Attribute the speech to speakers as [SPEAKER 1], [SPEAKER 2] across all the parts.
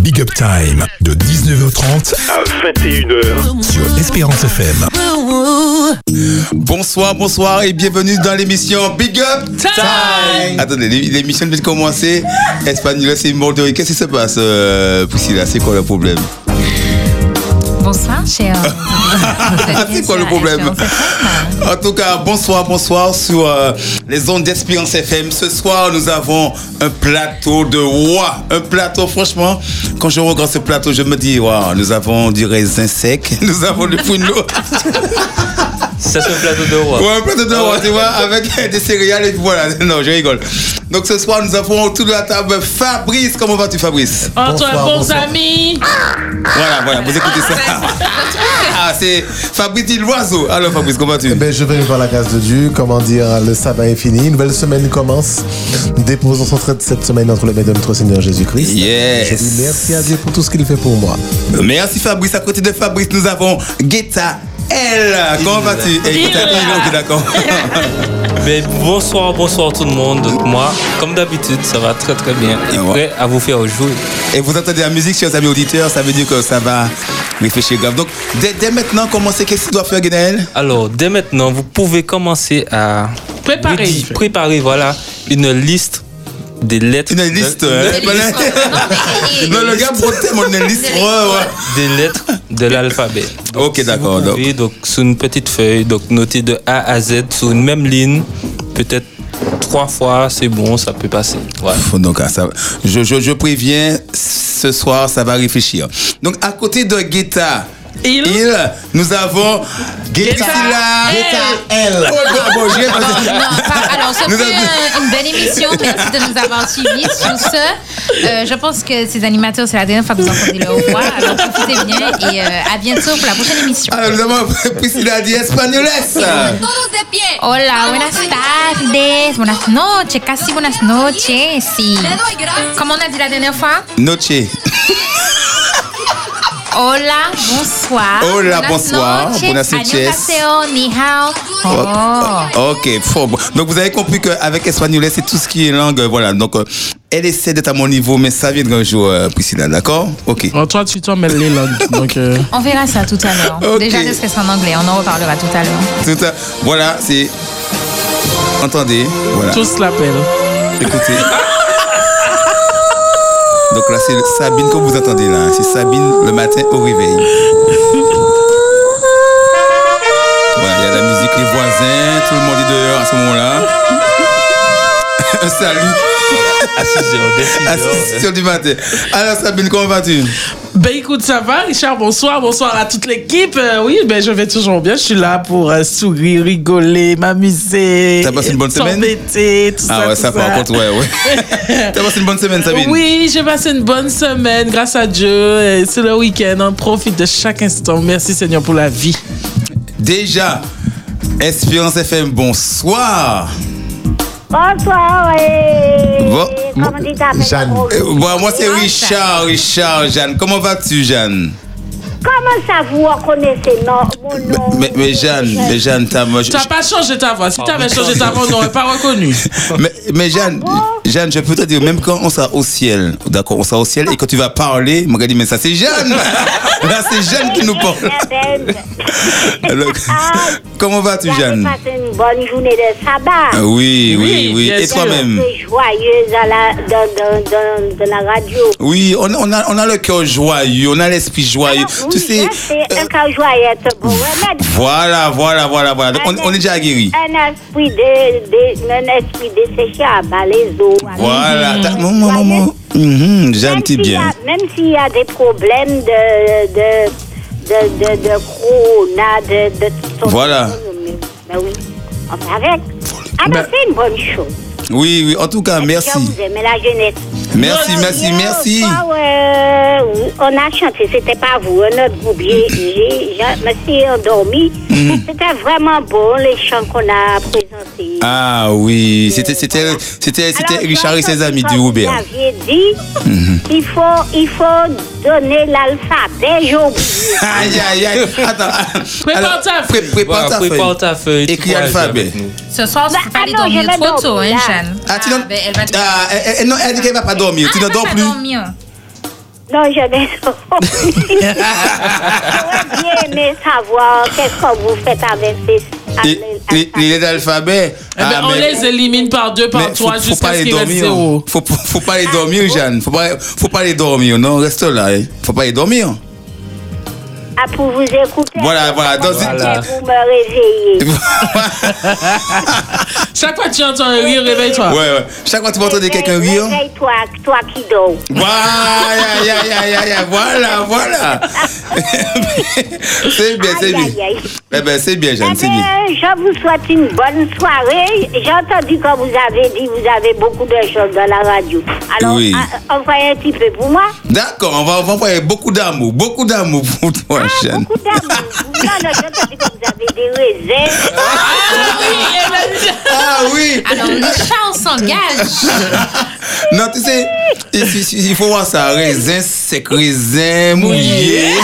[SPEAKER 1] Big Up Time de 19h30
[SPEAKER 2] à 21h.
[SPEAKER 1] sur Espérance FM.
[SPEAKER 3] Bonsoir, bonsoir et bienvenue dans l'émission Big Up Time. Attendez, l'é- l'émission vient de commencer. Espagnol, c'est Mordory. Qu'est-ce qui se passe, euh, Priscilla C'est quoi le problème
[SPEAKER 4] Bonsoir, chère.
[SPEAKER 3] C'est quoi le problème En tout cas, bonsoir, bonsoir sur euh, les ondes d'Espérance FM. Ce soir, nous avons un plateau de roi. Un plateau, franchement, quand je regarde ce plateau, je me dis, waouh, nous avons du raisin sec, nous avons du pruneau.
[SPEAKER 5] Ça se plateau de roi. Ah
[SPEAKER 3] Ouais, un plateau de roi, tu vois, avec des céréales et puis voilà. Non, je rigole. Donc ce soir, nous avons autour de la table Fabrice. Comment vas-tu, Fabrice
[SPEAKER 6] Entre bons amis.
[SPEAKER 3] Voilà, voilà, vous écoutez ça. Ah, c'est Fabrice dit l'oiseau. Alors, Fabrice, comment vas-tu
[SPEAKER 7] Eh ben, je vais voir la grâce de Dieu. Comment dire, hein, le sabbat est fini. Une nouvelle semaine commence. Nous déposons son trait de cette semaine entre les mains de notre Seigneur Jésus-Christ.
[SPEAKER 3] Yes.
[SPEAKER 7] Je dis merci à Dieu pour tout ce qu'il fait pour moi.
[SPEAKER 3] Merci, Fabrice. À côté de Fabrice, nous avons Guetta. Elle, comment vas-tu Eh, Guetta,
[SPEAKER 6] Il.
[SPEAKER 3] il, ok, d'accord.
[SPEAKER 5] Mais bonsoir, bonsoir tout le monde. Moi, comme d'habitude, ça va très très bien.
[SPEAKER 3] Et moi.
[SPEAKER 5] Prêt à vous faire jouer.
[SPEAKER 3] Et vous entendez la musique, chers amis auditeurs, ça veut dire que ça va réfléchir grave. Donc, dès, dès maintenant, commencez. Qu'est-ce qu'il doit faire, Guenaël
[SPEAKER 5] Alors, dès maintenant, vous pouvez commencer à
[SPEAKER 6] Préparer.
[SPEAKER 5] rédi- préparer voilà, une liste des lettres.
[SPEAKER 3] Une liste.
[SPEAKER 5] de-
[SPEAKER 3] hein.
[SPEAKER 4] Non, mais-
[SPEAKER 3] Non, le gars breton, on a une liste. Ouais, ouais.
[SPEAKER 5] des lettres de l'alphabet. Donc,
[SPEAKER 3] Ok,
[SPEAKER 5] si vous
[SPEAKER 3] d'accord, donc.
[SPEAKER 5] pouvez, donc sur une petite feuille, donc notez de A à Z sur une même ligne, peut-être trois fois, c'est bon, ça peut passer. Voilà.
[SPEAKER 3] Faut Donc, ah, ça, je, je, je préviens, ce soir, ça va réfléchir. Donc, à côté de Guetta,
[SPEAKER 6] Il.
[SPEAKER 3] nous avons Guetta.
[SPEAKER 6] Guetta,
[SPEAKER 3] elle. Oh, bon, bon, j'ai pas-
[SPEAKER 4] Non, pas- alors, ce
[SPEAKER 3] Nous
[SPEAKER 4] fut
[SPEAKER 3] avons-
[SPEAKER 4] un- euh, une belle émission. Merci de nous avoir suivis. Sur ce, euh, je pense que ces animateurs, c'est la dernière fois que vous entendez leur voix. Alors, profitez bien et euh, à bientôt pour la prochaine émission.
[SPEAKER 3] Alors, Ah, nous avons Priscilla Di Espagnoles.
[SPEAKER 4] Hola, buenas tardes. Buenas noches, casi buenas noches. Sí. Comme on a dit la dernière fois,
[SPEAKER 3] Noche.
[SPEAKER 4] hola, bonsoir.
[SPEAKER 3] Hola,
[SPEAKER 4] buenas
[SPEAKER 3] bonsoir,
[SPEAKER 4] noches,
[SPEAKER 3] buenas noches.
[SPEAKER 4] annyeonghaseyo, ni hao. Oh.
[SPEAKER 3] Ok, fort. bon. Donc, vous avez compris qu'avec Espagnoles, c'est tout ce qui est langue. euh, Voilà. Donc, euh, elle essaie d'être à mon niveau, mais ça viendra un jour, euh, Priscilla, d'accord Ok.
[SPEAKER 6] En Oh, toi, tu t'en mêles les langues. Donc, euh,
[SPEAKER 4] On verra ça tout à l'heure.
[SPEAKER 3] Ok.
[SPEAKER 4] Déjà, ne serait-ce qu'en anglais, on en reparlera tout à l'heure.
[SPEAKER 3] Tout ça. Voilà, c'est. Entendez. Voilà.
[SPEAKER 6] tous l'appellent.
[SPEAKER 3] Écoutez. Donc là, c'est le- Sabine que vous entendez là. C'est Sabine le matin au réveil. Voilà, il y a la musique, les voisins, tout le monde est dehors à ce moment-là. Un salut
[SPEAKER 5] À 6 heures, dès six
[SPEAKER 3] à
[SPEAKER 5] heures.
[SPEAKER 3] 6 heures du matin. Alors Sabine, comment vas-tu
[SPEAKER 6] Ben écoute, ça va, Richard, bonsoir, bonsoir à toute l'équipe. Euh, oui, ben je vais toujours bien, je suis là pour euh, sourire, rigoler, m'amuser.
[SPEAKER 3] T'as passé une bonne semaine
[SPEAKER 6] S'embêter, tout ça.
[SPEAKER 3] Ah ouais,
[SPEAKER 6] tout
[SPEAKER 3] ça par contre, ouais, ouais. T'as passé une bonne semaine, Sabine
[SPEAKER 6] Oui, j'ai passé une bonne semaine, grâce à Dieu. Euh, C'est le week-end, on profite de chaque instant. Merci Seigneur pour la vie.
[SPEAKER 3] Déjà, Espérance FM, bonsoir.
[SPEAKER 8] Bonsoir et...
[SPEAKER 3] Bon-
[SPEAKER 8] Comment tu t'appelles
[SPEAKER 7] Jeanne.
[SPEAKER 8] Rose
[SPEAKER 3] Euh, bon, moi, c'est Richard, Richard, Jeanne. Comment vas-tu, Jeanne oh.
[SPEAKER 8] Comment ça vous reconnaissez non, mon nom
[SPEAKER 3] Mais, mais Jeanne, mais Jeanne, t'as moi. je-
[SPEAKER 6] T'as pas changé ta voix. Si t'avais changé ta voix, on n'aurait pas reconnu.
[SPEAKER 3] Mais, mais Jeanne, Jeanne, je peux te dire, même quand on sera au ciel, d'accord, on sera au ciel, et quand tu vas parler, on va dire, mais ça c'est Jeanne Là, c'est Jeanne qui nous parle. Alors, comment vas-tu,
[SPEAKER 8] Jeanne.
[SPEAKER 3] Jeanne
[SPEAKER 8] passé une bonne journée de sabbat.
[SPEAKER 3] Ah Oui, oui,
[SPEAKER 6] Oui,
[SPEAKER 3] oui.
[SPEAKER 6] bien
[SPEAKER 3] Et
[SPEAKER 6] sûr.
[SPEAKER 3] toi-même
[SPEAKER 8] Je suis joyeuse à la, de, de, de, de la radio.
[SPEAKER 3] Oui, on, on a, on a le cœur joyeux, on a l'esprit joyeux.
[SPEAKER 8] Alors,
[SPEAKER 3] tu
[SPEAKER 8] oui,
[SPEAKER 3] sais.
[SPEAKER 8] hein, c'est
[SPEAKER 3] euh,
[SPEAKER 8] un cas joyeux, c'est bon remède.
[SPEAKER 3] voilà, voilà, voilà, voilà. Donc, on, on est déjà guéri.
[SPEAKER 8] Un esprit de, de, un esprit desséché à bas les eaux.
[SPEAKER 3] Voilà. t'as- Maman, maman. Mhm, Jeanne,
[SPEAKER 8] Même
[SPEAKER 3] t'es
[SPEAKER 8] s'il y a-
[SPEAKER 3] bien.
[SPEAKER 8] Même s'il y a des problèmes de, de, de, de, de corona, de, de tout ça.
[SPEAKER 3] Voilà.
[SPEAKER 8] Mais, mais oui, on s'arrête. Ah, ben, c'est une bonne chose.
[SPEAKER 3] Oui, oui. En tout cas,
[SPEAKER 8] Je
[SPEAKER 3] merci.
[SPEAKER 8] vous aimez la jeunesse.
[SPEAKER 3] Merci, merci,
[SPEAKER 8] Hier
[SPEAKER 3] merci.
[SPEAKER 8] soir, euh, on a chanté, c'était pas vous, un autre groupe. J'ai- j'ai- Je me suis endormie.
[SPEAKER 3] Mm-hmm.
[SPEAKER 8] C'était vraiment bon, les chants qu'on a présentés.
[SPEAKER 3] Ah oui, c'était c'était c'était c'était
[SPEAKER 8] Alors,
[SPEAKER 3] Richard et
[SPEAKER 8] Jean-Claude,
[SPEAKER 3] ses amis
[SPEAKER 8] comme
[SPEAKER 3] du Hubert. Mm-hmm.
[SPEAKER 8] Vous aviez dit, il, faut, il faut donner l'alphabet, j'ai oublié.
[SPEAKER 3] Aïe aïe aïe. Attends.
[SPEAKER 6] Prépare ta
[SPEAKER 3] pré-
[SPEAKER 6] feuille.
[SPEAKER 3] prépare
[SPEAKER 5] Voilà,
[SPEAKER 3] ta
[SPEAKER 5] prépare
[SPEAKER 3] feuille.
[SPEAKER 5] ta feuille. tu
[SPEAKER 3] Écris Ben.
[SPEAKER 5] pourras jouer
[SPEAKER 3] alphabet.
[SPEAKER 5] avec nous.
[SPEAKER 4] Ce soir, tu
[SPEAKER 8] Bah,
[SPEAKER 4] peux pas aller
[SPEAKER 8] ah non,
[SPEAKER 4] dormir
[SPEAKER 8] je vais
[SPEAKER 4] trop tôt, hein,
[SPEAKER 8] dormir, là.
[SPEAKER 4] Jeanne.
[SPEAKER 3] Ah, tu n'en-
[SPEAKER 4] ben, elle va te-
[SPEAKER 3] Ah, elle- elle- non, elle dit qu'elle va pas dormir.
[SPEAKER 4] Ah,
[SPEAKER 3] tu
[SPEAKER 4] elle
[SPEAKER 3] ne
[SPEAKER 4] va
[SPEAKER 3] dors
[SPEAKER 4] pas
[SPEAKER 3] plus.
[SPEAKER 4] dormir.
[SPEAKER 8] Non, je vais J'aurais bien aimé savoir qu'est-ce que vous faites avec ces.
[SPEAKER 3] Il, il- il est Ah, d'alphabet.
[SPEAKER 6] Eh ben, on les élimine par deux, par trois, jusqu'à ce
[SPEAKER 3] les
[SPEAKER 6] qu'il reste
[SPEAKER 3] dormir.
[SPEAKER 6] zéro.
[SPEAKER 3] Faut, faut, faut pas les dormir, Jeanne. Faut pas, faut pas les dormir. Non, reste là. hein. Faut pas les dormir.
[SPEAKER 8] Ah, pour vous écouter.
[SPEAKER 3] Voilà, voilà, dans une-
[SPEAKER 5] Voilà.
[SPEAKER 8] Vous me réveillez.
[SPEAKER 6] Chaque fois que tu entends un rire, réveille-toi.
[SPEAKER 3] Ouais, ouais. Chaque fois que tu vas entendre quelqu'un
[SPEAKER 8] Réveille-
[SPEAKER 3] rire.
[SPEAKER 8] Eh ben, Réveille-toi, toi qui dors.
[SPEAKER 3] Voilà, ya, ya, ya, ya, voilà, voilà. c'est bien, c'est
[SPEAKER 8] Ah. Aïe,
[SPEAKER 3] bien.
[SPEAKER 8] aïe, aïe.
[SPEAKER 3] Eh ben, c'est bien,
[SPEAKER 8] Eh
[SPEAKER 3] Jeanne, c'est
[SPEAKER 8] bien,
[SPEAKER 3] bien.
[SPEAKER 8] je vous souhaite une bonne soirée. J'ai entendu que vous avez dit vous avez beaucoup de choses dans la radio. Alors,
[SPEAKER 3] Oui.
[SPEAKER 8] ah, envoyez un petit peu pour moi.
[SPEAKER 3] D'accord, on va, on va envoyer beaucoup d'amour, beaucoup d'amour pour toi, Jeanne.
[SPEAKER 8] Ah, Beaucoup d'amour. Non, non, j'ai entendu que vous avez des réserves.
[SPEAKER 3] Ah oui!
[SPEAKER 4] Alors, les chats, on s'engage.
[SPEAKER 3] Non, tu sais, il, il- il faut voir ça. Raisin sec, raisin mouillé.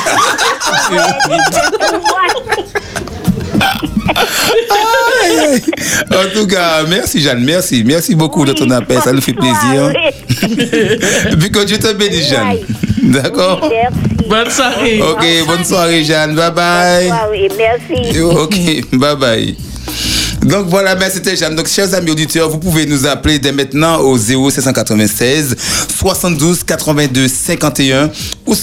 [SPEAKER 3] En tout cas, merci Jeanne, merci. Merci beaucoup de ton appel, ça nous fait plaisir. Puis que Dieu te bénisse, Jeanne.
[SPEAKER 8] Oui.
[SPEAKER 3] D'accord?
[SPEAKER 8] Merci.
[SPEAKER 6] Bonne soirée.
[SPEAKER 3] Ok, bonne soirée, Jeanne. Bye bye.
[SPEAKER 8] Oui, merci.
[SPEAKER 3] Yo, Ok, bye bye. Donc voilà, mais c'était Jeanne. Donc, chers amis auditeurs, vous pouvez nous appeler dès maintenant au 0796 72 82 51 ou,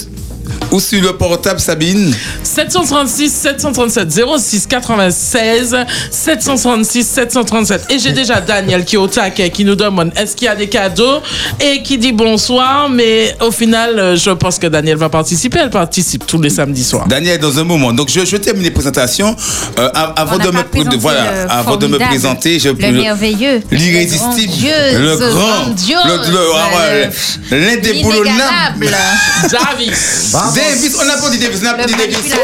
[SPEAKER 3] ou sur le portable Sabine.
[SPEAKER 6] 736 737 06 96 736 737 et j'ai déjà Daniel qui est au taquet qui nous demande est-ce qu'il y a des cadeaux et qui dit bonsoir mais au final euh, je pense que Daniel va participer elle participe tous les samedis soirs
[SPEAKER 3] Daniel, dans un moment. Donc, je, je termine les présentations. Euh, av-
[SPEAKER 4] On
[SPEAKER 3] avant
[SPEAKER 4] n'a
[SPEAKER 3] de me,
[SPEAKER 4] pas présenté
[SPEAKER 3] de- voilà,
[SPEAKER 4] le
[SPEAKER 3] avant de me
[SPEAKER 4] formidable,
[SPEAKER 3] présenter, je
[SPEAKER 4] le merveilleux,
[SPEAKER 3] L'irrésistible,
[SPEAKER 4] le
[SPEAKER 3] le
[SPEAKER 4] grandiose,
[SPEAKER 3] grand,
[SPEAKER 4] grandiose, euh,
[SPEAKER 3] le- le- ah ouais,
[SPEAKER 4] le-
[SPEAKER 3] l'indéboulonnable.
[SPEAKER 4] l'inégalable,
[SPEAKER 6] Davis
[SPEAKER 7] Bravo.
[SPEAKER 3] Davis, on applaudit Davis, on
[SPEAKER 4] le
[SPEAKER 3] applaudit Davis.
[SPEAKER 4] manipulateur.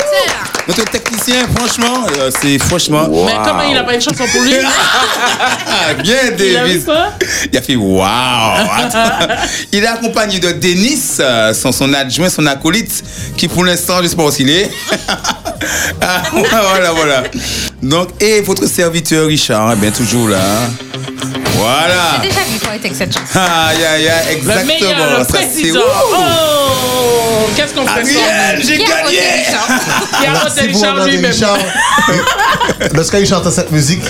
[SPEAKER 3] Notre technicien, franchement, euh, c'est franchement.
[SPEAKER 6] mais comment il a pas une chanson pour lui
[SPEAKER 3] Ah, bien,
[SPEAKER 6] il a vu
[SPEAKER 3] Davis.
[SPEAKER 6] quoi
[SPEAKER 3] Il a fait waouh. Attends. Il est accompagné de Denis, euh, son, son adjoint, son acolyte, qui pour l'instant, je ne sais pas où il est. Ah, voilà, voilà. Donc, et votre serviteur Richard, eh bien toujours là. hein. Voilà.
[SPEAKER 4] J'ai déjà vu quoi était que cette chanson.
[SPEAKER 3] Aïe, aïe, aïe,
[SPEAKER 6] le meilleur
[SPEAKER 3] exactement.
[SPEAKER 6] le
[SPEAKER 3] Ça, c'est Ah,
[SPEAKER 6] président oh qu'est-ce qu'on fait
[SPEAKER 3] Adrien, j'ai
[SPEAKER 4] Qui a voté
[SPEAKER 3] gagné.
[SPEAKER 4] Richard
[SPEAKER 6] qui a voté
[SPEAKER 7] Merci pour
[SPEAKER 6] Richard
[SPEAKER 7] André
[SPEAKER 6] lui-même
[SPEAKER 7] Richard. Lorsqu'il chante cette musique,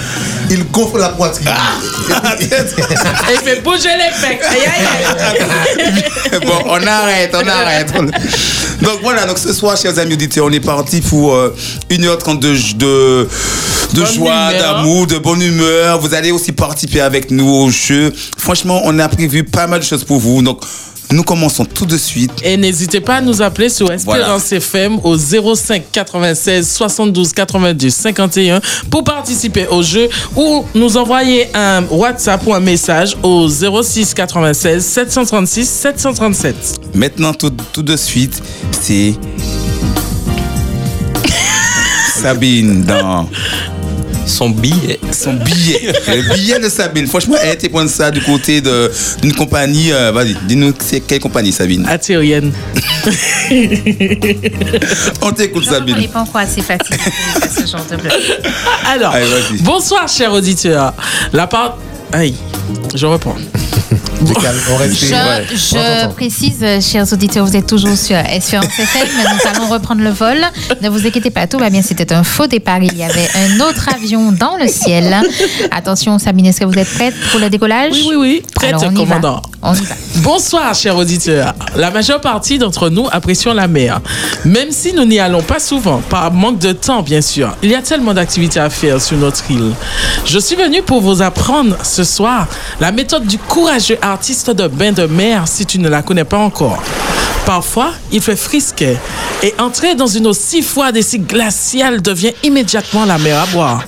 [SPEAKER 7] il gonfle la poitrine.
[SPEAKER 3] Ah!
[SPEAKER 6] et il fait bouger les pecs aïe aïe aïe
[SPEAKER 3] bon, on arrête, on arrête. Donc voilà, donc ce soir, chers amis auditeurs, on est parti pour euh, une heure trente de, de, de
[SPEAKER 6] Bonne
[SPEAKER 3] joie,
[SPEAKER 6] humeur.
[SPEAKER 3] d'amour, de bonne humeur. Vous allez aussi participer avec nous au jeu. Franchement, on a prévu pas mal de choses pour vous. Donc, nous commençons tout de suite.
[SPEAKER 6] Et n'hésitez pas à nous appeler sur Espérance
[SPEAKER 3] Voilà.
[SPEAKER 6] FM au 05 96 72 92 51 pour participer au jeu ou nous envoyer un WhatsApp ou un message au 06 96 736 737.
[SPEAKER 3] Maintenant, tout, tout de suite, c'est Sabine dans
[SPEAKER 5] Son billet.
[SPEAKER 3] son billet. Le billet de Sabine. Franchement, elle était prendre ça du côté de- d'une compagnie. euh, Vas-y, dis-nous c'est quelle compagnie, Sabine.
[SPEAKER 6] Athérienne.
[SPEAKER 4] Je crois
[SPEAKER 3] On t'écoute,
[SPEAKER 4] qu'on n'est
[SPEAKER 3] Sabine.
[SPEAKER 4] pas encore assez fatigué pour faire ce genre de blague.
[SPEAKER 6] Ah, Alors,
[SPEAKER 3] Allez, vas-y.
[SPEAKER 6] bonsoir, chers auditeurs. La part. Aïe, je reprends.
[SPEAKER 7] Décale, on respire.
[SPEAKER 4] Je, je précise, euh, chers auditeurs, vous êtes toujours sur Espérance FM. mais Nous allons reprendre le vol. Ne vous inquiétez pas, tout va bien. C'était un faux départ. Il y avait un autre avion dans le ciel. Attention, Sabine, est-ce que vous êtes prête pour le décollage
[SPEAKER 6] Oui, oui, oui. Prête,
[SPEAKER 4] Alors, on y
[SPEAKER 6] commandant.
[SPEAKER 4] Va. On y va.
[SPEAKER 6] Bonsoir, chers auditeurs. La majeure partie d'entre nous apprécions la mer. Même si nous n'y allons pas souvent, par manque de temps, bien sûr, il y a tellement d'activités à faire sur notre île. Je suis venu pour vous apprendre ce soir la méthode du courageux artiste de bain de mer si tu ne la connais pas encore. Parfois, il fait frisquet et entrer dans une eau si froide et si glaciale devient immédiatement la mer à boire.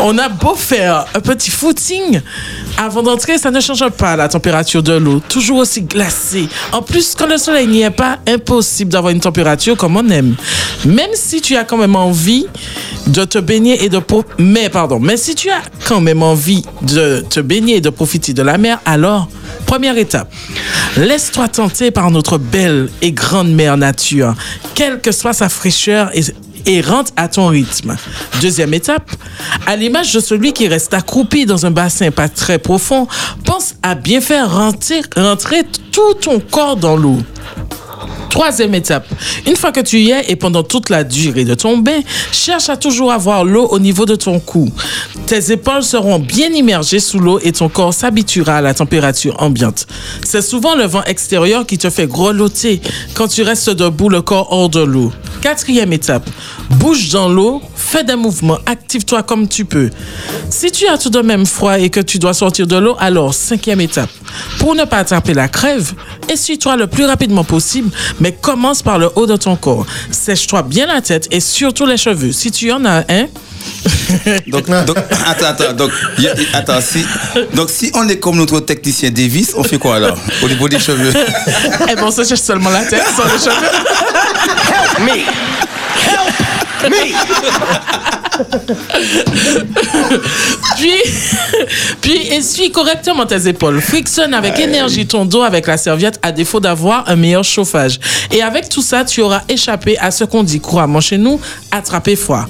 [SPEAKER 6] On a beau faire un petit footing avant d'entrer, ça ne change pas la température de l'eau, toujours aussi glacée. En plus, quand le soleil n'y est pas, impossible d'avoir une température comme on aime. Même si tu as quand même envie de te baigner et de pro- mais pardon, mais si tu as quand même envie de te baigner et de profiter de la mer, alors première étape, laisse-toi tenter par notre belle et grande mer nature, quelle que soit sa fraîcheur et et rentre à ton rythme. Deuxième étape, à l'image de celui qui reste accroupi dans un bassin pas très profond, pense à bien faire rentrer, rentrer tout ton corps dans l'eau. Troisième étape, une fois que tu y es et pendant toute la durée de ton bain, cherche à toujours avoir l'eau au niveau de ton cou. Tes épaules seront bien immergées sous l'eau et ton corps s'habituera à la température ambiante. C'est souvent le vent extérieur qui te fait grelotter quand tu restes debout le corps hors de l'eau. Quatrième étape, bouge dans l'eau, fais des mouvements, active-toi comme tu peux. Si tu as tout de même froid et que tu dois sortir de l'eau, alors cinquième étape, pour ne pas attraper la crève, essuie-toi le plus rapidement possible, mais commence par le haut de ton corps. Sèche-toi bien la tête et surtout les cheveux. Si tu en as un,
[SPEAKER 3] Donc, donc, attends, attends, donc, y a- attends, si, donc si on est comme notre technicien Davis, on fait quoi alors au niveau des cheveux
[SPEAKER 6] eh ben, on se cherche seulement la tête sans les cheveux. Puis, puis essuie correctement tes épaules. Frictionne avec énergie ton dos avec la serviette à défaut d'avoir un meilleur chauffage. Et avec tout ça, tu auras échappé à ce qu'on dit couramment chez nous, attraper froid.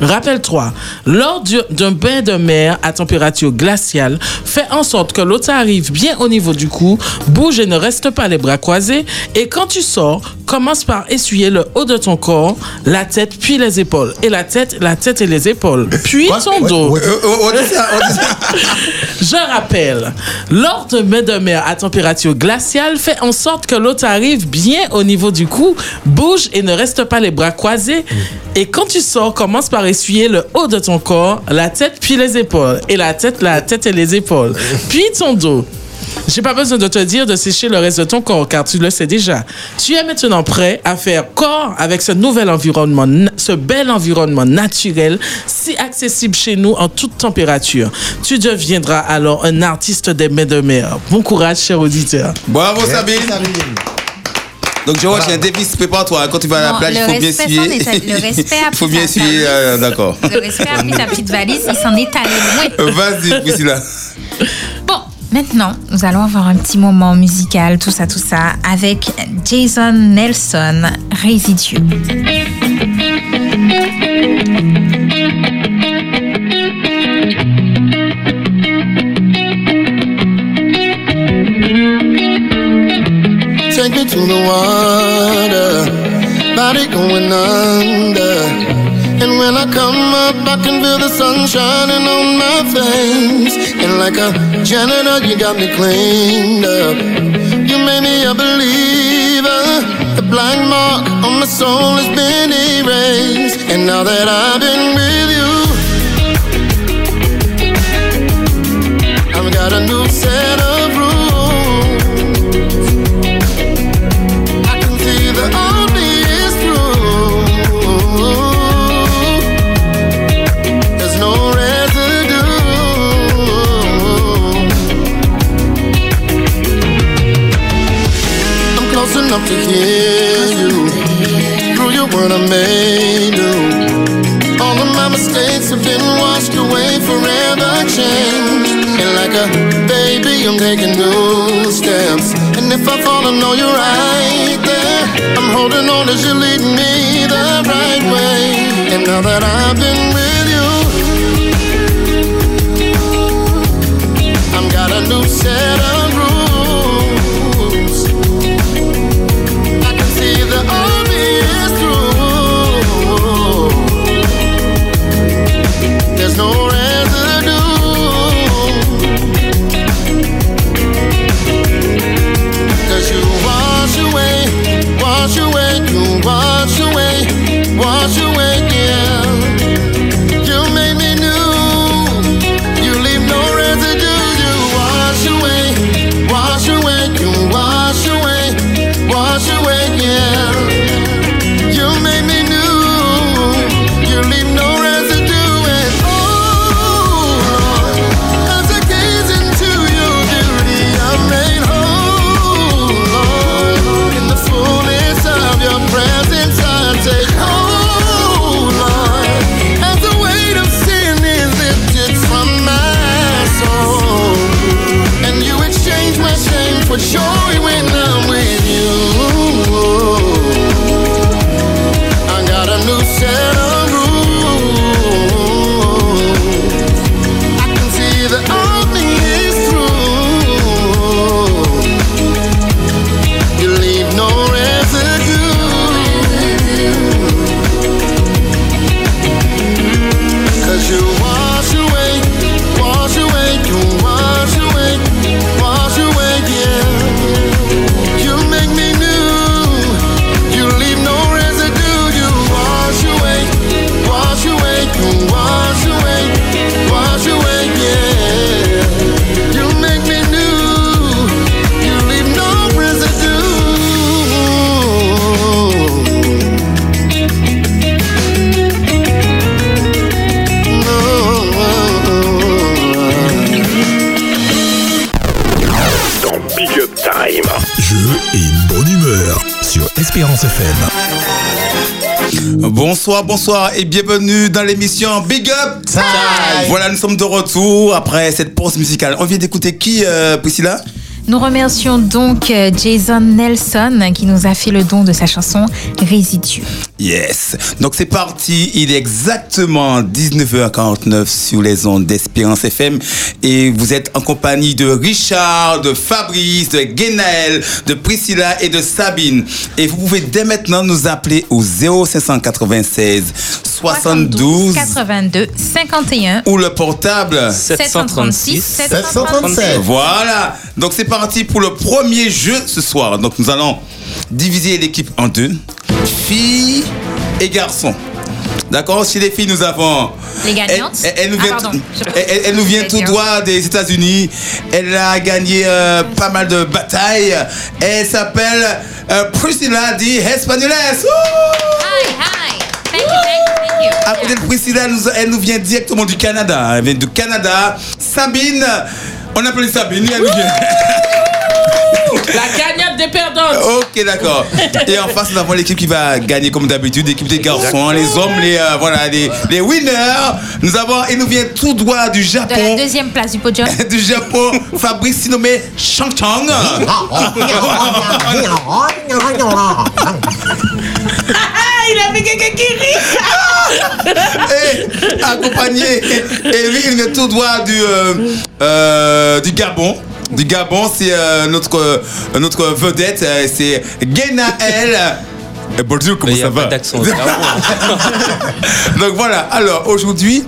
[SPEAKER 6] Rappelle-toi, lors du- d'un bain de mer à température glaciale, fais en sorte que l'eau t'arrive bien au niveau du cou, bouge et ne reste pas les bras croisés, et quand tu sors, commence par essuyer le haut de ton corps, la tête puis les épaules, et la tête, la tête et les épaules, puis ton dos.
[SPEAKER 3] Euh, on- on dit ça, on dit ça.
[SPEAKER 6] Je rappelle, lors de bain de mer à température glaciale, fais en sorte que l'eau t'arrive bien au niveau du cou, bouge et ne reste pas les bras croisés. Et quand tu sors, commence par essuyer le haut de ton corps, la tête puis les épaules. Et la tête, la tête et les épaules. Puis ton dos. J'ai pas besoin de te dire de sécher le reste de ton corps car tu le sais déjà. Tu es maintenant prêt à faire corps avec ce nouvel environnement, na- ce bel environnement naturel si accessible chez nous en toute température. Tu deviendras alors un artiste des mains de mer. Bon courage, cher auditeur.
[SPEAKER 3] Bravo Sabine. Donc je vois, j'ai un Davis, prépare-toi. hein, Quand tu vas à la
[SPEAKER 4] Non,
[SPEAKER 3] plage, il
[SPEAKER 4] le
[SPEAKER 3] faut bien
[SPEAKER 4] respect s'en
[SPEAKER 3] essuyer.
[SPEAKER 4] est- le respect a
[SPEAKER 3] Il faut
[SPEAKER 4] pris sa
[SPEAKER 3] bien essuyer,
[SPEAKER 4] place.
[SPEAKER 3] euh, d'accord.
[SPEAKER 4] Le respect a pris sa petite valise, il s'en est allé loin.
[SPEAKER 3] Euh, Vas-y Priscilla.
[SPEAKER 4] Bon, maintenant, nous allons avoir un petit moment musical, tout ça, tout ça, avec Jason Nelson, Résidieux.
[SPEAKER 2] Take me to the water, body going under. And when I come up, I can feel the sun shining on my face. And like a janitor, you got me cleaned up. You made me a believer. The black mark on my soul has been erased. And now that I've been with you, I've got a new set of rules. I can see the only is through. There's no residue. I'm close enough to hear you. Through your word, I made you. All of my mistakes have been washed away, forever changed. And like a baby, I'm taking new steps. And if I fall, I know you're right there. I'm holding on as you lead me the right way. And now that I've been with you, I've got a new set of rules. I can see the obvious through. There's no residue. Cause you wash away, wash away, you wash away, wash away, yeah. You made me new. You leave no residue. You wash away, wash away, you wash away, wash away, yeah. You made me new. You leave no residue at all. As I gaze into your beauty, I'm made whole. Lord, in the fullness of your presence, I take hold. Lord, as the weight of sin is lifted from my soul, and you exchange my shame for joy when I'm with you. I'm
[SPEAKER 1] sur Espérance FM.
[SPEAKER 3] Bonsoir, bonsoir et bienvenue dans l'émission Big Up Time. Voilà, nous sommes de retour après cette pause musicale. On vient d'écouter qui, euh, Priscilla
[SPEAKER 4] Nous remercions donc euh, Jason Nelson qui nous a fait le don de sa chanson Résidu.
[SPEAKER 3] Yes. Donc c'est parti, il est exactement 19h49 sur les ondes d'Espérance FM et vous êtes en compagnie de Richard, de Fabrice, de Guénaël, de Priscilla et de Sabine. Et vous pouvez dès maintenant nous appeler au 0596 72
[SPEAKER 4] 82 51
[SPEAKER 3] ou le portable
[SPEAKER 4] 736
[SPEAKER 7] 737.
[SPEAKER 4] 737.
[SPEAKER 3] Voilà. Donc c'est parti pour le premier jeu ce soir. Donc nous allons diviser l'équipe en deux. Filles et garçons. D'accord Chez les filles, nous avons...
[SPEAKER 4] Les gagnantes
[SPEAKER 3] Elle, elle- elle nous, vient
[SPEAKER 4] Ah, pardon.
[SPEAKER 3] tout- elle- elle- elle nous vient tout droit des États-Unis. Elle a gagné euh, pas mal de batailles. Elle s'appelle euh, Priscilla di Españoles. Wouh
[SPEAKER 4] Hi, hi. Thank you, thank you, thank you.
[SPEAKER 3] Après elle, Priscilla, nous- elle nous vient directement du Canada. Elle vient du Canada. Sabine, on appelle Sabine. Elle nous vient.
[SPEAKER 6] La gagnante des perdantes.
[SPEAKER 3] Ok, d'accord. Et en face, nous avons l'équipe qui va gagner comme d'habitude, l'équipe des garçons, les hommes, les euh, voilà, les, les winners. Nous avons, il nous vient tout droit du
[SPEAKER 4] De la
[SPEAKER 3] Japon.
[SPEAKER 4] deuxième place du podium.
[SPEAKER 3] Du Japon, Fabrice, si nommé Shang Chang.
[SPEAKER 9] Ah,
[SPEAKER 6] Il avait quelqu'un qui rit.
[SPEAKER 3] Et Ah Eh, accompagné, et lui, il vient tout droit du, euh, euh, du Gabon. Du Gabon, c'est euh, notre, euh, notre vedette, euh, c'est Genaël. Et bonjour, comment
[SPEAKER 5] Il n'y
[SPEAKER 3] ça
[SPEAKER 5] a
[SPEAKER 3] va
[SPEAKER 5] pas d'accent. au hein. Japon.
[SPEAKER 3] Donc voilà, alors aujourd'hui,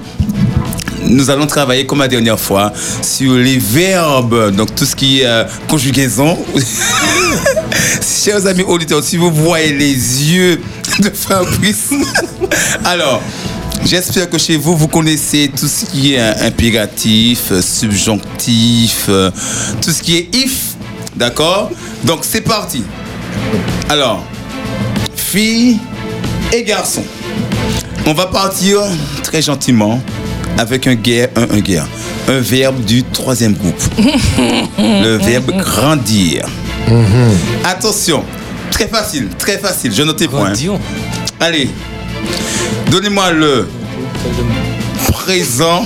[SPEAKER 3] nous allons travailler comme la dernière fois sur les verbes, donc tout ce qui est euh, conjugaison. Chers amis auditeurs, si vous voyez les yeux de Fabrice, alors. J'espère que chez vous, vous connaissez tout ce qui est euh, impératif, euh, subjonctif, euh, tout ce qui est if. D'accord Donc c'est parti. Alors, filles et garçons. On va partir très gentiment avec un guerre, un, un guerre, un verbe du troisième groupe.
[SPEAKER 6] Mm,
[SPEAKER 3] le verbe grandir.
[SPEAKER 7] Mm-hmm.
[SPEAKER 3] Attention, très facile, très facile. Je notais point.
[SPEAKER 5] Grandion.
[SPEAKER 3] Allez, donnez-moi le présent.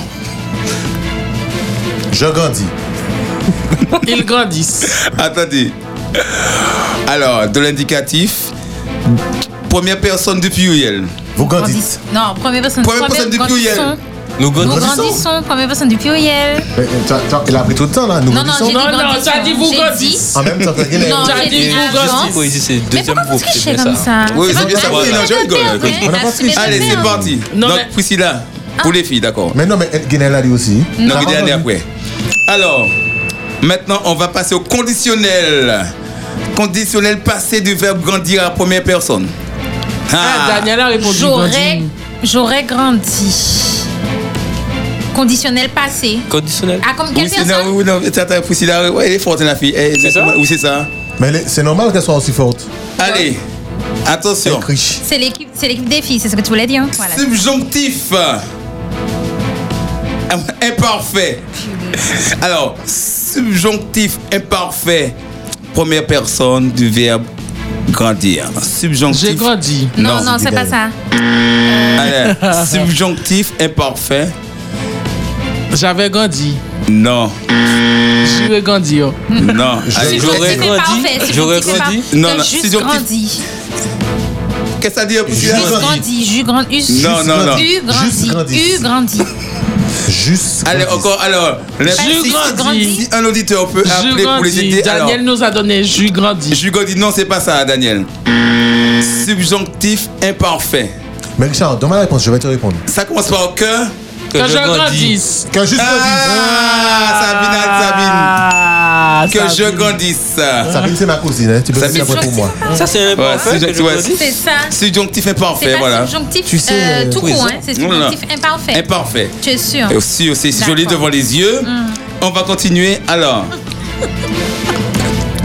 [SPEAKER 7] Je grandis.
[SPEAKER 6] Ils grandissent.
[SPEAKER 3] Attendez. Alors, de l'indicatif, première personne du pluriel.
[SPEAKER 7] Vous grandissez.
[SPEAKER 4] Grandissent. Non, première personne
[SPEAKER 3] Première personne du pluriel.
[SPEAKER 4] grandissons.
[SPEAKER 5] Nous
[SPEAKER 4] Nous
[SPEAKER 5] grandissons.
[SPEAKER 4] grandissons, première personne du pluriel.
[SPEAKER 7] Mais, mais, toi- toi, Il a pris tout le temps là. Nous
[SPEAKER 4] Non, non,
[SPEAKER 7] grandissons.
[SPEAKER 4] j'ai dit
[SPEAKER 6] Non, non,
[SPEAKER 4] grandissons.
[SPEAKER 6] t'as dit vous
[SPEAKER 4] J'ai
[SPEAKER 6] grandissez.
[SPEAKER 7] En même temps, t'as gagné.
[SPEAKER 4] Non,
[SPEAKER 6] T'as
[SPEAKER 4] j'ai
[SPEAKER 6] dit
[SPEAKER 4] dit
[SPEAKER 6] vous
[SPEAKER 4] avant.
[SPEAKER 6] grandissez.
[SPEAKER 5] Poésie, c'est le
[SPEAKER 4] Mais
[SPEAKER 5] deuxième
[SPEAKER 4] pourquoi vous
[SPEAKER 5] groupe. c'est
[SPEAKER 4] trichez
[SPEAKER 5] bien
[SPEAKER 4] comme ça
[SPEAKER 3] Oui, c'est bien
[SPEAKER 4] votre
[SPEAKER 3] ça.
[SPEAKER 4] faute,
[SPEAKER 3] Oui, non, je
[SPEAKER 4] votre
[SPEAKER 3] rigole.
[SPEAKER 4] faute,
[SPEAKER 3] Oui.
[SPEAKER 4] hein.
[SPEAKER 7] On a pas
[SPEAKER 4] Assumez
[SPEAKER 7] triché.
[SPEAKER 3] Allez,
[SPEAKER 4] votre
[SPEAKER 3] c'est
[SPEAKER 4] merde.
[SPEAKER 3] parti.
[SPEAKER 6] Non,
[SPEAKER 3] Donc,
[SPEAKER 6] mais-
[SPEAKER 3] Priscilla, pour les filles, d'accord.
[SPEAKER 7] Mais non, mais Guinel l'a dit aussi.
[SPEAKER 3] Donc,
[SPEAKER 7] Ah,
[SPEAKER 3] le dernier
[SPEAKER 7] pardon.
[SPEAKER 3] après. Alors, maintenant, on va passer au conditionnel. Conditionnel passé du verbe grandir à première personne.
[SPEAKER 6] Ah,
[SPEAKER 3] Ah,
[SPEAKER 6] Daniela a répondu.
[SPEAKER 4] J'aurais,
[SPEAKER 6] grandit.
[SPEAKER 4] j'aurais grandi. Conditionnel passé.
[SPEAKER 5] Conditionnel.
[SPEAKER 4] À comme
[SPEAKER 3] oui,
[SPEAKER 4] quelle
[SPEAKER 3] c'est
[SPEAKER 4] personne
[SPEAKER 3] non, oui, non, attends, attends, Priscilla, ouais, elle est forte, la fille. Eh,
[SPEAKER 5] C'est ça
[SPEAKER 3] Oui, c'est ça.
[SPEAKER 7] Mais elle est- c'est normal qu'elle soit aussi forte.
[SPEAKER 3] Allez,
[SPEAKER 7] Elle
[SPEAKER 3] attention.
[SPEAKER 7] crie.
[SPEAKER 4] c'est l'équipe, c'est l'équipe des filles, c'est ce que tu voulais dire. Voilà.
[SPEAKER 3] Subjonctif. Ah Imparfait. Alors, subjonctif imparfait. Première personne du verbe grandir.
[SPEAKER 6] J'ai
[SPEAKER 3] Subjonctif.
[SPEAKER 6] grandi.
[SPEAKER 9] Ah,
[SPEAKER 4] Non,
[SPEAKER 3] Non,
[SPEAKER 4] non, c'est pas
[SPEAKER 7] c'est
[SPEAKER 4] ça.
[SPEAKER 3] Allez, subjonctif imparfait.
[SPEAKER 6] J'avais grandi.
[SPEAKER 3] Non,
[SPEAKER 6] J'aurais grandi. oh.
[SPEAKER 3] non. Allez,
[SPEAKER 4] Si
[SPEAKER 3] je-
[SPEAKER 4] je
[SPEAKER 5] J'aurais
[SPEAKER 4] dis, c'est
[SPEAKER 5] grandi,
[SPEAKER 4] parfait, si je
[SPEAKER 5] j'aurais
[SPEAKER 4] dis, c'est
[SPEAKER 5] grandi.
[SPEAKER 4] parfait.
[SPEAKER 3] Non,
[SPEAKER 4] T'as
[SPEAKER 3] non,
[SPEAKER 4] juste
[SPEAKER 3] si je dis-
[SPEAKER 4] grandi.
[SPEAKER 3] Qu'est-ce que ça dit Priscilla
[SPEAKER 4] Juste
[SPEAKER 7] grandi.
[SPEAKER 4] grandi. Jus grandi.
[SPEAKER 3] Non, non, non.
[SPEAKER 4] U
[SPEAKER 7] Juste
[SPEAKER 4] grandi.
[SPEAKER 7] grandi.
[SPEAKER 4] U grandi.
[SPEAKER 7] Juste.
[SPEAKER 3] Allez,
[SPEAKER 7] grandissent.
[SPEAKER 3] encore, alors. les-
[SPEAKER 6] Je
[SPEAKER 3] si-
[SPEAKER 6] grandis.
[SPEAKER 3] Si un auditeur peut
[SPEAKER 6] Je
[SPEAKER 3] appeler pour les
[SPEAKER 6] grandis.
[SPEAKER 3] aider. alors.
[SPEAKER 6] Daniel nous a donné J'suis grandi.
[SPEAKER 3] Jugo dit non, c'est pas ça, Daniel. Subjonctif imparfait.
[SPEAKER 7] Mais Richard, donne-moi la réponse, je vais te répondre.
[SPEAKER 3] Ça commence par que.
[SPEAKER 6] Que je grandisse.
[SPEAKER 7] Que juste
[SPEAKER 3] Ah,
[SPEAKER 6] Ah,
[SPEAKER 3] Sabine, Sabine. Que je
[SPEAKER 6] Sabine.
[SPEAKER 3] grandisse.
[SPEAKER 7] Sabine, c'est ma cousine, hein. tu peux
[SPEAKER 3] Sabine,
[SPEAKER 7] faire après pour moi.
[SPEAKER 5] Ça, c'est
[SPEAKER 3] Ouais,
[SPEAKER 6] hein,
[SPEAKER 5] parfait, que je
[SPEAKER 3] c'est gentil, ouais.
[SPEAKER 5] grandisse.
[SPEAKER 4] C'est ça.
[SPEAKER 3] Subjonctif imparfait,
[SPEAKER 4] C'est
[SPEAKER 3] voilà.
[SPEAKER 4] pas subjonctif
[SPEAKER 7] Tu sais,
[SPEAKER 4] euh,
[SPEAKER 7] euh,
[SPEAKER 4] tout
[SPEAKER 5] oui,
[SPEAKER 4] court,
[SPEAKER 5] ça.
[SPEAKER 4] hein. C'est
[SPEAKER 3] Non, non.
[SPEAKER 4] subjonctif imparfait.
[SPEAKER 3] Imparfait.
[SPEAKER 4] Tu es sûr
[SPEAKER 3] Et aussi, aussi, c'est joli
[SPEAKER 4] D'accord. Mm.
[SPEAKER 3] devant les yeux. On va continuer. Alors,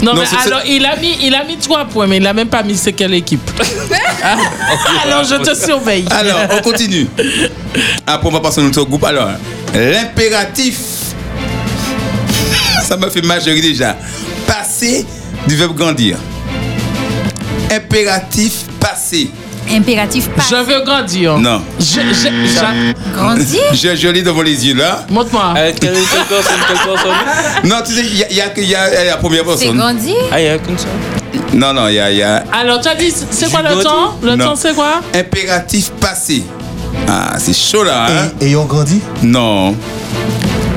[SPEAKER 6] Non,
[SPEAKER 3] Non,
[SPEAKER 6] mais
[SPEAKER 3] c'est- c'est-
[SPEAKER 6] alors, il a, mis, il a mis 3 points, mais il n'a même pas mis c'est quelle équipe. Ah, alors, je te surveille.
[SPEAKER 3] alors, on continue. Ah, Après, on va passer à notre groupe. Alors, l'impératif. Ah, Ça m'a fait mal, je ris déjà. Passer du verbe grandir. impératif passé.
[SPEAKER 4] Impératif pas.
[SPEAKER 6] Je veux grandir.
[SPEAKER 3] Non.
[SPEAKER 6] Je, je- j'a-
[SPEAKER 4] Grandir
[SPEAKER 3] Je, je lis devant les yeux là.
[SPEAKER 6] Montre-moi.
[SPEAKER 5] Avec quelle quelle personne, quelle personne
[SPEAKER 3] Non, tu sais, il y a, il y a- il y a- il y a la première
[SPEAKER 4] C'est
[SPEAKER 3] personne.
[SPEAKER 4] grandir
[SPEAKER 5] Ah, il y a qu'une seule.
[SPEAKER 3] Non, non, il y a, il y a
[SPEAKER 6] Alors, tu as dit, c'est quoi
[SPEAKER 5] Je
[SPEAKER 6] le temps Le
[SPEAKER 3] Non.
[SPEAKER 6] temps, c'est quoi
[SPEAKER 3] impératif passé. Ah, c'est chaud là. hein?
[SPEAKER 7] Et, ayant grandi
[SPEAKER 3] Non.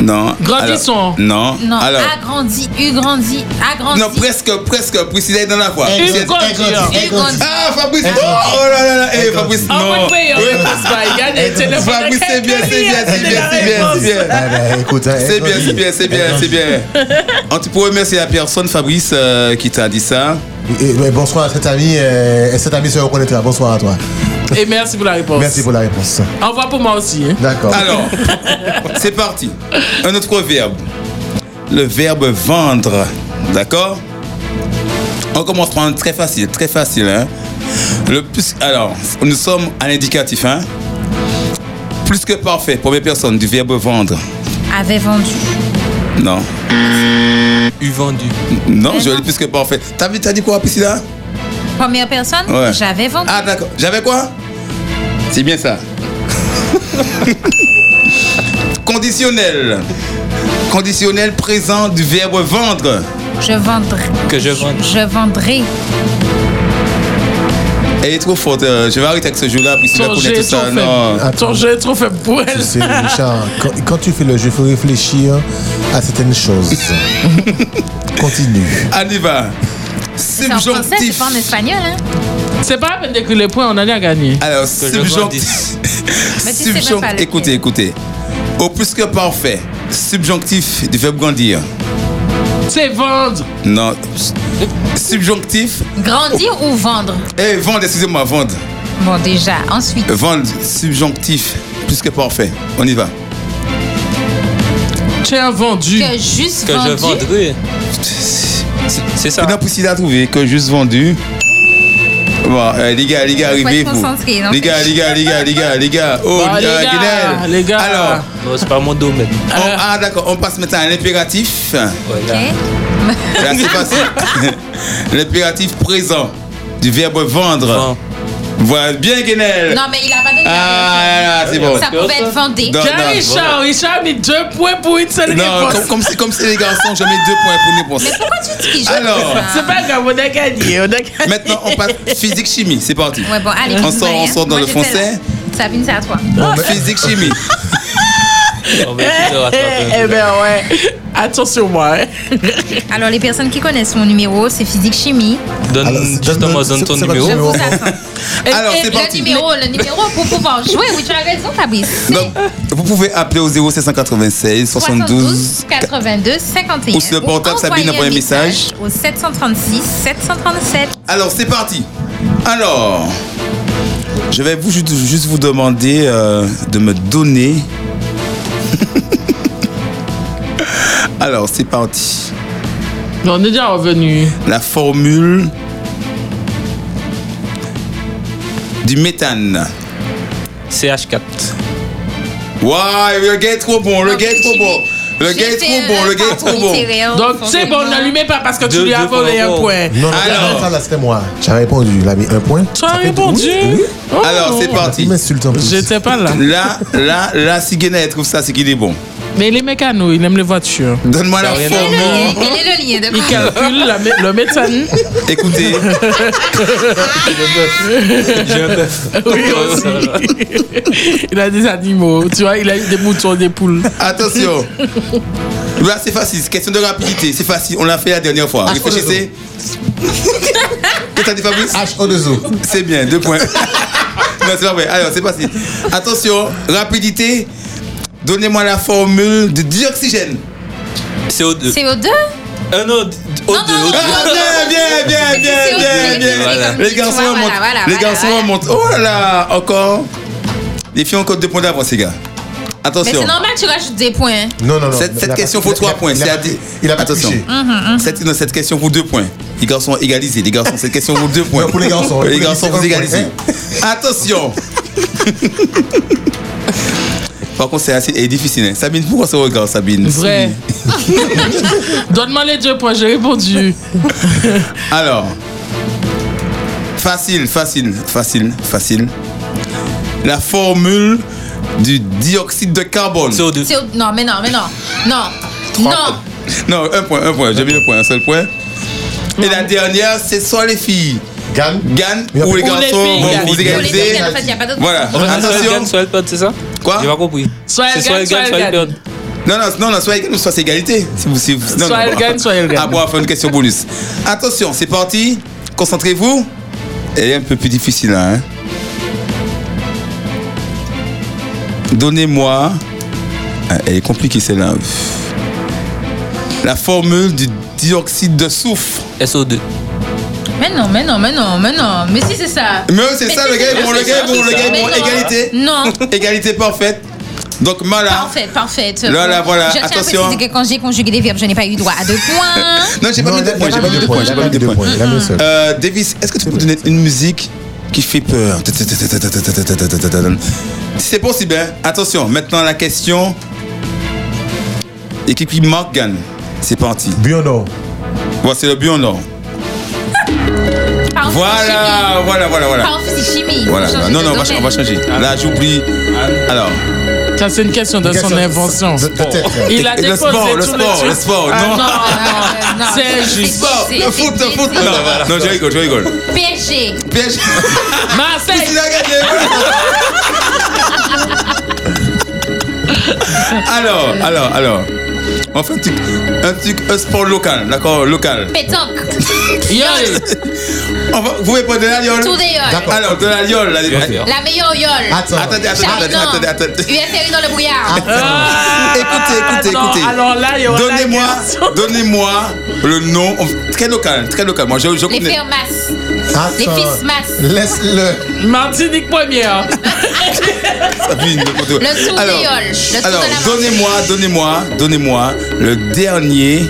[SPEAKER 3] Non.
[SPEAKER 6] Grandissons.
[SPEAKER 3] Alors, Non.
[SPEAKER 4] Non,
[SPEAKER 3] Alors.
[SPEAKER 4] agrandi, eu grandi, agrandi.
[SPEAKER 3] Non, presque, presque. Priscilla est dans la voie.
[SPEAKER 6] Une
[SPEAKER 3] Priscilla-
[SPEAKER 6] grandir.
[SPEAKER 4] eu grandi.
[SPEAKER 3] Ah, Fabrice. Oh, oh là là là. Eh, Fabrice.
[SPEAKER 6] Ah, moi,
[SPEAKER 3] Non.
[SPEAKER 9] Oh.
[SPEAKER 6] je paye, hein.
[SPEAKER 3] Oui.
[SPEAKER 6] Bah, il gagne le téléphone
[SPEAKER 3] Fabrice,
[SPEAKER 6] de
[SPEAKER 3] c'est bien,
[SPEAKER 6] quelqu'un
[SPEAKER 3] c'est
[SPEAKER 6] qui
[SPEAKER 3] bien,
[SPEAKER 6] a
[SPEAKER 3] c'est
[SPEAKER 6] donné
[SPEAKER 3] bien,
[SPEAKER 6] la
[SPEAKER 3] c'est bien,
[SPEAKER 6] réponse.
[SPEAKER 3] c'est bien.
[SPEAKER 7] Ah, bah, écoute, hein,
[SPEAKER 3] C'est bien,
[SPEAKER 7] grandi.
[SPEAKER 3] c'est bien, c'est bien, c'est bien. On te peut remercier la personne, Fabrice, euh, qui t'a dit ça.
[SPEAKER 7] Et, eh, ouais, bonsoir à cet ami. euh, et cet ami se reconnaîtra. Bonsoir à toi.
[SPEAKER 6] Et merci pour la réponse.
[SPEAKER 7] Merci pour la réponse.
[SPEAKER 6] Envoie pour moi aussi. hein.
[SPEAKER 7] D'accord.
[SPEAKER 3] Alors, c'est parti. Un autre verbe. Le verbe vendre. D'accord On commence par un très facile, très facile. hein. Le plus, alors, nous sommes à l'indicatif. Hein? Plus que parfait, première personne du verbe vendre.
[SPEAKER 4] Avait vendu.
[SPEAKER 3] Non.
[SPEAKER 5] Eu vendu.
[SPEAKER 3] Non, je dis plus que parfait. T'as vu, t'as dit quoi, Priscilla
[SPEAKER 4] Première personne,
[SPEAKER 3] Ouais.
[SPEAKER 4] j'avais vendu.
[SPEAKER 3] Ah, d'accord. J'avais quoi C'est bien ça. Conditionnel. Conditionnel présent du verbe vendre.
[SPEAKER 4] Je vendrai.
[SPEAKER 5] Que je vende.
[SPEAKER 4] Je vendrai.
[SPEAKER 3] Elle est trop forte. euh, Je vais arrêter avec ce jeu-là, puisqu'il
[SPEAKER 6] Ton
[SPEAKER 3] connaît
[SPEAKER 6] jeu
[SPEAKER 3] tout
[SPEAKER 6] est trop
[SPEAKER 3] ça.
[SPEAKER 6] faible.
[SPEAKER 3] Non.
[SPEAKER 6] Ton jeu est trop faible pour elle.
[SPEAKER 7] Tu sais, Richard, quand, quand tu fais le jeu, il faut réfléchir à certaines choses. Continue.
[SPEAKER 3] On y va.
[SPEAKER 4] C'est en français, c'est
[SPEAKER 3] Subjonctif.
[SPEAKER 4] pas en espagnol. Hein.
[SPEAKER 6] C'est pas la peine d'écrire les points, on en a gagné.
[SPEAKER 3] Alors,
[SPEAKER 5] Que je
[SPEAKER 3] subjonctif.
[SPEAKER 4] Mais tu sais même pas
[SPEAKER 3] Subjonctif.
[SPEAKER 4] lequel.
[SPEAKER 3] Écoutez, écoutez. Au plus que parfait, subjonctif du verbe grandir.
[SPEAKER 6] C'est vendre.
[SPEAKER 3] Non. Subjonctif.
[SPEAKER 4] Grandir ou vendre
[SPEAKER 3] Eh, vendre, excusez-moi, vendre.
[SPEAKER 4] Bon, déjà. Ensuite,
[SPEAKER 3] Vendre, subjonctif, plus que parfait. On y va.
[SPEAKER 6] Tu es un vendu.
[SPEAKER 4] que juste
[SPEAKER 5] Que
[SPEAKER 4] vendu.
[SPEAKER 5] je vendrai. C'est- C'est ça.
[SPEAKER 3] On a poussé à trouver que juste vendu. Bon, euh, les gars, les gars,
[SPEAKER 4] Il faut être
[SPEAKER 3] arrivez-vous.
[SPEAKER 4] concentré, non
[SPEAKER 3] Les gars, les gars, les gars, les gars, les gars. Oh,
[SPEAKER 6] Bon, les
[SPEAKER 3] euh,
[SPEAKER 6] gars,
[SPEAKER 3] Guinel.
[SPEAKER 6] les gars.
[SPEAKER 3] Alors,
[SPEAKER 5] Non, c'est pas mon domaine.
[SPEAKER 3] on- ah d'accord, on passe maintenant à l'impératif.
[SPEAKER 5] Voilà.
[SPEAKER 4] Ok.
[SPEAKER 3] Là, c'est facile. l'impératif présent du verbe vendre.
[SPEAKER 5] Vend.
[SPEAKER 3] Voilà, bien Guinel.
[SPEAKER 4] Non, mais il a pas donné.
[SPEAKER 3] Euh. Ah, là, là, c'est bon.
[SPEAKER 4] Ça pouvait être vendé.
[SPEAKER 3] Non,
[SPEAKER 6] Quel
[SPEAKER 3] non,
[SPEAKER 6] Richard Richard a mis deux points pour une seule
[SPEAKER 3] Non,
[SPEAKER 6] réponse.
[SPEAKER 3] comme, comme, c'est- comme c'est les garçons, je mets deux points pour une réponse.
[SPEAKER 4] Pourquoi tu dis qu'il joue
[SPEAKER 3] Alors.
[SPEAKER 4] comme ça
[SPEAKER 6] C'est pas grave, on a gagné. On a gagné.
[SPEAKER 3] Maintenant, on passe physique-chimie, c'est parti.
[SPEAKER 4] Ouais, bon, allez. vous
[SPEAKER 3] On sort,
[SPEAKER 4] voyez,
[SPEAKER 3] on
[SPEAKER 4] hein.
[SPEAKER 3] sort dans
[SPEAKER 4] Moi,
[SPEAKER 3] le
[SPEAKER 4] j'étais là.
[SPEAKER 3] français.
[SPEAKER 4] Sabine, c'est à toi.
[SPEAKER 3] Physique-chimie.
[SPEAKER 5] On va essayer de rattraper un
[SPEAKER 6] Eh
[SPEAKER 5] peu.
[SPEAKER 6] ben ouais. Attention moi. hein.
[SPEAKER 4] Alors, les personnes qui connaissent mon numéro, c'est physique chimie.
[SPEAKER 7] Alors,
[SPEAKER 5] Donne, justement,
[SPEAKER 7] c'est-
[SPEAKER 5] donne ton
[SPEAKER 7] c'est pas-
[SPEAKER 5] numéro.
[SPEAKER 4] Je vous
[SPEAKER 7] Oh.
[SPEAKER 4] attends. Et-
[SPEAKER 6] Eh,
[SPEAKER 3] Alors,
[SPEAKER 4] et
[SPEAKER 3] c'est parti.
[SPEAKER 4] Le numéro, le numéro pour pouvoir jouer. Oui, tu as raison, Fabrice.
[SPEAKER 3] Donc, vous pouvez appeler au 0796 72
[SPEAKER 4] 72 82 51.
[SPEAKER 3] Ou sur le portable,
[SPEAKER 4] Ou envoyer
[SPEAKER 3] Sabine, envoyez un message.
[SPEAKER 4] Au 736 737.
[SPEAKER 3] Alors, c'est parti. Alors, je vais vous, ju- juste vous demander euh, de me donner. Alors, c'est parti.
[SPEAKER 6] Mais on est déjà revenu.
[SPEAKER 3] La formule du méthane.
[SPEAKER 5] CH4.
[SPEAKER 3] Waouh, le gars est trop bon, le gars est trop bon. Le gars est trop bon, le gars est trop bon.
[SPEAKER 6] Donc c'est bon, n'allumez pas parce que tu
[SPEAKER 5] Deux-
[SPEAKER 6] lui as
[SPEAKER 5] deux
[SPEAKER 6] volé un
[SPEAKER 5] points.
[SPEAKER 6] point.
[SPEAKER 7] Non, non,
[SPEAKER 3] Oh. Alors.
[SPEAKER 7] non, ça, là, c'était moi. Tu as répondu, il a mis un point.
[SPEAKER 6] Tu as
[SPEAKER 7] Ça fait deux.
[SPEAKER 6] répondu.
[SPEAKER 7] Oui, oui.
[SPEAKER 6] Oh.
[SPEAKER 3] Alors, c'est
[SPEAKER 7] Il
[SPEAKER 3] parti.
[SPEAKER 7] m'insulte en plus.
[SPEAKER 6] J'étais pas là.
[SPEAKER 3] Là, là, là, si Guéna trouve ça, c'est qu'il est bon.
[SPEAKER 6] Mais il est mécano, il aime les voitures.
[SPEAKER 3] Donne-moi la
[SPEAKER 5] Rien à
[SPEAKER 4] Quel
[SPEAKER 3] formule.
[SPEAKER 4] est le lien Quel est le lien de
[SPEAKER 6] Il calcule la mé- le méthane.
[SPEAKER 3] Écoutez,
[SPEAKER 5] J'ai un bœuf.
[SPEAKER 6] Oui, aussi. Il a des animaux, tu vois, Ah, il a eu des moutons, des poules.
[SPEAKER 3] attention. Là, c'est facile. c'est Question de rapidité. C'est facile. On l'a fait la dernière fois. Réfléchissez. Qu'est-ce que t'as dit, Fabrice
[SPEAKER 7] H-O-2-O.
[SPEAKER 3] C'est bien. Deux points. non, c'est pas vrai. Alors, c'est facile. Attention. Rapidité. Donnez-moi la formule de dioxygène.
[SPEAKER 5] CO2.
[SPEAKER 4] CO2
[SPEAKER 5] Un autre.
[SPEAKER 4] non, non,
[SPEAKER 3] Ah, bien, bien, bien, bien, bien, bien.
[SPEAKER 5] Voilà.
[SPEAKER 3] Les garçons
[SPEAKER 4] Voilà,
[SPEAKER 3] remontent.
[SPEAKER 4] voilà,
[SPEAKER 3] les
[SPEAKER 4] voilà,
[SPEAKER 3] garçons
[SPEAKER 4] voilà.
[SPEAKER 3] remontent. Oh là là, encore. Les filles ont encore deux points d'avance, les gars.
[SPEAKER 4] Mais
[SPEAKER 3] Attention.
[SPEAKER 4] c'est normal, tu rajoutes des points.
[SPEAKER 7] Non, non, non.
[SPEAKER 3] Cette,
[SPEAKER 7] Il a
[SPEAKER 3] cette
[SPEAKER 7] pas-
[SPEAKER 3] question
[SPEAKER 7] il
[SPEAKER 3] faut
[SPEAKER 7] a-
[SPEAKER 3] trois
[SPEAKER 7] il a-
[SPEAKER 3] points.
[SPEAKER 7] il a
[SPEAKER 3] c'est
[SPEAKER 7] pas-
[SPEAKER 3] à dire-
[SPEAKER 7] Il a pas
[SPEAKER 3] Attention.
[SPEAKER 7] triché.
[SPEAKER 4] Hum, Mhm,
[SPEAKER 3] Cette, non, cette question vaut deux points. Les garçons égalisés. Les garçons, cette question vaut deux points.
[SPEAKER 7] Non, pour les garçons, hein.
[SPEAKER 3] Les
[SPEAKER 7] pour les
[SPEAKER 3] garçons, vous
[SPEAKER 7] différents
[SPEAKER 3] égalisez. Attention. Par contre, c'est assez est difficile. hein. Sabine, pourquoi ce regard, Sabine
[SPEAKER 6] Vrai. Donne-moi les deux points, j'ai répondu.
[SPEAKER 3] Alors, Facile, facile, facile, facile. La formule du dioxyde de carbone.
[SPEAKER 5] CO2.
[SPEAKER 4] C'est au- Non, mais non, mais non. Non. Non.
[SPEAKER 3] Non, un point, un point. J'ai mis un point, un seul point. Et la dernière, c'est soit les filles
[SPEAKER 7] Gagne.
[SPEAKER 3] gagnent
[SPEAKER 7] Il y a
[SPEAKER 3] ou les
[SPEAKER 6] pas- Ou les
[SPEAKER 3] garçons
[SPEAKER 6] filles
[SPEAKER 3] vont
[SPEAKER 6] gagnent.
[SPEAKER 3] vous
[SPEAKER 4] Pour les deux,
[SPEAKER 3] égaliser.
[SPEAKER 4] il y a- en fait, il n'y a pas d'autre.
[SPEAKER 3] Voilà.
[SPEAKER 5] Enfin, soit elle
[SPEAKER 3] Attention.
[SPEAKER 5] gagne, soit elle perd, c'est ça
[SPEAKER 3] Quoi
[SPEAKER 5] J'ai pas compris.
[SPEAKER 6] Soit elle
[SPEAKER 5] C'est
[SPEAKER 6] gagne, soit elle
[SPEAKER 5] perd.
[SPEAKER 3] Non, non, non, non, soit égalité ou soit c'est égalité. Si vous, si vous- non,
[SPEAKER 6] Soit
[SPEAKER 3] non.
[SPEAKER 6] elle gagne, soit elle gagne.
[SPEAKER 3] Ah bon, on va faire une question bonus. Attention, c'est parti. Concentrez-vous. Elle est un peu plus difficile là. hein. Donnez-moi. Ah, Elle est compliquée celle-là. La formule du dioxyde de soufre.
[SPEAKER 5] SO2.
[SPEAKER 4] Mais non, mais non, mais non, mais non. Mais si, c'est ça.
[SPEAKER 3] Mais c'est ça, le gars est bon, le gars est bon, le gars est bon.
[SPEAKER 4] Mais non.
[SPEAKER 3] Égalité.
[SPEAKER 4] Non.
[SPEAKER 3] Égalité parfaite. Donc, Mala.
[SPEAKER 4] Parfait, parfait.
[SPEAKER 3] Voilà, voilà,
[SPEAKER 4] Je tiens à
[SPEAKER 3] attention.
[SPEAKER 4] préciser que quand j'ai conjugué les verbes, je n'ai pas eu droit à deux points.
[SPEAKER 3] Non, j'ai pas mis de points, j'ai pas mis de points, j'ai pas mis de points.
[SPEAKER 7] Il a mis un seul.
[SPEAKER 3] Euh, Davis, est-ce que tu peux me donner une musique qui fait peur C'est possible, hein Attention, maintenant la question. Équipe qui Morgan. C'est parti.
[SPEAKER 7] Biondo.
[SPEAKER 3] Voici le but en or.
[SPEAKER 4] Pas en
[SPEAKER 3] Voilà, voilà, voilà,
[SPEAKER 4] physique-chimie. Pas
[SPEAKER 3] voilà.
[SPEAKER 4] en physique-chimie.
[SPEAKER 3] Voilà,
[SPEAKER 4] Faut changer
[SPEAKER 3] non,
[SPEAKER 4] de
[SPEAKER 3] non, on va,
[SPEAKER 4] domaine.
[SPEAKER 3] on va changer. Là, j'oublie. Alors, Oh,
[SPEAKER 6] Ça, c'est une question de son invention.
[SPEAKER 7] De- de tête.
[SPEAKER 6] Il a
[SPEAKER 3] le
[SPEAKER 6] déposé
[SPEAKER 3] sport,
[SPEAKER 6] tout
[SPEAKER 3] le sport, le sport.
[SPEAKER 6] Ah,
[SPEAKER 3] Non,
[SPEAKER 4] Euh, non.
[SPEAKER 6] C'est
[SPEAKER 4] C'est-
[SPEAKER 6] juste.
[SPEAKER 4] c'est-
[SPEAKER 3] le foot, le
[SPEAKER 4] c'est-
[SPEAKER 3] foot.
[SPEAKER 4] c'est-
[SPEAKER 3] Non, non, je rigole, je rigole.
[SPEAKER 4] PSG.
[SPEAKER 3] Piège,
[SPEAKER 6] non. Marseille.
[SPEAKER 3] il a gagné. Alors, alors, alors. On fait un truc, un truc, un sport local, d'accord, local.
[SPEAKER 4] Pétanque.
[SPEAKER 6] Yol.
[SPEAKER 3] On va- vous pouvez pas de la liole
[SPEAKER 4] Tour des yoles.
[SPEAKER 3] Alors, de la liole, la
[SPEAKER 5] Bien
[SPEAKER 4] La meilleure yole.
[SPEAKER 7] Attends.
[SPEAKER 3] Attendez, attendez, attendez,
[SPEAKER 4] Charinan.
[SPEAKER 3] attendez, attendez.
[SPEAKER 4] UFRU dans le brouillard.
[SPEAKER 6] Ah,
[SPEAKER 3] Écoutez, écoutez,
[SPEAKER 6] non,
[SPEAKER 3] écoutez.
[SPEAKER 6] Alors là, il y aura la
[SPEAKER 3] Donnez-moi,
[SPEAKER 6] question.
[SPEAKER 3] donnez-moi le nom, on- très local, très local. Moi, je, je
[SPEAKER 4] Les
[SPEAKER 3] connais.
[SPEAKER 4] frères Mas.
[SPEAKER 7] Attends.
[SPEAKER 4] Les fils Mas.
[SPEAKER 7] Laisse-le.
[SPEAKER 6] Martinique première.
[SPEAKER 4] Le sous des
[SPEAKER 3] Alors,
[SPEAKER 4] yoles. Le sous
[SPEAKER 3] Alors,
[SPEAKER 4] de la main.
[SPEAKER 3] donnez-moi, donnez-moi, donnez-moi le dernier.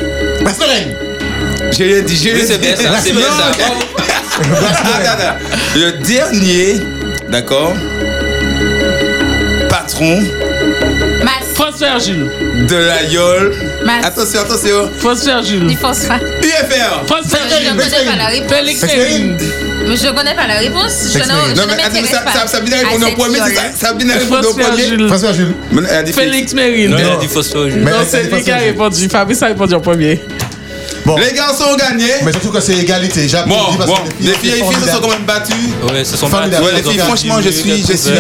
[SPEAKER 3] J'ai rien dit, j'ai rien
[SPEAKER 5] C'est
[SPEAKER 3] dit.
[SPEAKER 5] bien ça, c'est bien
[SPEAKER 3] Non,
[SPEAKER 5] ça.
[SPEAKER 3] Attends, attends. Le dernier, d'accord Patron
[SPEAKER 4] Mas.
[SPEAKER 6] François Jules.
[SPEAKER 3] de la yole.
[SPEAKER 4] Mas.
[SPEAKER 3] Attention, attention.
[SPEAKER 6] François
[SPEAKER 4] Du
[SPEAKER 6] Jules.
[SPEAKER 4] phosphate.
[SPEAKER 3] UFR.
[SPEAKER 6] François
[SPEAKER 4] Je ne
[SPEAKER 6] Jules.
[SPEAKER 4] connais pas la réponse.
[SPEAKER 6] Félix Sérine.
[SPEAKER 4] Mais je ne connais pas la réponse. Je ne- je
[SPEAKER 3] Non,
[SPEAKER 4] ne
[SPEAKER 3] mais attends,
[SPEAKER 4] m'intéresse
[SPEAKER 3] ça,
[SPEAKER 4] pas. Ah,
[SPEAKER 3] ça, ça vient de répondre
[SPEAKER 4] à
[SPEAKER 3] au premier.
[SPEAKER 4] cette
[SPEAKER 3] c'est ça,
[SPEAKER 4] yole.
[SPEAKER 3] Ça vient de répondre au
[SPEAKER 6] François
[SPEAKER 3] premier.
[SPEAKER 6] Jules.
[SPEAKER 7] François Jules.
[SPEAKER 3] Mais elle a dit
[SPEAKER 6] Félix Mérine.
[SPEAKER 5] Non, il
[SPEAKER 6] Non,
[SPEAKER 5] a dit phosphore.
[SPEAKER 7] Mais-
[SPEAKER 6] c'est lui qui a
[SPEAKER 7] François Jules.
[SPEAKER 6] répondu. Fabrice a répondu en premier.
[SPEAKER 7] Bon.
[SPEAKER 3] Les garçons ont gagné.
[SPEAKER 7] Mais surtout que c'est égalité. J'applaudis
[SPEAKER 3] Bon,
[SPEAKER 7] parce
[SPEAKER 3] bon.
[SPEAKER 7] que
[SPEAKER 3] Les filles et les filles se sont
[SPEAKER 7] formidables.
[SPEAKER 3] quand même battues.
[SPEAKER 5] Ouais, ce sont
[SPEAKER 7] Formidable.
[SPEAKER 3] Ouais, les
[SPEAKER 7] Donc,
[SPEAKER 3] filles, franchement, je suis. Je suis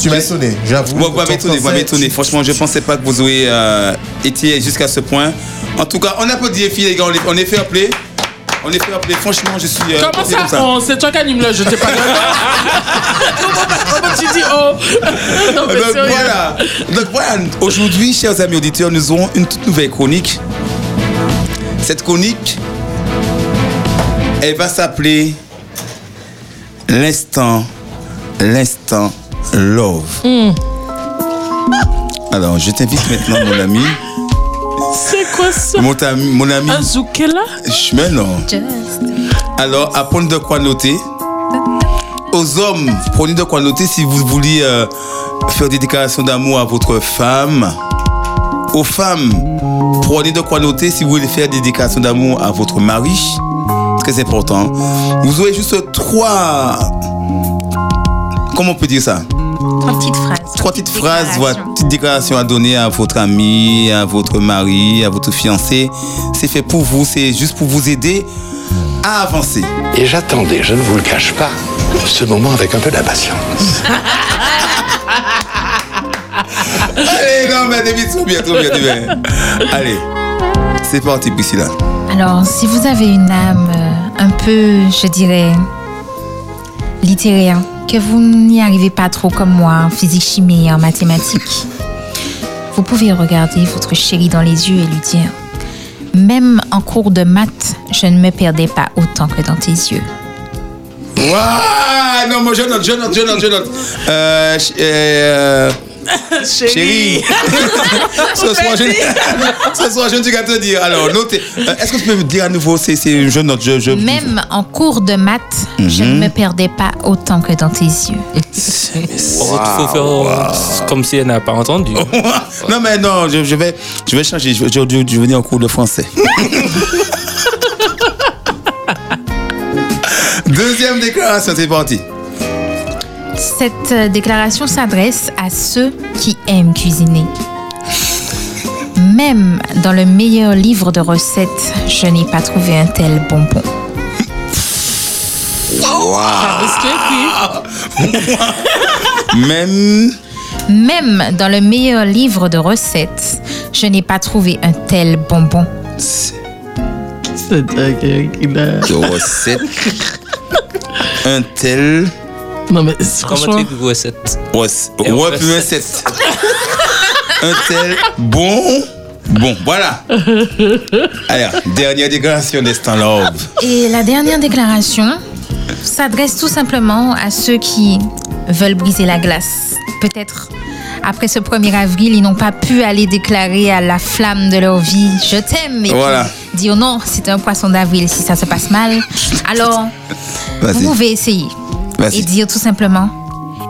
[SPEAKER 7] Tu m'as étonné, j'avoue.
[SPEAKER 3] Vous m'avez
[SPEAKER 7] Ton
[SPEAKER 3] étonné, vous
[SPEAKER 7] français,
[SPEAKER 3] m'avez étonné. Franchement, je pensais pas que vous auriez euh, été jusqu'à ce point. En tout cas, on applaudit les filles, les gars. On est, on est fait appeler. On est fait appeler. Franchement, je suis. euh,
[SPEAKER 6] Comment
[SPEAKER 3] c'est
[SPEAKER 6] ça,
[SPEAKER 3] comme
[SPEAKER 6] on- C'est toi qui anime le jeu, t'es pas Comment tu dis oh Non, mais sérieux.
[SPEAKER 3] Donc Eh ben, voilà. Donc voilà. Aujourd'hui, chers amis auditeurs, nous aurons une toute nouvelle chronique. Cette chronique, elle va s'appeler l'instant, l'instant love.
[SPEAKER 4] Hmm.
[SPEAKER 3] Alors, je t'invite maintenant, mon ami,
[SPEAKER 6] C'est quoi ça
[SPEAKER 3] mon ami, mon ami,
[SPEAKER 6] Un Zoukela
[SPEAKER 3] je- mais non. Alors, à prendre de quoi noter. Aux hommes, prenez de quoi noter si vous voulez euh, faire des déclarations d'amour à votre femme. Aux femmes, prenez de quoi noter si vous voulez faire des déclarations d'amour à votre mari. Très important. Vous aurez juste trois. Comment on peut dire ça
[SPEAKER 4] Trois petites phrases.
[SPEAKER 3] Trois petites phrases, voilà,
[SPEAKER 4] déclarations.
[SPEAKER 3] petites déclarations à donner à votre ami, à votre mari, à votre fiancé. C'est fait pour vous, c'est juste pour vous aider à avancer.
[SPEAKER 10] Et j'attendais, je ne vous le cache pas, ce moment avec un peu d'impatience.
[SPEAKER 3] Allez, non, mais David, trop bien, trop bien, trop bien. Allez, c'est parti, Priscilla.
[SPEAKER 4] Alors, si vous avez une âme euh, un peu, je dirais, littéraire, que vous n'y arrivez pas trop comme moi en physique, chimie et en mathématiques, vous pouvez regarder votre chéri dans les yeux et lui dire Même en cours de maths, je ne me perdais pas autant que dans tes yeux.
[SPEAKER 3] Waouh, non, moi je note, je note, je note, je note. Euh, ch- euh, chérie, ce, soir, je, ce soir, je ne sais qu'à te dire. Alors, notez. Euh, Est-ce que tu peux me dire à nouveau c'est, c'est, Je note, je. je...
[SPEAKER 4] Même en cours de maths, je ne me perdais pas autant que dans tes yeux.
[SPEAKER 5] faut faire comme si elle n'a pas entendu.
[SPEAKER 3] non, mais non, je, je vais, je vais changer. Je, je, je, je vais venir en cours de français. Donc, Deuxième déclaration, c'est parti.
[SPEAKER 4] Cette euh, déclaration s'adresse à ceux qui aiment cuisiner. Même dans le meilleur livre de recettes, je n'ai pas trouvé un tel bonbon. Ah,
[SPEAKER 6] Est-ce que oui?
[SPEAKER 3] Même.
[SPEAKER 4] Même dans le meilleur livre de recettes, je n'ai pas trouvé un tel bonbon.
[SPEAKER 6] C'est ok, ok, là.
[SPEAKER 3] de recette. Un tel.
[SPEAKER 6] Non, mais
[SPEAKER 5] Comment
[SPEAKER 6] franchement,
[SPEAKER 5] tu trouves cette
[SPEAKER 3] rec-
[SPEAKER 5] Et
[SPEAKER 3] Ouais, puis un
[SPEAKER 5] recette.
[SPEAKER 3] sept. Un tel. Bon. Bon, voilà. Allez, dernière déclaration d'Estin Love.
[SPEAKER 4] Et la dernière déclaration s'adresse tout simplement à ceux qui veulent briser la glace. Peut-être après ce 1er avril, ils n'ont pas pu aller déclarer à la flamme de leur vie Je t'aime et puis
[SPEAKER 3] Voilà.
[SPEAKER 4] dire non, c'est un poisson d'avril si ça se passe mal. Alors, vous
[SPEAKER 3] Vas-y.
[SPEAKER 4] pouvez essayer
[SPEAKER 3] Vas-y.
[SPEAKER 4] et dire tout simplement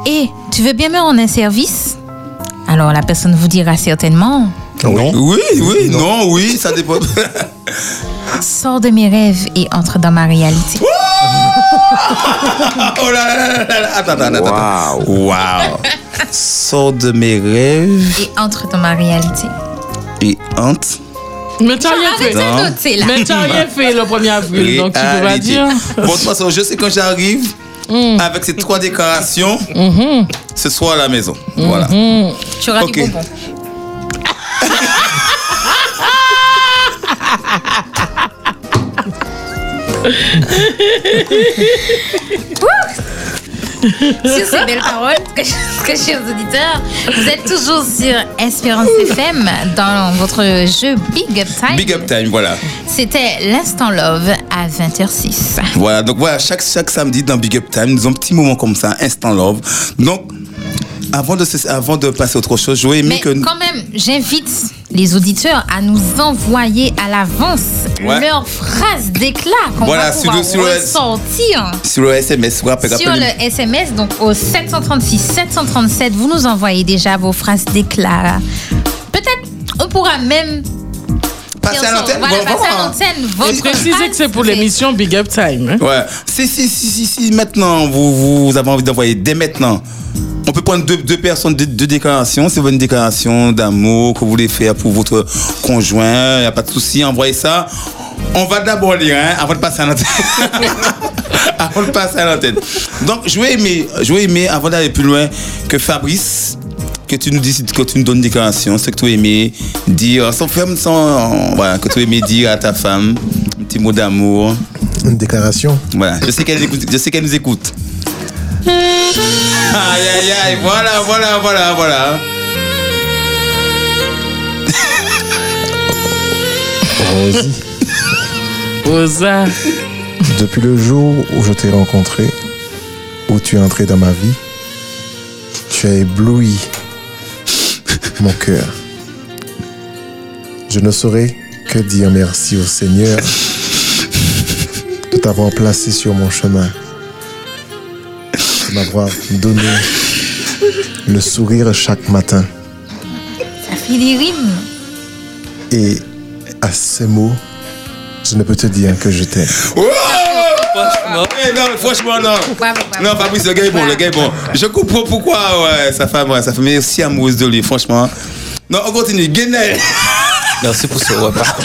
[SPEAKER 4] Eh, tu veux bien me rendre un service Alors la personne vous dira certainement
[SPEAKER 7] Non.
[SPEAKER 3] Oui, oui, non, oui, ça dépend.
[SPEAKER 4] Sors de mes rêves et entre dans ma réalité.
[SPEAKER 3] oh là là là là là. Attends, attends, attends, attends. Waouh. Sors de mes rêves
[SPEAKER 4] Et entre dans ma réalité.
[SPEAKER 3] et hante.
[SPEAKER 6] mais t'as rien fait.
[SPEAKER 4] Arrêtez de noter là.
[SPEAKER 6] Mais t'as rien fait le 1er avril, donc tu peux pas
[SPEAKER 3] Réalité.
[SPEAKER 6] dire.
[SPEAKER 3] ah, Bon, de toute façon, je sais quand j'arrive,
[SPEAKER 4] Mm.
[SPEAKER 3] avec ces trois déclarations, ce soir à la maison.
[SPEAKER 4] Mm-hmm.
[SPEAKER 3] Voilà.
[SPEAKER 4] Tu auras
[SPEAKER 3] Ok.
[SPEAKER 4] du bonbon. Sur ces belles paroles, que, que chers auditeurs, vous êtes toujours sur Espérance FM dans votre jeu Big Up Time.
[SPEAKER 3] Big up time, voilà.
[SPEAKER 4] C'était l'instant love à 20h06.
[SPEAKER 3] Voilà, donc voilà, chaque, chaque samedi dans Big Up Time, nous avons un petit moment comme ça, instant love. Donc, avant de, se- avant de passer à autre chose, j'aurais
[SPEAKER 4] Mais
[SPEAKER 3] aimé que.
[SPEAKER 4] quand même, j'invite les auditeurs à nous envoyer à l'avance
[SPEAKER 3] Ouais.
[SPEAKER 4] leurs phrases d'éclat qu'on
[SPEAKER 3] Voilà,
[SPEAKER 4] va
[SPEAKER 3] sur
[SPEAKER 4] pouvoir
[SPEAKER 3] le- sur le-
[SPEAKER 4] ressortir
[SPEAKER 3] Sur le SMS, vous rappelez-
[SPEAKER 4] sur
[SPEAKER 3] rappelez-
[SPEAKER 4] le SMS, donc au 736 737. Vous nous envoyez déjà vos phrases d'éclat. Peut-être on pourra même
[SPEAKER 3] Passer à
[SPEAKER 4] faire-
[SPEAKER 3] l'antenne.
[SPEAKER 4] Voilà,
[SPEAKER 3] bon,
[SPEAKER 4] passer à
[SPEAKER 3] voilà.
[SPEAKER 4] l'antenne.
[SPEAKER 6] Et préciser que c'est pour l'émission Big Up Time. hein.
[SPEAKER 3] Ouais. Si, si, si, si, si, maintenant, vous, vous avez envie d'envoyer dès maintenant. On peut prendre deux, deux personnes, deux, deux déclarations. Si vous avez une déclaration d'amour que vous voulez faire pour votre conjoint, il n'y a pas de souci, envoyez ça. On va d'abord lire, hein, avant de passer à l'antenne. avant de passer à l'antenne. Donc, je vais aimer, je vais aimer, avant d'aller plus loin, que Fabrice, que tu nous décides, que tu nous donnes une déclaration, ce que tu aimais dire, sans femme, sans. Voilà, que tu aimais dire à ta femme, un petit mot d'amour.
[SPEAKER 7] Une déclaration.
[SPEAKER 3] Voilà, je sais qu'elle écoute- je sais qu'elle nous écoute. Aïe aïe aïe, voilà, voilà, voilà, voilà.
[SPEAKER 7] Rosie,
[SPEAKER 6] hein. Rosa.
[SPEAKER 7] depuis le jour où je t'ai rencontré, où tu es entré dans ma vie, tu as ébloui mon cœur. Je ne saurais que dire merci au Seigneur de t'avoir placé sur mon chemin, de m'avoir donné le sourire chaque matin.
[SPEAKER 4] Ça fait des rimes.
[SPEAKER 7] Et à ces mots, je ne peux te dire que je t'aime.
[SPEAKER 3] Oh Eh non, franchement, non.
[SPEAKER 4] Bravo, bravo.
[SPEAKER 3] Non, Fabrice, le gars est bon, le gars est bon. Je comprends pourquoi, ouais, sa femme, ouais, sa femme est si amoureuse de lui, franchement. Non, on continue. Guinel.
[SPEAKER 5] Merci pour ce repas.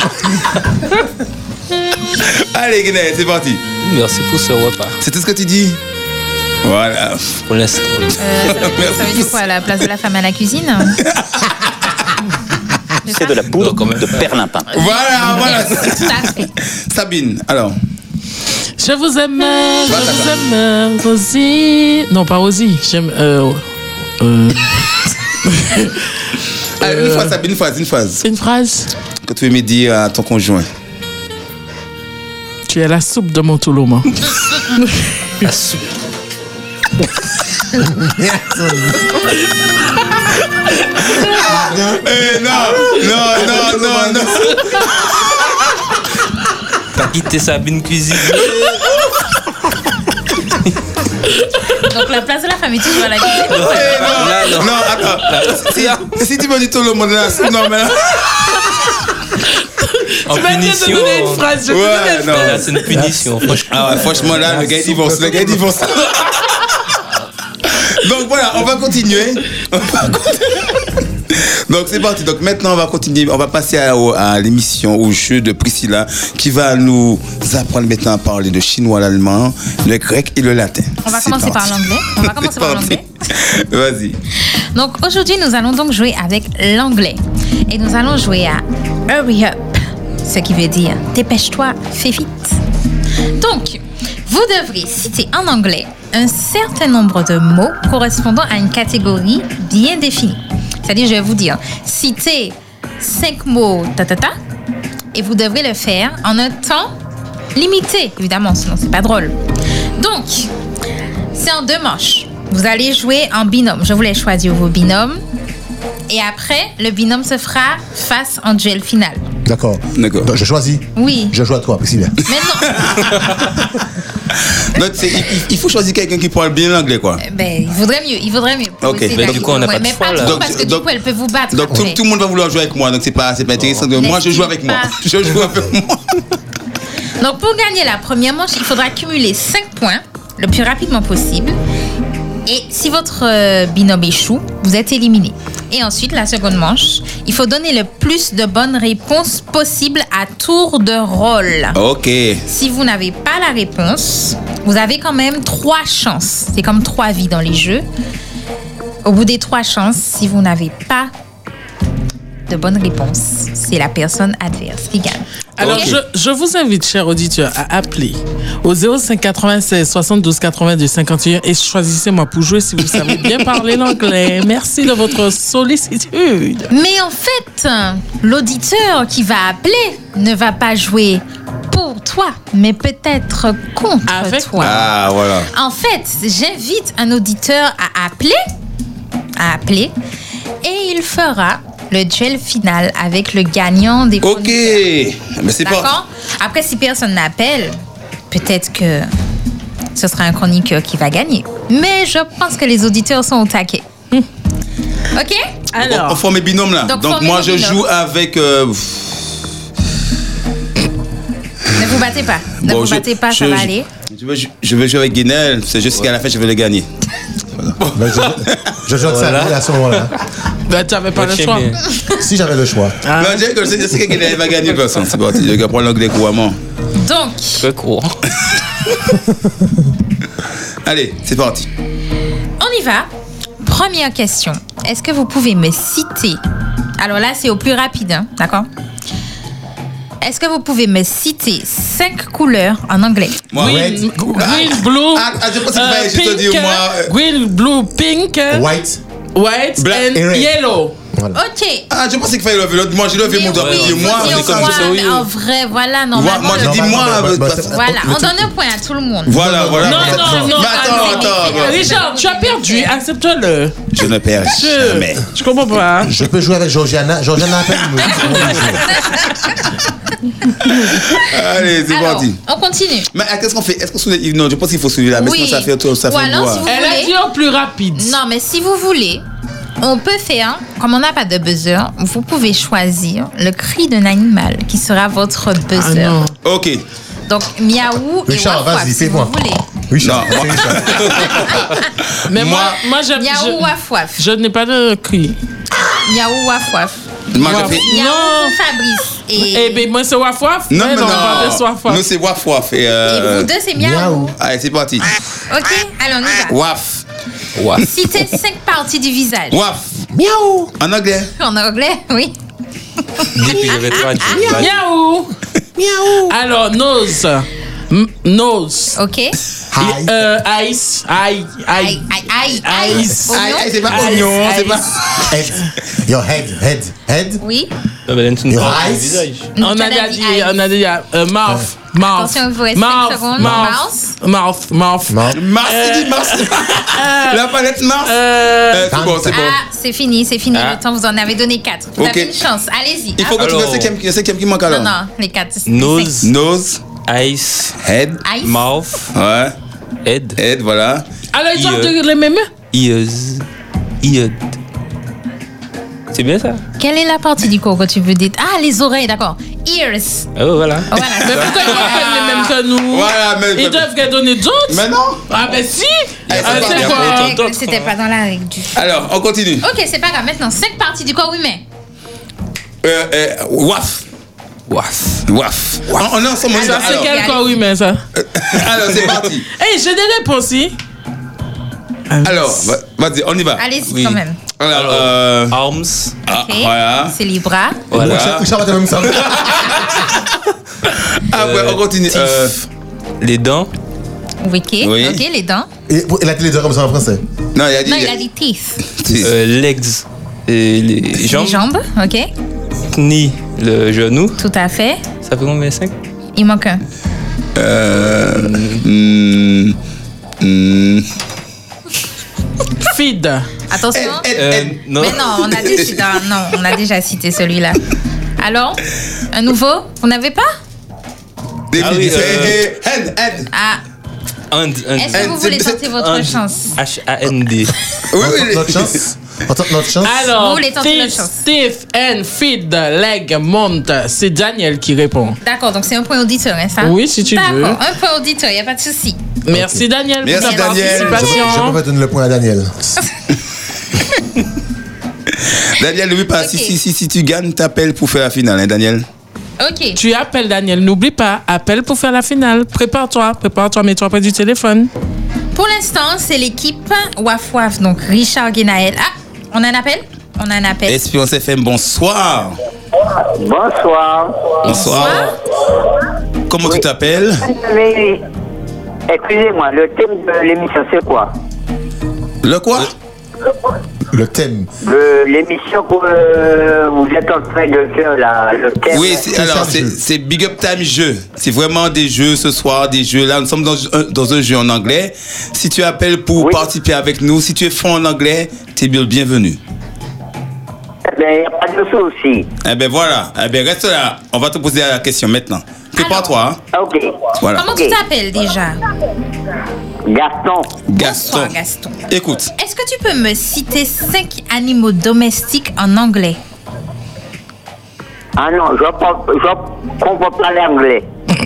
[SPEAKER 3] Allez, Guinel, c'est parti.
[SPEAKER 5] Merci pour ce repas.
[SPEAKER 3] C'est tout ce que tu dis Voilà.
[SPEAKER 5] Pour l'instant.
[SPEAKER 4] Euh, ça veut dire- ça veut
[SPEAKER 3] Merci.
[SPEAKER 4] dire quoi La place de la femme à la cuisine C'est de la
[SPEAKER 5] Non, quand même.
[SPEAKER 3] Voilà, ah, voilà.
[SPEAKER 4] Tout à fait.
[SPEAKER 3] Sabine, alors.
[SPEAKER 6] Je vous aime, je
[SPEAKER 3] Voilà.
[SPEAKER 6] vous aime, Rosie. Non, pas Rosie. J'aime. euh, euh,
[SPEAKER 3] Allez, Ah,
[SPEAKER 5] Euh.
[SPEAKER 3] une phrase, Sabine, une phrase, une phrase.
[SPEAKER 6] une phrase.
[SPEAKER 3] Que tu aimais dire à ton conjoint.
[SPEAKER 6] Tu es la soupe de mon Toulouma.
[SPEAKER 3] Eh non, non, non, non, non.
[SPEAKER 5] T'as quitté Sabine Cuisine.
[SPEAKER 4] Donc la place de la femme est toujours à la cuisine.
[SPEAKER 5] Là, non.
[SPEAKER 3] Non, attends. Si, si tu me dis tout le monde là, c'est- non, mais là.
[SPEAKER 5] en
[SPEAKER 6] Tu m'as dit de
[SPEAKER 5] punition.
[SPEAKER 6] donner une phrase. Je te
[SPEAKER 3] Ouais,
[SPEAKER 6] donne une
[SPEAKER 3] non.
[SPEAKER 5] Là,
[SPEAKER 6] phrase.
[SPEAKER 5] c'est une punition. franchement.
[SPEAKER 3] Ah ouais, franchement, là, le gars il divorce. Le gars il divorce. Donc voilà, on va continuer. On va continuer. Donc c'est parti. Donc maintenant, on va continuer. On va passer à, au- à l'émission, au jeu de Priscilla, qui va nous apprendre maintenant à parler de chinois, l'allemand, le grec et le latin.
[SPEAKER 4] On va
[SPEAKER 3] C'est
[SPEAKER 4] commencer par
[SPEAKER 3] parti.
[SPEAKER 4] l'anglais. On va commencer par l'anglais.
[SPEAKER 3] C'est parti. Vas-y.
[SPEAKER 4] Donc aujourd'hui, nous allons donc jouer avec l'anglais. Et nous allons jouer à Hurry Up, ce qui veut dire Dépêche-toi, fais vite. Donc, vous devrez citer en anglais un certain nombre de mots correspondant à une catégorie bien définie. C'est-à-dire, je vais vous dire, citer cinq mots, ta ta ta, et vous devrez le faire en un temps limité, évidemment, sinon c'est pas drôle. Donc, c'est en deux manches. Vous allez jouer en binôme. Je vous laisse choisir vos binômes. Et après, le binôme se fera face en duel final.
[SPEAKER 11] D'accord.
[SPEAKER 3] D'accord.
[SPEAKER 11] Donc, Je choisis.
[SPEAKER 4] Oui.
[SPEAKER 11] Je joue à toi, Priscilla.
[SPEAKER 4] Mais non.
[SPEAKER 3] Donc, c'est- il, il faut choisir quelqu'un qui parle bien l'anglais, quoi.
[SPEAKER 4] ben, il vaudrait mieux. Il vaudrait mieux. Pour
[SPEAKER 3] Ok,
[SPEAKER 4] essayer
[SPEAKER 3] mais
[SPEAKER 4] d'aller
[SPEAKER 5] du coup, on n'a
[SPEAKER 4] plus
[SPEAKER 5] pas
[SPEAKER 4] loin.
[SPEAKER 5] de
[SPEAKER 4] Mais
[SPEAKER 5] choix,
[SPEAKER 4] pas
[SPEAKER 5] là.
[SPEAKER 4] trop,
[SPEAKER 3] Donc,
[SPEAKER 4] parce que du
[SPEAKER 3] donc-
[SPEAKER 4] coup, elle peut vous battre.
[SPEAKER 3] Donc tout,
[SPEAKER 4] après.
[SPEAKER 3] tout le monde va vouloir jouer avec moi, donc c'est pas, c'est pas intéressant. Donc, moi je joue avec moi. Je joue avec moi.
[SPEAKER 4] Donc, pour gagner la première manche, il faudra cumuler 5 points le plus rapidement possible. Et si votre euh, binôme échoue, vous êtes éliminé. Et ensuite, la seconde manche, il faut donner le plus de bonnes réponses possibles à tour de rôle.
[SPEAKER 3] Ok.
[SPEAKER 4] Si vous n'avez pas la réponse, vous avez quand même trois chances. C'est comme trois vies dans les jeux. Au bout des trois chances, si vous n'avez pas de bonne réponse, c'est la personne adverse qui gagne.
[SPEAKER 6] Alors,
[SPEAKER 3] Ok.
[SPEAKER 6] je, je vous invite, chers auditeurs, à appeler au 05 96 72 82 51 et choisissez-moi pour jouer si vous savez bien parler l'anglais. Merci de votre sollicitude.
[SPEAKER 4] Mais en fait, l'auditeur qui va appeler ne va pas jouer pour toi, mais peut-être contre
[SPEAKER 6] Avec
[SPEAKER 4] toi.
[SPEAKER 3] Ah voilà.
[SPEAKER 4] En fait, j'invite un auditeur à appeler, à appeler, et il fera le duel final avec le gagnant des
[SPEAKER 3] Ok.
[SPEAKER 4] chroniqueurs.
[SPEAKER 3] Mais c'est pas.
[SPEAKER 4] D'accord Après, si personne n'appelle, peut-être que ce sera un chroniqueur qui va gagner. Mais je pense que les auditeurs sont au taquet. Ok
[SPEAKER 3] On, on
[SPEAKER 6] Hum. Alors,
[SPEAKER 3] forme mes binômes là.
[SPEAKER 4] Donc,
[SPEAKER 3] Donc,
[SPEAKER 4] formez
[SPEAKER 3] moi
[SPEAKER 4] les
[SPEAKER 3] je
[SPEAKER 4] binômes.
[SPEAKER 3] joue avec. euh,
[SPEAKER 4] Ne vous battez pas. Ne
[SPEAKER 3] bon,
[SPEAKER 4] vous
[SPEAKER 3] je-
[SPEAKER 4] battez pas, ça
[SPEAKER 3] je-
[SPEAKER 4] va
[SPEAKER 3] je-
[SPEAKER 4] aller.
[SPEAKER 3] Je vais, ju- je vais jouer avec Guinel. C'est juste qu'à la fin je vais le gagner.
[SPEAKER 11] Ben, je, je joue à Xavier à ce moment-là.
[SPEAKER 6] bah, tu n'avais pas le
[SPEAKER 5] Match
[SPEAKER 6] choix.
[SPEAKER 5] aimé.
[SPEAKER 11] Si j'avais le choix.
[SPEAKER 6] Ah.
[SPEAKER 3] Non, je sais que- je sais que Guinel va gagner personne. C'est parti. Je vais prendre l'anglais couramment.
[SPEAKER 4] Donc,
[SPEAKER 5] Très court.
[SPEAKER 3] Allez, c'est parti.
[SPEAKER 4] on y va. Première question. Est-ce que vous pouvez me citer Alors là, c'est au plus rapide, hein, d'accord Est-ce que vous pouvez me citer cinq couleurs en anglais
[SPEAKER 3] Moi,
[SPEAKER 6] Green,
[SPEAKER 3] ouais.
[SPEAKER 6] green, blue,
[SPEAKER 3] Ah, ah, je pensais que tu
[SPEAKER 6] euh,
[SPEAKER 3] m'avais juste
[SPEAKER 6] pink,
[SPEAKER 3] dit, moi, euh,
[SPEAKER 6] green, blue, pink,
[SPEAKER 11] White.
[SPEAKER 6] white
[SPEAKER 3] Black
[SPEAKER 6] and
[SPEAKER 11] and red.
[SPEAKER 6] yellow.
[SPEAKER 4] Ok.
[SPEAKER 3] Ah, je pensais qu'il fallait lever l'autre. Moi, j'ai levé
[SPEAKER 4] Mais
[SPEAKER 3] mon doigt.
[SPEAKER 4] oui,
[SPEAKER 3] pour dire,
[SPEAKER 4] faut
[SPEAKER 3] Moi,
[SPEAKER 4] dire
[SPEAKER 3] c'est comme
[SPEAKER 4] moi,
[SPEAKER 3] ça.
[SPEAKER 4] mais En vrai, voilà,
[SPEAKER 3] Moi,
[SPEAKER 4] normalement.
[SPEAKER 3] moi, j'ai
[SPEAKER 4] le-
[SPEAKER 3] dit
[SPEAKER 11] Normalement,
[SPEAKER 3] moi.
[SPEAKER 11] bah, bah,
[SPEAKER 3] parce-
[SPEAKER 11] c'est-
[SPEAKER 4] Voilà, on donne un point à tout le monde.
[SPEAKER 3] Voilà, voilà.
[SPEAKER 6] Non,
[SPEAKER 3] Bah,
[SPEAKER 6] non, non,
[SPEAKER 3] bah, attends,
[SPEAKER 6] arrête.
[SPEAKER 3] attends. bah.
[SPEAKER 6] Richard, tu as perdu, accepte-le.
[SPEAKER 3] Je ne
[SPEAKER 6] Euh,
[SPEAKER 3] perds
[SPEAKER 6] Je-
[SPEAKER 3] jamais.
[SPEAKER 6] Je comprends pas. hein.
[SPEAKER 11] Je peux jouer avec Georgiana. Georgiana appelle nous.
[SPEAKER 3] Allez, c'est
[SPEAKER 4] Alors,
[SPEAKER 3] parti.
[SPEAKER 4] on continue.
[SPEAKER 3] Mais ah, qu'est-ce qu'on fait Est-ce qu'on soulève Non, je pense qu'il faut soulever là. Ah, Mais
[SPEAKER 4] Oui.
[SPEAKER 3] sinon, ça fait, ça fait
[SPEAKER 4] Ou alors,
[SPEAKER 3] boire.
[SPEAKER 4] si vous-
[SPEAKER 6] Elle a
[SPEAKER 4] voulez
[SPEAKER 6] dit en plus rapide.
[SPEAKER 4] Non, mais si vous voulez, on peut faire, comme on n'a pas de buzzer, vous pouvez choisir le cri d'un animal qui sera votre
[SPEAKER 6] Ah
[SPEAKER 4] buzzer.
[SPEAKER 6] non.
[SPEAKER 3] Ok.
[SPEAKER 4] Donc, miaou et
[SPEAKER 11] Richard,
[SPEAKER 4] waf
[SPEAKER 11] vas-y,
[SPEAKER 4] si vous
[SPEAKER 11] fais-moi.
[SPEAKER 4] voulez.
[SPEAKER 11] Oui,
[SPEAKER 3] Non,
[SPEAKER 11] Charles.
[SPEAKER 3] moi-
[SPEAKER 6] Mais moi, moi, j'aime-
[SPEAKER 4] Miaou,
[SPEAKER 6] je,
[SPEAKER 4] waf waf.
[SPEAKER 6] je n'ai pas de cri.
[SPEAKER 4] Miaou, waf waf.
[SPEAKER 3] moi, je fais.
[SPEAKER 4] Miaou,
[SPEAKER 6] Non.
[SPEAKER 4] Fabrice. Et,
[SPEAKER 6] Eh ben moi c'est waf waf.
[SPEAKER 3] Non,
[SPEAKER 6] Ouais,
[SPEAKER 3] mais non.
[SPEAKER 6] on parle de soif waf.
[SPEAKER 3] Nous, c'est waf waf. Et,
[SPEAKER 4] et
[SPEAKER 3] euh,
[SPEAKER 4] vous deux, c'est miaou. Ah.
[SPEAKER 11] Miaou.
[SPEAKER 3] Allez, c'est parti.
[SPEAKER 4] Ok, allez, on y va.
[SPEAKER 3] Waf. Waf.
[SPEAKER 4] Citez cinq parties du visage.
[SPEAKER 3] Waf.
[SPEAKER 11] Miaou.
[SPEAKER 3] En anglais.
[SPEAKER 4] En anglais, oui. Ah,
[SPEAKER 5] Depuis, j'avais trois dix.
[SPEAKER 6] Miaou. Miaou. Alors nose, M- nose.
[SPEAKER 4] Ok. Aïe,
[SPEAKER 11] Hi.
[SPEAKER 6] Euh, ice, aïe, aïe.
[SPEAKER 4] aïe, aïe.
[SPEAKER 6] Ice.
[SPEAKER 4] Oignon.
[SPEAKER 3] Aïe, aïe, c'est pas
[SPEAKER 6] Ice,
[SPEAKER 3] oignon. C'est
[SPEAKER 6] ice.
[SPEAKER 3] pas.
[SPEAKER 11] Head. Your head. Head. Head.
[SPEAKER 4] Oui.
[SPEAKER 5] Ah, bah, Lenson,
[SPEAKER 11] Your
[SPEAKER 5] pas
[SPEAKER 11] eyes.
[SPEAKER 5] du visage.
[SPEAKER 4] Non,
[SPEAKER 6] On
[SPEAKER 4] tu
[SPEAKER 6] a
[SPEAKER 4] l'as
[SPEAKER 6] déjà
[SPEAKER 4] dit
[SPEAKER 6] dit,
[SPEAKER 4] ice.
[SPEAKER 6] on a déjà euh, mouth, mouth,
[SPEAKER 4] Attention, il vous reste cinq
[SPEAKER 6] mouth,
[SPEAKER 4] secondes.
[SPEAKER 6] mouth, mouth, mouth,
[SPEAKER 11] Non.
[SPEAKER 3] Mars, il dit Mars.
[SPEAKER 6] Euh,
[SPEAKER 3] La palette Mars. Euh, C'est bon, c'est bon.
[SPEAKER 4] Ah, c'est fini, c'est fini.
[SPEAKER 5] Ah.
[SPEAKER 4] Le temps, vous en avez donné 4. Vous
[SPEAKER 3] Ok.
[SPEAKER 4] avez une chance. Allez-y.
[SPEAKER 3] Il faut que tu
[SPEAKER 5] Alors-
[SPEAKER 3] le cinquième le cinquième qui manque
[SPEAKER 4] Ah, Non,
[SPEAKER 3] alors.
[SPEAKER 4] non, les 4.
[SPEAKER 5] Nose,
[SPEAKER 3] Nose.
[SPEAKER 5] eyes,
[SPEAKER 3] Head.
[SPEAKER 4] Ice.
[SPEAKER 5] mouth,
[SPEAKER 3] Ouais.
[SPEAKER 5] head,
[SPEAKER 3] Head, voilà.
[SPEAKER 6] Alors ils ont
[SPEAKER 5] Ear.
[SPEAKER 6] de- les mêmes.
[SPEAKER 5] ears, ear. C'est bien ça
[SPEAKER 4] Quelle est la partie du corps que tu veux dire Ah, les oreilles, d'accord. ears.
[SPEAKER 5] Ah, voilà.
[SPEAKER 4] Oh,
[SPEAKER 6] Mais pourquoi ils reprennent les mêmes que nous
[SPEAKER 4] Voilà, mais-
[SPEAKER 6] Ils doivent redonner d'autres
[SPEAKER 3] Mais non
[SPEAKER 6] Ah, ben si
[SPEAKER 3] c'est
[SPEAKER 6] Ah,
[SPEAKER 3] pas
[SPEAKER 6] c'est
[SPEAKER 3] bien Euh.
[SPEAKER 6] quoi
[SPEAKER 3] pour autant d'autres.
[SPEAKER 4] C'était pas dans la règle du.
[SPEAKER 3] Alors, on continue.
[SPEAKER 4] Ok, c'est pas grave. Maintenant, cinq parties du corps humain.
[SPEAKER 3] Euh, euh, waf.
[SPEAKER 5] Waf.
[SPEAKER 3] Waf. On, on est ensemble. on y
[SPEAKER 6] Ah, Ça,
[SPEAKER 3] va.
[SPEAKER 6] c'est
[SPEAKER 3] Alors,
[SPEAKER 6] quel quoi, oui, mais ça
[SPEAKER 3] alors, c'est parti.
[SPEAKER 6] Eh, j'ai des réponses, si
[SPEAKER 3] Alors, va- vas-y, on y va.
[SPEAKER 4] Allez-y quand même.
[SPEAKER 3] Alors, euh,
[SPEAKER 5] Arms.
[SPEAKER 3] ah,
[SPEAKER 4] Ok.
[SPEAKER 3] voilà.
[SPEAKER 4] C'est les bras.
[SPEAKER 3] Voilà.
[SPEAKER 11] Richard va te même ça.
[SPEAKER 3] Ah ouais, on continue.
[SPEAKER 5] Teeth.
[SPEAKER 3] Euh,
[SPEAKER 5] Les dents.
[SPEAKER 4] Ok.
[SPEAKER 3] Oui.
[SPEAKER 4] Ok, les dents.
[SPEAKER 11] Et et la télé dira comme ça en français.
[SPEAKER 3] non, il a dit.
[SPEAKER 4] Non, il a dit teeth.
[SPEAKER 3] teeth.
[SPEAKER 5] euh, legs. Et les jambes.
[SPEAKER 4] Les jambes. Ok.
[SPEAKER 5] Knie. Le genou.
[SPEAKER 4] Tout à fait.
[SPEAKER 5] Ça fait combien 5
[SPEAKER 4] Il manque un.
[SPEAKER 3] Euh, Hmm, hmm.
[SPEAKER 6] Feed.
[SPEAKER 4] Attention.
[SPEAKER 6] Euh,
[SPEAKER 5] Non.
[SPEAKER 4] Mais non, on a dit- non, non, on a déjà cité celui-là. Alors, un nouveau Vous n'avez pas
[SPEAKER 3] Des
[SPEAKER 5] Ah oui,
[SPEAKER 3] minutes.
[SPEAKER 5] euh,
[SPEAKER 3] Eh, eh, Hand, hand.
[SPEAKER 4] Ah,
[SPEAKER 5] Hand. hand.
[SPEAKER 4] est-ce que vous
[SPEAKER 3] c'est-
[SPEAKER 4] voulez
[SPEAKER 3] c'est-
[SPEAKER 4] tenter votre
[SPEAKER 5] Hand.
[SPEAKER 4] chance
[SPEAKER 5] H-A-N-D.
[SPEAKER 3] Oui,
[SPEAKER 11] On tente
[SPEAKER 3] oui,
[SPEAKER 11] notre
[SPEAKER 3] oui.
[SPEAKER 11] chance. On tente notre chance.
[SPEAKER 4] Vous
[SPEAKER 6] Alors,
[SPEAKER 4] voulez tenter
[SPEAKER 6] teeth,
[SPEAKER 4] notre chance
[SPEAKER 6] stiff and feed, leg, monte. C'est Daniel qui répond.
[SPEAKER 4] D'accord, donc c'est un point auditeur, hein, ça
[SPEAKER 6] Oui, si tu veux.
[SPEAKER 4] D'accord, un point auditeur, il n'y a pas de souci.
[SPEAKER 6] Merci, Daniel,
[SPEAKER 3] Merci,
[SPEAKER 6] pour ta
[SPEAKER 3] Daniel.
[SPEAKER 11] Je
[SPEAKER 6] participation.
[SPEAKER 11] peux pas donner le point à Daniel.
[SPEAKER 3] Daniel, oui, pas. Si,
[SPEAKER 4] Ok.
[SPEAKER 3] si, si, si tu gagnes, t'appelles pour faire la finale, hein, Daniel.
[SPEAKER 4] Ok.
[SPEAKER 6] Tu appelles Daniel, n'oublie pas, appelle pour faire la finale. Prépare-toi, prépare-toi, mets-toi près du téléphone.
[SPEAKER 4] Pour l'instant, c'est l'équipe Waf Waf, donc Richard Guénaël. Ah, on a un appel On a un appel.
[SPEAKER 3] Espérance FM, bonsoir.
[SPEAKER 9] Bonsoir.
[SPEAKER 3] Bonsoir. Comment tu t'appelles
[SPEAKER 9] Mais excusez-moi, le thème de l'émission c'est quoi
[SPEAKER 3] Le quoi
[SPEAKER 11] Le thème.
[SPEAKER 9] Le- L'émission que euh, vous êtes en train de faire là, le thème.
[SPEAKER 3] Oui, c'est-
[SPEAKER 11] ça,
[SPEAKER 3] alors c'est
[SPEAKER 11] le jeu.
[SPEAKER 3] c'est Big Up Time Jeu. C'est vraiment des jeux ce soir, des jeux. Là, nous sommes dans, un- dans un jeu en anglais. Si tu appelles pour
[SPEAKER 9] Oui.
[SPEAKER 3] participer avec nous, si tu es franc en anglais, t'es bien le bienvenu.
[SPEAKER 9] Ben, il n'y a pas de souci.
[SPEAKER 3] Eh ben voilà, eh ben reste là. On va te poser la question maintenant. Prépare-toi. hein.
[SPEAKER 9] Ah, Ok.
[SPEAKER 3] Voilà.
[SPEAKER 4] Comment tu t'appelles déjà
[SPEAKER 9] Gaston,
[SPEAKER 3] Gaston.
[SPEAKER 4] Bonsoir, Gaston.
[SPEAKER 3] Écoute,
[SPEAKER 4] Est-ce que tu peux me citer cinq animaux domestiques en anglais
[SPEAKER 9] ah non, je ne comprends pas l'anglais.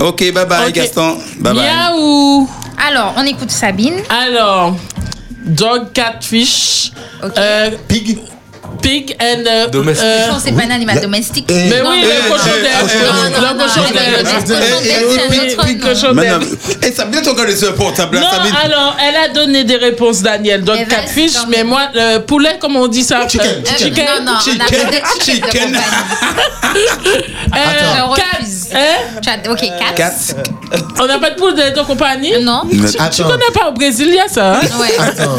[SPEAKER 3] Ok, bye bye
[SPEAKER 6] Ok.
[SPEAKER 3] Gaston. Bye bye.
[SPEAKER 6] Miaou.
[SPEAKER 4] Alors, on écoute Sabine.
[SPEAKER 6] Alors, dog, cat, fish,
[SPEAKER 4] Ok.
[SPEAKER 6] euh,
[SPEAKER 11] Pig.
[SPEAKER 6] pig and... euh,
[SPEAKER 5] Domestique.
[SPEAKER 6] euh,
[SPEAKER 4] Non, c'est pas un animal domestique.
[SPEAKER 6] mais
[SPEAKER 4] Non, euh,
[SPEAKER 6] oui, le
[SPEAKER 3] eh,
[SPEAKER 6] cochon
[SPEAKER 3] eh,
[SPEAKER 6] d'Inde.
[SPEAKER 3] eh,
[SPEAKER 4] non, non, non, non,
[SPEAKER 6] Le cochon d'Inde. Le
[SPEAKER 4] non,
[SPEAKER 6] cochon
[SPEAKER 4] non,
[SPEAKER 6] d'Inde,
[SPEAKER 4] non,
[SPEAKER 6] c'est
[SPEAKER 4] non,
[SPEAKER 6] un autre
[SPEAKER 4] non,
[SPEAKER 6] pig
[SPEAKER 4] non.
[SPEAKER 6] cochon
[SPEAKER 3] Maintenant,
[SPEAKER 6] d'Inde.
[SPEAKER 3] et eh, ça bien ton gars de ce portable là,
[SPEAKER 6] Non,
[SPEAKER 3] Sabine.
[SPEAKER 6] alors, elle a donné des réponses, Daniel. Donc,
[SPEAKER 4] Eh ben,
[SPEAKER 6] catfish,
[SPEAKER 4] non, mais-
[SPEAKER 6] mais moi, le poulet, comme on dit ça
[SPEAKER 11] Chicken,
[SPEAKER 6] euh,
[SPEAKER 11] chicken.
[SPEAKER 4] Non, non, on a
[SPEAKER 3] Chicken.
[SPEAKER 4] pas de chicken. de
[SPEAKER 3] Chicken.
[SPEAKER 4] compagnie.
[SPEAKER 6] Euh,
[SPEAKER 4] Je
[SPEAKER 6] cat,
[SPEAKER 4] Eh, refuse.
[SPEAKER 6] hein?
[SPEAKER 4] Tu as- Ok, quatre.
[SPEAKER 3] Quatre.
[SPEAKER 6] On n'a pas de poulet de compagnie
[SPEAKER 4] Euh, Non
[SPEAKER 6] Tu
[SPEAKER 11] Attends.
[SPEAKER 6] connais pas au Brésil, il y a ça hein?
[SPEAKER 4] Ouais.
[SPEAKER 11] Attends.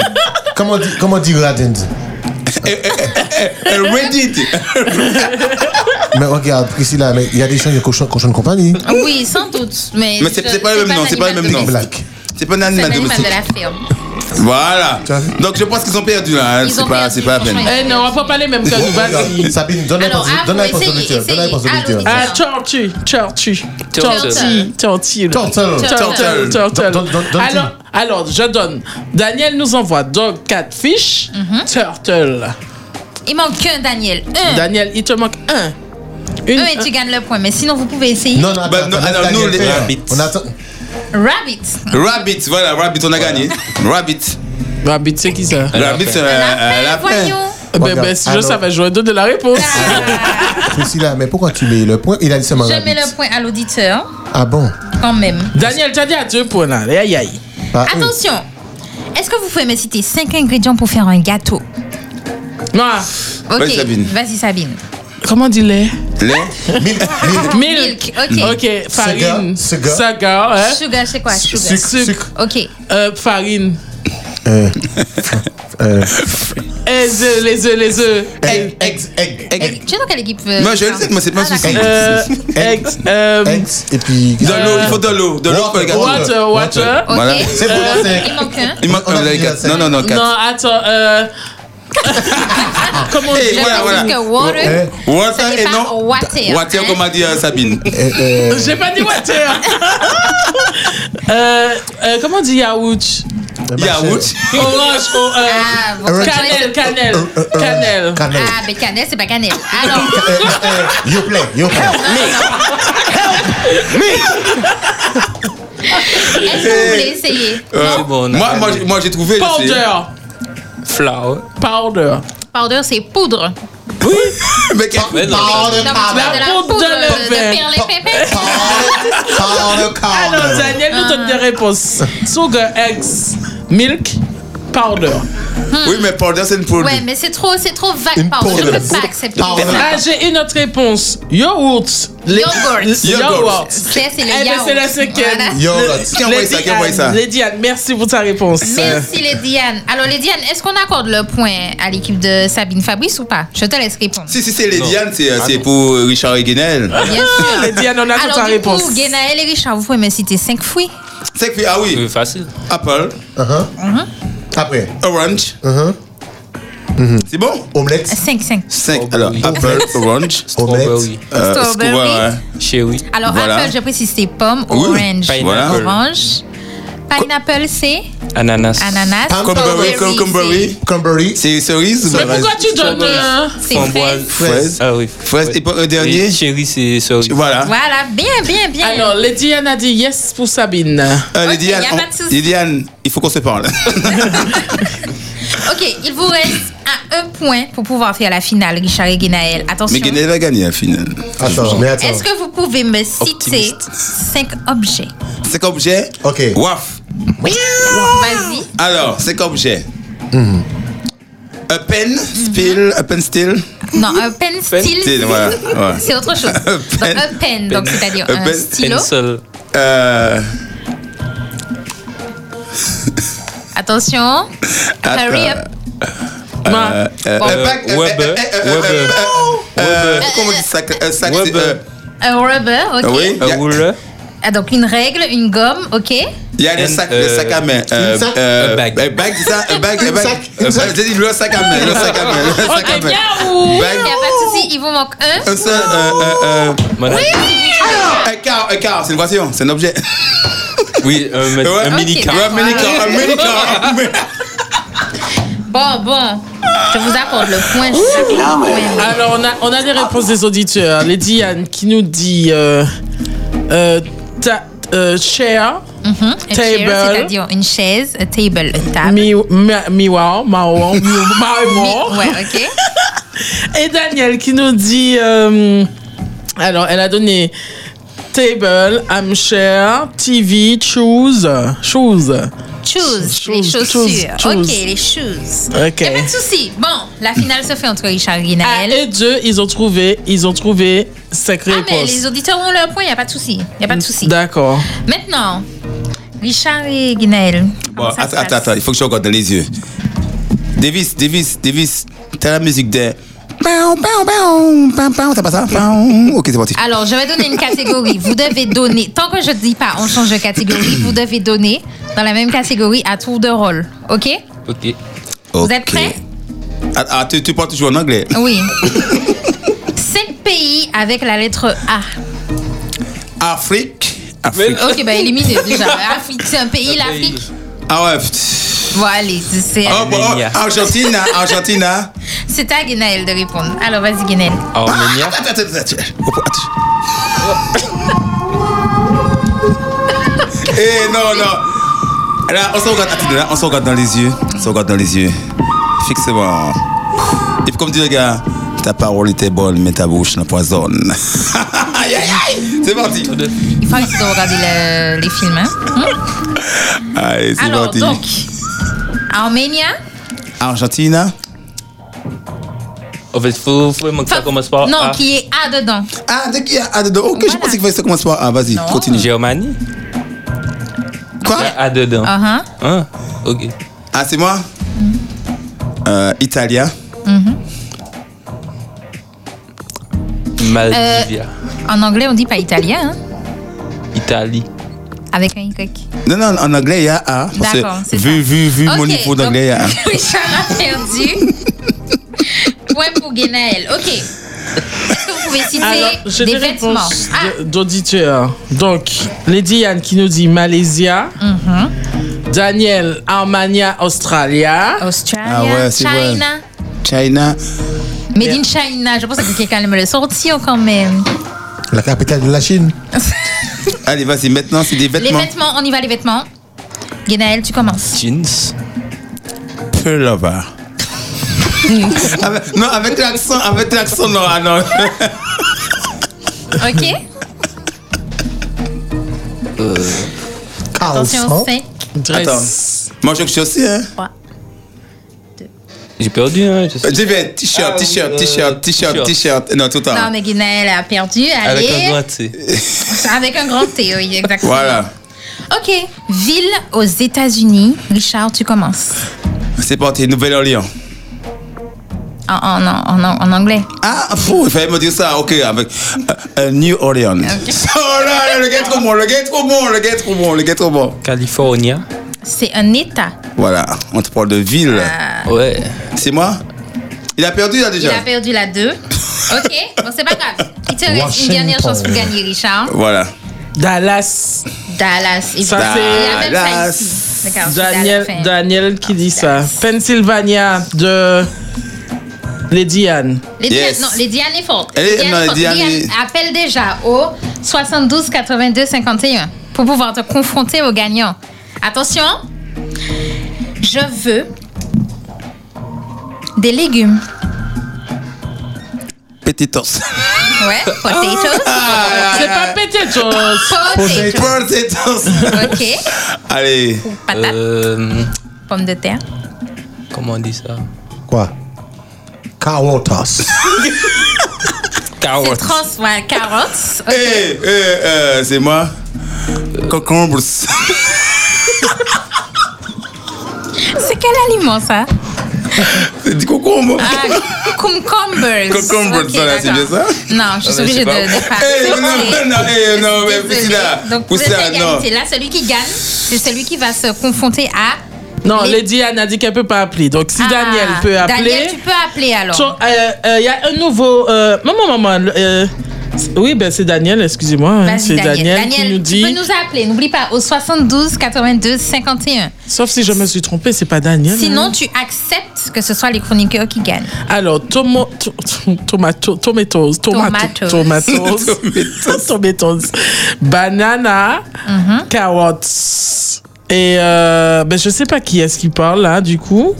[SPEAKER 11] Comment dit, comment dit Radend
[SPEAKER 3] Euh, Reddit.
[SPEAKER 11] Mais regarde, Priscilla, mais il y a des gens qui ont cochon, cochon de compagnie.
[SPEAKER 6] Ah
[SPEAKER 4] Oui, sans doute. Mais,
[SPEAKER 3] Mais c'est-
[SPEAKER 4] je-
[SPEAKER 3] c'est pas le même nom,
[SPEAKER 4] Eh, un
[SPEAKER 3] c'est pas le
[SPEAKER 4] animal
[SPEAKER 3] même nom.
[SPEAKER 4] domestique.
[SPEAKER 11] Black.
[SPEAKER 3] C'est pas un
[SPEAKER 4] C'est
[SPEAKER 3] animal
[SPEAKER 4] un animal
[SPEAKER 3] domestique.
[SPEAKER 4] de la ferme.
[SPEAKER 3] Voilà.
[SPEAKER 11] Tu as vu
[SPEAKER 3] Donc je pense qu'ils ont perdu là. hein,
[SPEAKER 4] Ils
[SPEAKER 3] C'est
[SPEAKER 4] ont
[SPEAKER 3] pas,
[SPEAKER 4] perdu,
[SPEAKER 3] c'est pas la peine.
[SPEAKER 4] franchement,
[SPEAKER 6] Eh non, on va pas les mêmes que nous, vas-y.
[SPEAKER 11] Sabine, donne la
[SPEAKER 4] Alors,
[SPEAKER 11] réponse
[SPEAKER 4] ah,
[SPEAKER 11] donne la
[SPEAKER 4] faut
[SPEAKER 11] réponse au
[SPEAKER 4] essayer,
[SPEAKER 11] auditeur. Donne la réponse au
[SPEAKER 4] essayer.
[SPEAKER 11] auditeur.
[SPEAKER 4] Ah,
[SPEAKER 6] Ah, tortue, tortue, tortue,
[SPEAKER 4] Tortue.
[SPEAKER 6] tortue. Turtle,
[SPEAKER 11] Turtle.
[SPEAKER 3] Turtle.
[SPEAKER 6] turtle.
[SPEAKER 11] Don- don- don-
[SPEAKER 6] Alors, alors, je donne. Daniel nous envoie dog, cat, fish,
[SPEAKER 4] Mhm.
[SPEAKER 6] turtle.
[SPEAKER 4] Il manque un, Daniel. Un.
[SPEAKER 6] Daniel, il te manque un. Une,
[SPEAKER 4] Un et tu gagnes le point. Mais sinon, vous pouvez essayer.
[SPEAKER 11] Non, non, attends,
[SPEAKER 3] Bah, non,
[SPEAKER 11] attends,
[SPEAKER 3] alors,
[SPEAKER 11] Daniel,
[SPEAKER 3] nous, les
[SPEAKER 11] Daniel,
[SPEAKER 3] rabbits.
[SPEAKER 11] On attend.
[SPEAKER 4] Rabbit.
[SPEAKER 3] Rabbit, voilà, Euh, Rabbit, on a gagné. Rabbit.
[SPEAKER 6] Rabbit, c'est qui ça
[SPEAKER 3] Rabbit, c'est euh, la, la fin.
[SPEAKER 4] voyons.
[SPEAKER 6] Ben,
[SPEAKER 11] Regarde,
[SPEAKER 6] ben, si je
[SPEAKER 11] alors-
[SPEAKER 6] savais, j'aurais donné la réponse.
[SPEAKER 11] Priscilla, mais pourquoi tu mets le point Il a dit seulement
[SPEAKER 4] Je
[SPEAKER 11] rabbit.
[SPEAKER 4] mets le point à l'auditeur,
[SPEAKER 11] Ah bon
[SPEAKER 4] quand même.
[SPEAKER 6] Daniel, t'as dit à deux points là. Aïe, aïe.
[SPEAKER 3] Ah,
[SPEAKER 11] Pas un.
[SPEAKER 4] Attention. Est-ce que vous pouvez me citer cinq ingrédients pour faire un gâteau
[SPEAKER 6] Moi,
[SPEAKER 4] Ok.
[SPEAKER 3] Vas-y, Sabine.
[SPEAKER 4] Vas-y, Sabine.
[SPEAKER 6] comment on dit lait
[SPEAKER 3] Lait.
[SPEAKER 6] Milk.
[SPEAKER 4] Ok.
[SPEAKER 6] Ok, farine.
[SPEAKER 11] Sugar, sugar.
[SPEAKER 6] Sugar, hein.
[SPEAKER 4] Sugar, c'est quoi Sugar.
[SPEAKER 11] Sucre. Sucre.
[SPEAKER 4] Ok.
[SPEAKER 6] Euh, farine.
[SPEAKER 11] Euh, euh,
[SPEAKER 6] Eh, Les œufs, les œufs, les œufs.
[SPEAKER 3] Eh,
[SPEAKER 11] Egg. Egg. Egg.
[SPEAKER 4] Just dans quelle équipe euh,
[SPEAKER 3] Moi, je le sais, moi, c'est pas un
[SPEAKER 4] Ah,
[SPEAKER 3] souci.
[SPEAKER 4] d'accord.
[SPEAKER 6] Ex, euh,
[SPEAKER 11] et puis. euh,
[SPEAKER 3] De l'eau, il faut de l'eau. De l'eau pour les gâteaux.
[SPEAKER 6] Water, water.
[SPEAKER 4] Ok.
[SPEAKER 3] Voilà.
[SPEAKER 4] Euh, Il manque un.
[SPEAKER 3] Il manque non, les gars, Non, non, non,
[SPEAKER 6] Non,
[SPEAKER 3] quatre.
[SPEAKER 6] attends. Euh... Comment on
[SPEAKER 3] Eh,
[SPEAKER 6] dit
[SPEAKER 3] voilà,
[SPEAKER 4] Parce
[SPEAKER 3] voilà.
[SPEAKER 4] que
[SPEAKER 5] Eh,
[SPEAKER 4] water,
[SPEAKER 3] Water
[SPEAKER 4] c'est
[SPEAKER 3] et
[SPEAKER 4] pas
[SPEAKER 3] non.
[SPEAKER 4] water. hein.
[SPEAKER 3] Water, comme a dit euh, Sabine.
[SPEAKER 5] Eh,
[SPEAKER 6] J'ai pas dit water. euh, euh, comment on dit yaourt
[SPEAKER 3] Yaourt.
[SPEAKER 6] Orange, oh, euh,
[SPEAKER 4] Ah, bon, ça,
[SPEAKER 6] cannelle,
[SPEAKER 4] c'est-
[SPEAKER 6] cannelle, cannelle.
[SPEAKER 11] Cannelle.
[SPEAKER 4] Ah, mais cannelle, c'est pas cannelle. Alors,
[SPEAKER 3] Eh,
[SPEAKER 11] Yo play, yo play.
[SPEAKER 4] est-ce que vous voulez essayer
[SPEAKER 3] Euh,
[SPEAKER 5] C'est Ah bon, on a
[SPEAKER 3] moi,
[SPEAKER 5] gagné.
[SPEAKER 3] moi, j'ai- moi, j'ai trouvé. je sais.
[SPEAKER 6] Powder,
[SPEAKER 5] Flower.
[SPEAKER 6] powder.
[SPEAKER 4] Powder, c'est poudre.
[SPEAKER 5] Oui.
[SPEAKER 3] Mais quel-
[SPEAKER 5] Mais non.
[SPEAKER 4] Non, mais c'est pas de la
[SPEAKER 6] poudre
[SPEAKER 4] poudre
[SPEAKER 6] de
[SPEAKER 4] euh, de
[SPEAKER 6] lait.
[SPEAKER 4] perles et pépés.
[SPEAKER 6] Alors Daniel nous donne des réponses. Sugar, eggs, milk, powder.
[SPEAKER 3] Oui, mais powder, c'est une poudre.
[SPEAKER 4] Hmm. Ouais, mais c'est trop, c'est trop vague. Powder, je
[SPEAKER 11] poudre.
[SPEAKER 4] peux pas accepter.
[SPEAKER 11] Powder.
[SPEAKER 4] ça.
[SPEAKER 6] Ah, j'ai une autre réponse. Yaourt. Les-
[SPEAKER 4] Yogurt.
[SPEAKER 6] Yogurt.
[SPEAKER 4] C'est c'est le
[SPEAKER 6] Eh ben,
[SPEAKER 4] yaourt.
[SPEAKER 6] c'est la cinquième.
[SPEAKER 4] Voilà.
[SPEAKER 11] Yo,
[SPEAKER 3] Qui a envoyé ça, qui a envoyé ça
[SPEAKER 6] Anne, Lady Anne, merci pour ta réponse.
[SPEAKER 4] Merci les Diane. Alors les Diane, est-ce qu'on accorde le point à l'équipe de Sabine Fabrice ou pas Je te laisse répondre.
[SPEAKER 3] Si, si, c'est les Diane, c'est
[SPEAKER 5] Ah
[SPEAKER 3] euh, c'est pour euh, Richard et Guinel.
[SPEAKER 4] Bien sûr.
[SPEAKER 6] Lady Anne, on attend
[SPEAKER 4] Alors
[SPEAKER 6] ta
[SPEAKER 4] du
[SPEAKER 6] réponse.
[SPEAKER 4] coup, Guénaël et Richard, vous pouvez me citer cinq fruits.
[SPEAKER 3] C'est que, ah oui,
[SPEAKER 5] C'est facile. Uh-huh.
[SPEAKER 3] Apple,
[SPEAKER 4] Mhm.
[SPEAKER 11] Après, Uh-huh.
[SPEAKER 3] Orange. C'est bon
[SPEAKER 11] omelette,
[SPEAKER 4] Cinq, cinq.
[SPEAKER 3] 5. Alors, Apple, Orange,
[SPEAKER 11] omelette,
[SPEAKER 5] Strawberry.
[SPEAKER 3] euh,
[SPEAKER 4] Strawberry.
[SPEAKER 3] Square,
[SPEAKER 5] Cherry.
[SPEAKER 4] Alors
[SPEAKER 3] Voilà.
[SPEAKER 4] apple, je précise c'est pomme,
[SPEAKER 3] Oui,
[SPEAKER 4] orange,
[SPEAKER 5] pineapple.
[SPEAKER 3] Voilà.
[SPEAKER 4] orange. Pineapple c'est
[SPEAKER 5] Ananas.
[SPEAKER 4] ananas.
[SPEAKER 11] Pam-
[SPEAKER 3] Cranberry,
[SPEAKER 4] Strawberry,
[SPEAKER 3] cranberry.
[SPEAKER 11] cranberry,
[SPEAKER 3] C'est cerise
[SPEAKER 6] Mais pourquoi tu donnes. euh,
[SPEAKER 4] c'est fraise.
[SPEAKER 3] Fraise.
[SPEAKER 5] Ah oui.
[SPEAKER 3] Fraise, et pas un dernier
[SPEAKER 5] Et Cherry, c'est cerise.
[SPEAKER 3] Voilà.
[SPEAKER 4] Voilà, bien, bien, bien.
[SPEAKER 6] Alors, Lady Anne a dit yes pour Sabine.
[SPEAKER 3] Euh,
[SPEAKER 4] Ok,
[SPEAKER 3] les Diane,
[SPEAKER 4] y a
[SPEAKER 3] on-
[SPEAKER 4] pas de souci.
[SPEAKER 3] les Diane, il faut qu'on se parle.
[SPEAKER 4] ok, il vous reste à un point pour pouvoir faire la finale, Richard et Guénaël. Attention.
[SPEAKER 3] Mais Guinel va gagner, hein, à la finale.
[SPEAKER 11] Attends, mais attends.
[SPEAKER 4] Est-ce que vous pouvez me citer
[SPEAKER 5] Optimiste.
[SPEAKER 4] cinq objets
[SPEAKER 3] C'est comme j'ai.
[SPEAKER 11] Ok.
[SPEAKER 3] Waf.
[SPEAKER 4] Vas-y.
[SPEAKER 3] Alors, c'est comme j'ai.
[SPEAKER 11] Mm-hmm.
[SPEAKER 3] A pen,
[SPEAKER 4] Mm-hmm.
[SPEAKER 3] spill, a pen, still.
[SPEAKER 4] Non, un pen style,
[SPEAKER 3] Style, voilà, ouais.
[SPEAKER 4] c'est autre chose. Donc,
[SPEAKER 3] pen.
[SPEAKER 4] un pen,
[SPEAKER 5] Ben,
[SPEAKER 4] donc c'est-à-dire
[SPEAKER 3] Un
[SPEAKER 4] un,
[SPEAKER 3] pen.
[SPEAKER 4] stylo.
[SPEAKER 5] Pencil.
[SPEAKER 3] Euh,
[SPEAKER 4] Attention. Hurry up. Oh.
[SPEAKER 6] Ma-
[SPEAKER 3] Ah, euh,
[SPEAKER 4] Ah. Bon.
[SPEAKER 3] un pack, euh,
[SPEAKER 5] Weber.
[SPEAKER 3] euh, euh, euh,
[SPEAKER 5] Weber.
[SPEAKER 3] euh, euh,
[SPEAKER 5] Weber.
[SPEAKER 3] Comment on dit sac Un sac,
[SPEAKER 5] Weber.
[SPEAKER 3] c'est, euh,
[SPEAKER 4] Un rubber, ok.
[SPEAKER 3] Oui.
[SPEAKER 5] Un ruler.
[SPEAKER 4] Ah, donc une règle, une gomme, ok.
[SPEAKER 3] Il y a le
[SPEAKER 5] And,
[SPEAKER 3] sac,
[SPEAKER 5] euh,
[SPEAKER 3] le sac à main. euh,
[SPEAKER 11] une sac-
[SPEAKER 5] un bag.
[SPEAKER 3] Un bag, c'est ça Un bag, un bag.
[SPEAKER 11] sac-
[SPEAKER 3] Un bag, J'ai dit le sac à main, le sac à main, le
[SPEAKER 5] Oh,
[SPEAKER 3] sac à main.
[SPEAKER 6] Yaourt.
[SPEAKER 4] Il n'y a
[SPEAKER 3] Bag,
[SPEAKER 4] pas de souci, il vous manque un.
[SPEAKER 3] un seul, euh, euh, euh,
[SPEAKER 5] Madame-
[SPEAKER 3] un quart, un quart, c'est une voiture, c'est un objet.
[SPEAKER 5] Oui, un, mini
[SPEAKER 3] Ouais.
[SPEAKER 5] un
[SPEAKER 3] Ok.
[SPEAKER 5] mini-car.
[SPEAKER 3] Ouais, un mini-car, un mini-car, un mini-
[SPEAKER 4] Bon, bon. Je vous accorde le point. chaque point.
[SPEAKER 6] Alors, on a, on a des réponses des auditeurs. Lady Anne qui nous dit euh, euh, ta- euh, chair,
[SPEAKER 4] Mhm. Un chair,
[SPEAKER 6] Table.
[SPEAKER 4] C'est-à-dire une chaise, a table, une table.
[SPEAKER 6] mi- mi- miroir, marron, mi- marron.
[SPEAKER 4] Mi- Ouais, ok.
[SPEAKER 6] Et Daniel qui nous dit. euh, alors, elle a donné table, armchair, TV, shoes, shoes.
[SPEAKER 4] Choose,
[SPEAKER 6] Choose,
[SPEAKER 4] les chaussures.
[SPEAKER 6] choose, choose.
[SPEAKER 4] Ok, les shoes.
[SPEAKER 6] Ok.
[SPEAKER 4] Y a pas de souci. Bon, la finale se fait entre Richard et
[SPEAKER 6] Ah,
[SPEAKER 4] Guinaël.
[SPEAKER 6] et deux, ils ont trouvé, ils ont trouvé cinq
[SPEAKER 4] Ah, mais
[SPEAKER 6] réponses.
[SPEAKER 4] les auditeurs ont leur point, il n'y a pas de souci. Y a pas de souci.
[SPEAKER 6] D'accord.
[SPEAKER 4] Maintenant, Richard et Guinaël.
[SPEAKER 3] Bon,
[SPEAKER 4] comment Ah, ça se
[SPEAKER 3] attends, attends,
[SPEAKER 4] passe
[SPEAKER 3] attends, il faut que je regarde dans les yeux. Davis, Davis, Davis, t'as la musique de. Bam, bam, bam, bam, bam, t'as pas ça Bam. Ok, c'est parti.
[SPEAKER 4] Alors, je vais donner une catégorie. Vous devez donner, tant que je ne dis pas on change de catégorie, vous devez donner dans la même catégorie à tour de rôle. OK
[SPEAKER 5] Ok.
[SPEAKER 4] Vous êtes prêts
[SPEAKER 3] Ah, ah, tu, tu parles toujours en anglais
[SPEAKER 4] Oui. Cinq pays avec la lettre A.
[SPEAKER 3] Afrique Afrique.
[SPEAKER 4] OK, bah éliminez déjà. Afrique, c'est un pays, l'Afrique.
[SPEAKER 3] Ah ouais. pff.
[SPEAKER 4] Bon, allez, c'est- c'est
[SPEAKER 3] Oh, bon, oh,
[SPEAKER 5] Arménia.
[SPEAKER 3] Argentine, hein, Argentine. hein.
[SPEAKER 4] c'est à Guinaël de répondre. Alors, vas-y, Guinaël.
[SPEAKER 5] Arménia.
[SPEAKER 3] Ah, Attends, attends, attends, attends. Attends. Eh non, non. Là, on se regarde, attends, là, on se regarde dans les yeux. On se regarde dans les yeux. Fixement. Et puis comme dit le gars, ta parole était bonne, mais ta bouche l'empoisonne. aïe, aïe, aïe. C'est parti.
[SPEAKER 4] Il faut arrêter de regarder le- les films. hein. Hein
[SPEAKER 3] Allez, c'est
[SPEAKER 4] Alors,
[SPEAKER 3] parti.
[SPEAKER 4] donc, Arménia,
[SPEAKER 3] Argentine.
[SPEAKER 5] En fait, faut, faut vraiment que ça
[SPEAKER 4] Enfin,
[SPEAKER 5] commence
[SPEAKER 6] Oh,
[SPEAKER 5] par
[SPEAKER 4] non,
[SPEAKER 5] A.
[SPEAKER 4] qui est A dedans.
[SPEAKER 3] Ah, dès qu'il y a ah, dedans. Ok, je
[SPEAKER 4] Voilà.
[SPEAKER 3] pensais qu'il fallait que ça commence par. Ah, vas-y,
[SPEAKER 4] Non.
[SPEAKER 3] continue.
[SPEAKER 5] Germanie.
[SPEAKER 3] Quoi
[SPEAKER 5] Il y a A dedans.
[SPEAKER 4] Ah, Mm. hein.
[SPEAKER 5] Hein? Ok.
[SPEAKER 3] Ah, c'est moi
[SPEAKER 4] Mhm.
[SPEAKER 3] euh, Italien.
[SPEAKER 5] Maldivia.
[SPEAKER 4] Euh, En anglais, on dit pas italien, hein,
[SPEAKER 5] Italie.
[SPEAKER 4] avec un Y.
[SPEAKER 3] Non, non, en anglais, il y a A. parce que
[SPEAKER 4] D'accord, c'est
[SPEAKER 3] vu, vu, vu mon
[SPEAKER 4] Ok,
[SPEAKER 3] niveau
[SPEAKER 4] donc-
[SPEAKER 3] d'anglais, hein. il y a A.
[SPEAKER 4] Richard a perdu. Point pour Guénaël. Ok. Est-ce que vous pouvez citer
[SPEAKER 6] Alors, j'ai
[SPEAKER 4] des
[SPEAKER 6] des
[SPEAKER 4] vêtements Ah.
[SPEAKER 6] réponses de- d'auditeurs. Donc, Lady Anne qui nous dit Malaysia.
[SPEAKER 4] Mhm.
[SPEAKER 6] Daniel, Armania, Australia.
[SPEAKER 4] Australia.
[SPEAKER 3] Ah ouais, c'est vrai.
[SPEAKER 4] China.
[SPEAKER 3] China.
[SPEAKER 4] Made in China. Je pensais que quelqu'un allait me le sortir quand même.
[SPEAKER 3] La capitale de la Chine. Allez, vas-y, maintenant, c'est des vêtements.
[SPEAKER 4] Les vêtements, on y va, les vêtements. Guénaël, tu commences.
[SPEAKER 3] Jeans. Pullover. Avec- non, avec l'accent, avec l'accent, non, ah non.
[SPEAKER 4] Ok.
[SPEAKER 3] Euh,
[SPEAKER 4] Attention, c'est.
[SPEAKER 3] Attends. Moi, je suis aussi, hein. J'ai perdu, hein. J'ai vu un t-shirt, t-shirt, t-shirt, Ah, t-shirt, t-shirt. Non, tout le
[SPEAKER 4] Non,
[SPEAKER 3] temps.
[SPEAKER 4] mais Guénaël a perdu.
[SPEAKER 3] Avec
[SPEAKER 4] Allez.
[SPEAKER 3] un grand
[SPEAKER 4] Avec un grand T, oui, exactement.
[SPEAKER 3] Voilà.
[SPEAKER 4] Ok. Ville aux États-Unis. Richard, tu commences.
[SPEAKER 3] C'est parti, Nouvelle-Orléans.
[SPEAKER 4] En, en, en, en- en anglais.
[SPEAKER 3] Ah, fou, il fallait me dire ça. Ok, avec euh, euh, New Orleans. Oh là là, le gars est trop bon, le gars est trop bon, le gars est trop bon, le gars est trop bon. California.
[SPEAKER 4] C'est un État. Euh,
[SPEAKER 3] Voilà, on te parle de ville. Ouais. C'est moi Ah, Il a perdu là Ah, déjà
[SPEAKER 4] Il a perdu la 2. Ok, bon, c'est pas grave. Il te reste une
[SPEAKER 3] Washington.
[SPEAKER 4] dernière chance pour gagner, Richard.
[SPEAKER 3] Voilà.
[SPEAKER 6] Dallas.
[SPEAKER 4] Dallas. Et
[SPEAKER 6] Ça,
[SPEAKER 4] puis, il y a
[SPEAKER 6] c'est-
[SPEAKER 4] même ça
[SPEAKER 6] Dallas.
[SPEAKER 4] ici. D'accord, c'est
[SPEAKER 6] Daniel,
[SPEAKER 4] Dallas.
[SPEAKER 6] Daniel qui dit ça. Pennsylvania de Lady Anne.
[SPEAKER 4] Les Diane, non, les Diane est forte.
[SPEAKER 6] Elle est- non, les
[SPEAKER 4] forte.
[SPEAKER 6] Diane
[SPEAKER 4] appelle déjà au 72 82 51 pour pouvoir te confronter au gagnant. Attention, je veux des légumes.
[SPEAKER 3] Petitos.
[SPEAKER 4] Ouais,
[SPEAKER 6] Ah,
[SPEAKER 4] potatoes.
[SPEAKER 6] C'est pas potatoes.
[SPEAKER 4] Potatoes. Ok,
[SPEAKER 3] Allez.
[SPEAKER 4] Patate. pommes de terre.
[SPEAKER 5] Euh, comment on dit ça
[SPEAKER 11] Quoi Carotas.
[SPEAKER 4] C'est
[SPEAKER 3] Carottes.
[SPEAKER 4] trans, ouais, carottes.
[SPEAKER 3] Eh, eh, euh, c'est moi Concombres.
[SPEAKER 4] C'est quel aliment ça
[SPEAKER 3] C'est du concombre.
[SPEAKER 4] Ah, cucumbers.
[SPEAKER 3] Cucumbers,
[SPEAKER 4] Ok,
[SPEAKER 3] voilà, c'est bien ça Ah,
[SPEAKER 4] d'accord. Non, je suis obligée de, de faire.
[SPEAKER 3] Eh, non, non, eh, non, mais Poussina,
[SPEAKER 4] Donc, vous êtes
[SPEAKER 3] Poussina, non.
[SPEAKER 4] égalité. Là, celui qui gagne, c'est celui qui va se confronter à.
[SPEAKER 6] Non,
[SPEAKER 4] les-
[SPEAKER 6] Lady Anne a dit qu'elle peut pas appeler. Donc si
[SPEAKER 4] Ah,
[SPEAKER 6] Daniel peut appeler.
[SPEAKER 4] Daniel, tu peux appeler alors.
[SPEAKER 6] So, euh, euh, Il y a un nouveau. euh, maman, maman. euh, c'est- oui, ben c'est Daniel, excusez-moi. hein,
[SPEAKER 4] Vas-y,
[SPEAKER 6] c'est Daniel, qui nous dit.
[SPEAKER 4] Tu peux nous appeler, n'oublie pas, au 72 82 51.
[SPEAKER 6] Sauf si je me suis trompée, c'est pas Daniel.
[SPEAKER 4] Sinon,
[SPEAKER 6] hein.
[SPEAKER 4] tu acceptes que ce soit les chroniqueurs qui gagnent.
[SPEAKER 6] Alors, tomo, to- to- tomato, tomatoes, tomato-
[SPEAKER 4] Tomatoes.
[SPEAKER 6] tomatoes, tomatoes, banana,
[SPEAKER 4] Mhm.
[SPEAKER 6] carottes. Et euh, ben, je sais pas qui est-ce qui parle là, du coup.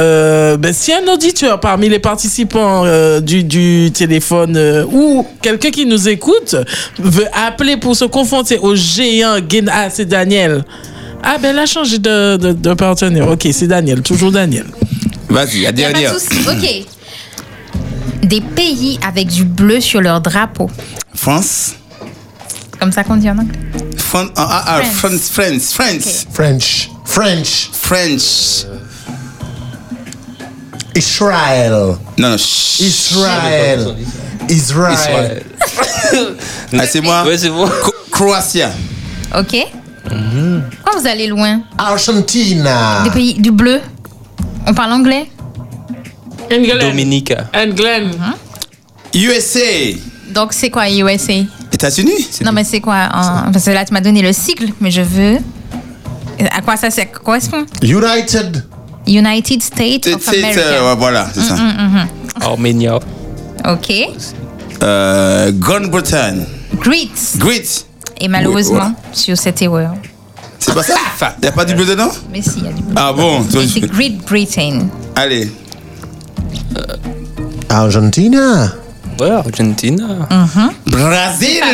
[SPEAKER 6] Euh, ben, si un auditeur parmi les participants euh, du, du téléphone euh, ou quelqu'un qui nous écoute veut appeler pour se confronter au géant Guin- ah, c'est Daniel. Ah ben elle a changé de, de, de partenaire. Ok, c'est Daniel, toujours Daniel.
[SPEAKER 3] Vas-y, la
[SPEAKER 4] Pas de
[SPEAKER 3] dernière.
[SPEAKER 4] souci. Ok. Des pays avec du bleu sur leur drapeau.
[SPEAKER 3] France.
[SPEAKER 4] Comme ça qu'on dit en anglais.
[SPEAKER 3] Fran- ah, ah, ah, France. France. France. French. French. French. Israël. Non, non.
[SPEAKER 11] Israël. Israël.
[SPEAKER 3] Ah, c'est moi. c'est moi. Croatia.
[SPEAKER 4] Ok. Pourquoi vous allez loin
[SPEAKER 11] Argentine.
[SPEAKER 3] Ah.
[SPEAKER 4] Des pays du bleu. On parle anglais
[SPEAKER 5] Dominica.
[SPEAKER 3] Mm-hmm. USA.
[SPEAKER 4] Donc c'est quoi USA
[SPEAKER 3] États-Unis.
[SPEAKER 4] Non mais c'est quoi en- Parce que là tu m'as donné le sigle, mais je veux. À quoi ça sert- correspond
[SPEAKER 11] United.
[SPEAKER 4] United States of
[SPEAKER 3] C'est,
[SPEAKER 4] America.
[SPEAKER 3] euh, ouais, voilà, c'est ça.
[SPEAKER 4] Mm, mm, mm.
[SPEAKER 5] Oh,
[SPEAKER 3] Arménia.
[SPEAKER 4] Ok.
[SPEAKER 3] Euh, Grande-Bretagne.
[SPEAKER 4] Greets.
[SPEAKER 3] Great.
[SPEAKER 4] Et malheureusement,
[SPEAKER 3] Ouais,
[SPEAKER 4] sur cette erreur.
[SPEAKER 3] C'est pas ça Il a pas du bleu dedans
[SPEAKER 4] Mais si, il y a du
[SPEAKER 3] Ah bon toi,
[SPEAKER 4] C'est Great Britain.
[SPEAKER 3] Allez.
[SPEAKER 11] Euh, Argentina.
[SPEAKER 5] Ouais, Argentina.
[SPEAKER 4] Mhm.
[SPEAKER 3] Brésil.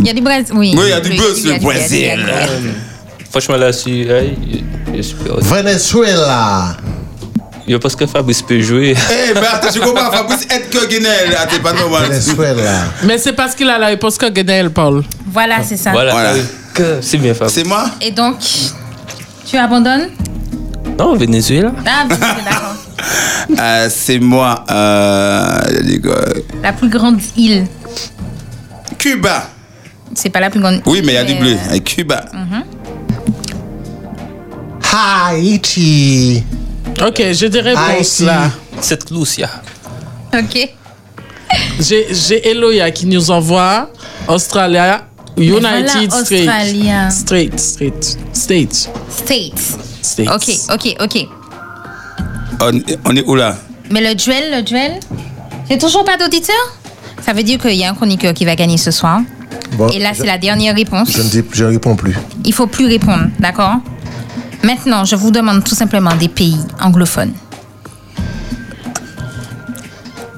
[SPEAKER 4] Il y a du Brésil. Oui, il y a du- il y a du- il y a du-
[SPEAKER 5] Franchement, là, si. hey, je- je suis perdu.
[SPEAKER 11] Venezuela.
[SPEAKER 5] Je pense que Fabrice peut jouer.
[SPEAKER 3] Eh, ben attends, je comprends, Fabrice, être que Guinée, là, t'es pas normal.
[SPEAKER 11] Venezuela.
[SPEAKER 6] Mais c'est parce qu'il a la réponse que Guénel parle.
[SPEAKER 4] Voilà, c'est ça.
[SPEAKER 5] C'est bien, Fabrice.
[SPEAKER 3] C'est moi
[SPEAKER 4] Et donc, tu abandonnes
[SPEAKER 5] Non, Venezuela.
[SPEAKER 4] Ah, d'accord.
[SPEAKER 3] Euh, c'est moi. euh, je dis quoi
[SPEAKER 4] La plus grande île.
[SPEAKER 3] Cuba.
[SPEAKER 4] C'est pas la plus grande
[SPEAKER 3] oui, mais il y a
[SPEAKER 4] île, euh,
[SPEAKER 3] du bleu. Et Cuba.
[SPEAKER 11] Haïti.
[SPEAKER 6] Ok, j'ai des réponses
[SPEAKER 11] Haïti.
[SPEAKER 6] là.
[SPEAKER 5] Cette Lucia.
[SPEAKER 4] Ok.
[SPEAKER 6] J'ai j'ai Eloya qui nous envoie Australia, United
[SPEAKER 4] voilà,
[SPEAKER 6] States.
[SPEAKER 4] Australia.
[SPEAKER 6] Straight, straight, state.
[SPEAKER 4] States.
[SPEAKER 6] States.
[SPEAKER 4] Ok, ok, ok.
[SPEAKER 3] On, on est où là
[SPEAKER 4] Mais le duel, le duel J'ai toujours pas d'auditeur Ça veut dire qu'il y a un chroniqueur qui va gagner ce soir.
[SPEAKER 7] Bon,
[SPEAKER 4] Et là,
[SPEAKER 7] je-
[SPEAKER 4] c'est la dernière réponse.
[SPEAKER 7] Je ne dis, je ne réponds plus.
[SPEAKER 4] Il faut plus répondre, d'accord Maintenant, je vous demande tout simplement des pays anglophones.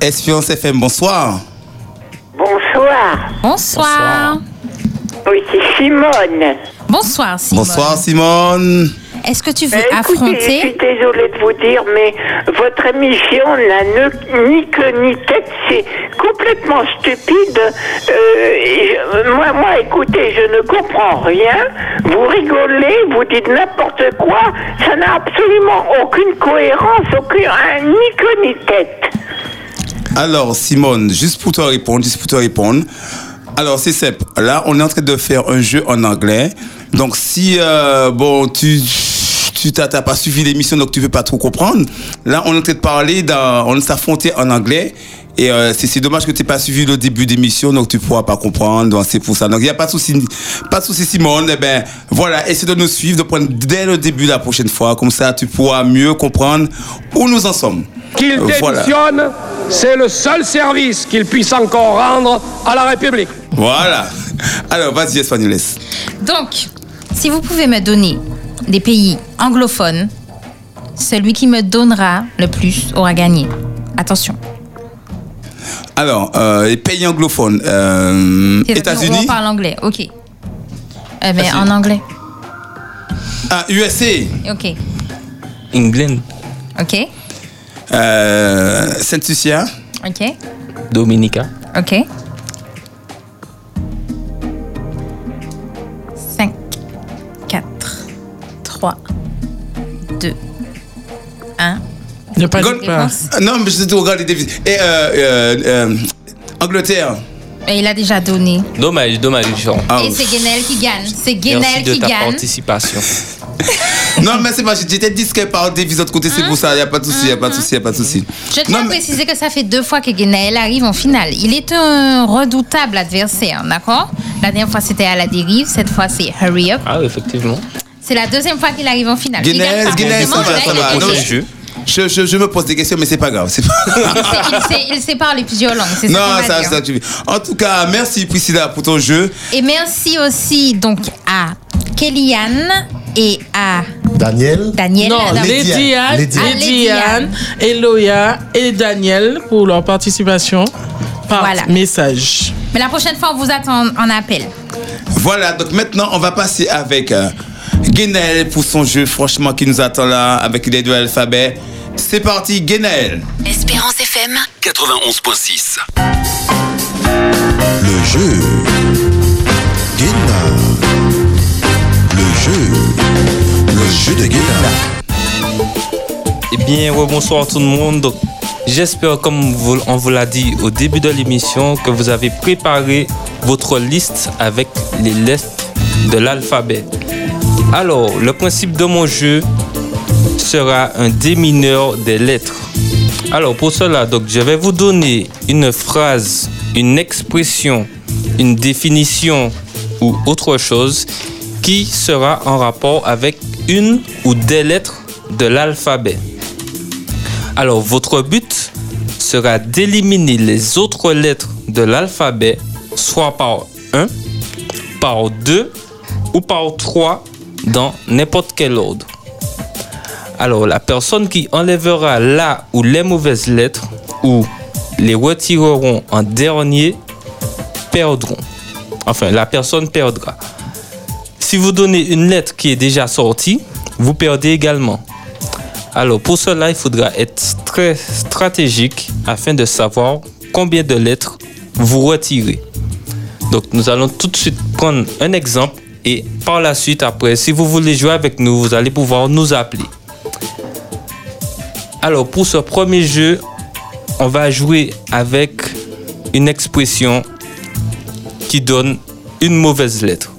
[SPEAKER 3] Espérance FM, bonsoir.
[SPEAKER 4] Bonsoir. Bonsoir.
[SPEAKER 9] Oui, c'est Simone.
[SPEAKER 4] Bonsoir, Simone.
[SPEAKER 3] Bonsoir Simone.
[SPEAKER 4] Est-ce que tu veux
[SPEAKER 9] Eh, écoutez, Je
[SPEAKER 4] affronter
[SPEAKER 9] suis désolée de vous dire, mais votre émission n'a ne- ni queue ni tête, c'est complètement stupide. Euh, je- moi, moi, écoutez, je ne comprends rien. Vous rigolez, vous dites n'importe quoi. Ça n'a absolument aucune cohérence, aucune un- ni queue ni tête.
[SPEAKER 3] Alors Simone, juste pour te répondre, juste pour te répondre. Alors c'est simple. Là, on est en train de faire un jeu en anglais. Donc si euh, bon tu tu t'as t'as pas suivi l'émission donc tu peux pas trop comprendre. Là, on est en train de parler d'un- on s'affrontait en anglais. Et euh, c'est c'est dommage que tu n'aies pas suivi le début d'émission, donc tu pourras pas comprendre. Donc c'est pour ça. Donc il n'y a pas de souci, pas de souci Simone. Eh ben voilà, essaie de nous suivre, de prendre dès le début la prochaine fois. Comme ça, tu pourras mieux comprendre où nous en sommes.
[SPEAKER 12] Qu'il
[SPEAKER 3] Euh, voilà.
[SPEAKER 12] démissionne, c'est le seul service qu'il puisse encore rendre à la République.
[SPEAKER 3] Voilà. Alors, vas-y, Espagnoles.
[SPEAKER 4] Donc, si vous pouvez me donner des pays anglophones, celui qui me donnera le plus aura gagné. Attention.
[SPEAKER 3] Alors, euh, les pays anglophones. euh,
[SPEAKER 4] C'est- On
[SPEAKER 3] États-Unis.
[SPEAKER 4] parle anglais, ok. Eh ben, en anglais, hein.
[SPEAKER 3] Ah, USA.
[SPEAKER 4] ok.
[SPEAKER 5] England.
[SPEAKER 4] Ok,
[SPEAKER 3] Euh, Sainte-Lucia.
[SPEAKER 4] ok,
[SPEAKER 5] Dominica.
[SPEAKER 4] ok. 5, 4, 3, 2, 1.
[SPEAKER 6] Ne pas
[SPEAKER 3] Gold- Ah, Non, mais je te regarde les devises. Et euh, euh, euh, Angleterre. Ah.
[SPEAKER 4] Et il a déjà donné.
[SPEAKER 5] Dommage, dommage, Jean.
[SPEAKER 4] Et c'est Guenel qui gagne. C'est
[SPEAKER 5] Ah, Merci
[SPEAKER 4] Guenel
[SPEAKER 5] de
[SPEAKER 4] qui
[SPEAKER 5] ta
[SPEAKER 4] gagne.
[SPEAKER 5] participation.
[SPEAKER 3] non, mais c'est pas, j'étais discret par devise de l'autre côté,
[SPEAKER 4] Hein
[SPEAKER 3] c'est pour ça. Il n'y a pas de souci, il n'y a pas de souci, il a pas de souci.
[SPEAKER 4] Je tiens à préciser que ça fait deux fois que Guenaël arrive en finale. Il est un redoutable adversaire, d'accord La dernière fois, c'était à la dérive. Cette fois, c'est Hurry Up.
[SPEAKER 5] Ah, effectivement.
[SPEAKER 4] C'est la deuxième fois qu'il arrive en finale. Il gagne
[SPEAKER 3] Guinness,
[SPEAKER 4] pas
[SPEAKER 3] Guinness, ça
[SPEAKER 4] forcément,
[SPEAKER 3] va,
[SPEAKER 4] mais
[SPEAKER 3] ça
[SPEAKER 4] il
[SPEAKER 3] va.
[SPEAKER 4] gagne.
[SPEAKER 3] Non, je, je, je- je me pose des questions, mais c'est pas grave. C'est pas
[SPEAKER 4] Il sait- Il sépare les plusieurs langues. c'est ce qu'on
[SPEAKER 3] Non,
[SPEAKER 4] va
[SPEAKER 3] ça,
[SPEAKER 4] dire.
[SPEAKER 3] ça, tu En tout cas, merci Priscilla pour ton jeu.
[SPEAKER 4] Et merci aussi donc à Kellyanne et à
[SPEAKER 11] Daniel.
[SPEAKER 4] Daniel.
[SPEAKER 6] Non,
[SPEAKER 4] madame.
[SPEAKER 6] Lady Anne,
[SPEAKER 4] Ah, Lady Anne.
[SPEAKER 6] Eloya et Daniel pour leur participation par
[SPEAKER 4] Voilà.
[SPEAKER 6] message.
[SPEAKER 4] Mais la prochaine fois, on vous attend en appel.
[SPEAKER 3] Voilà, donc maintenant, on va passer avec euh, Guénel pour son jeu, franchement, qui nous attend là, avec les deux alphabets. C'est parti, Guénel.
[SPEAKER 13] Espérance FM.
[SPEAKER 10] 91.6.
[SPEAKER 1] Le jeu. Guéna. Le jeu. Le jeu de Guéna.
[SPEAKER 5] Eh bien, ouais, bonsoir tout le monde. Donc, J'espère, comme vous- on vous l'a dit au début de l'émission, que vous avez préparé votre liste avec les lettres de l'alphabet. Alors, le principe de mon jeu sera un démineur des lettres. Alors, pour cela, donc, je vais vous donner une phrase, une expression, une définition ou autre chose qui sera en rapport avec une ou des lettres de l'alphabet. Alors, votre but sera d'éliminer les autres lettres de l'alphabet, soit par 1, par 2 ou par 3 dans n'importe quel ordre. Alors, la personne qui enlèvera la ou les mauvaises lettres ou les retireront en dernier perdront. Enfin, la personne perdra. Si vous donnez une lettre qui est déjà sortie, vous perdez également. Alors pour cela, il faudra être très stratégique afin de savoir combien de lettres vous retirez. Donc nous allons tout de suite prendre un exemple et par la suite après, si vous voulez jouer avec nous, vous allez pouvoir nous appeler. Alors, pour ce premier jeu, on va jouer avec une expression qui donne une mauvaise lettre.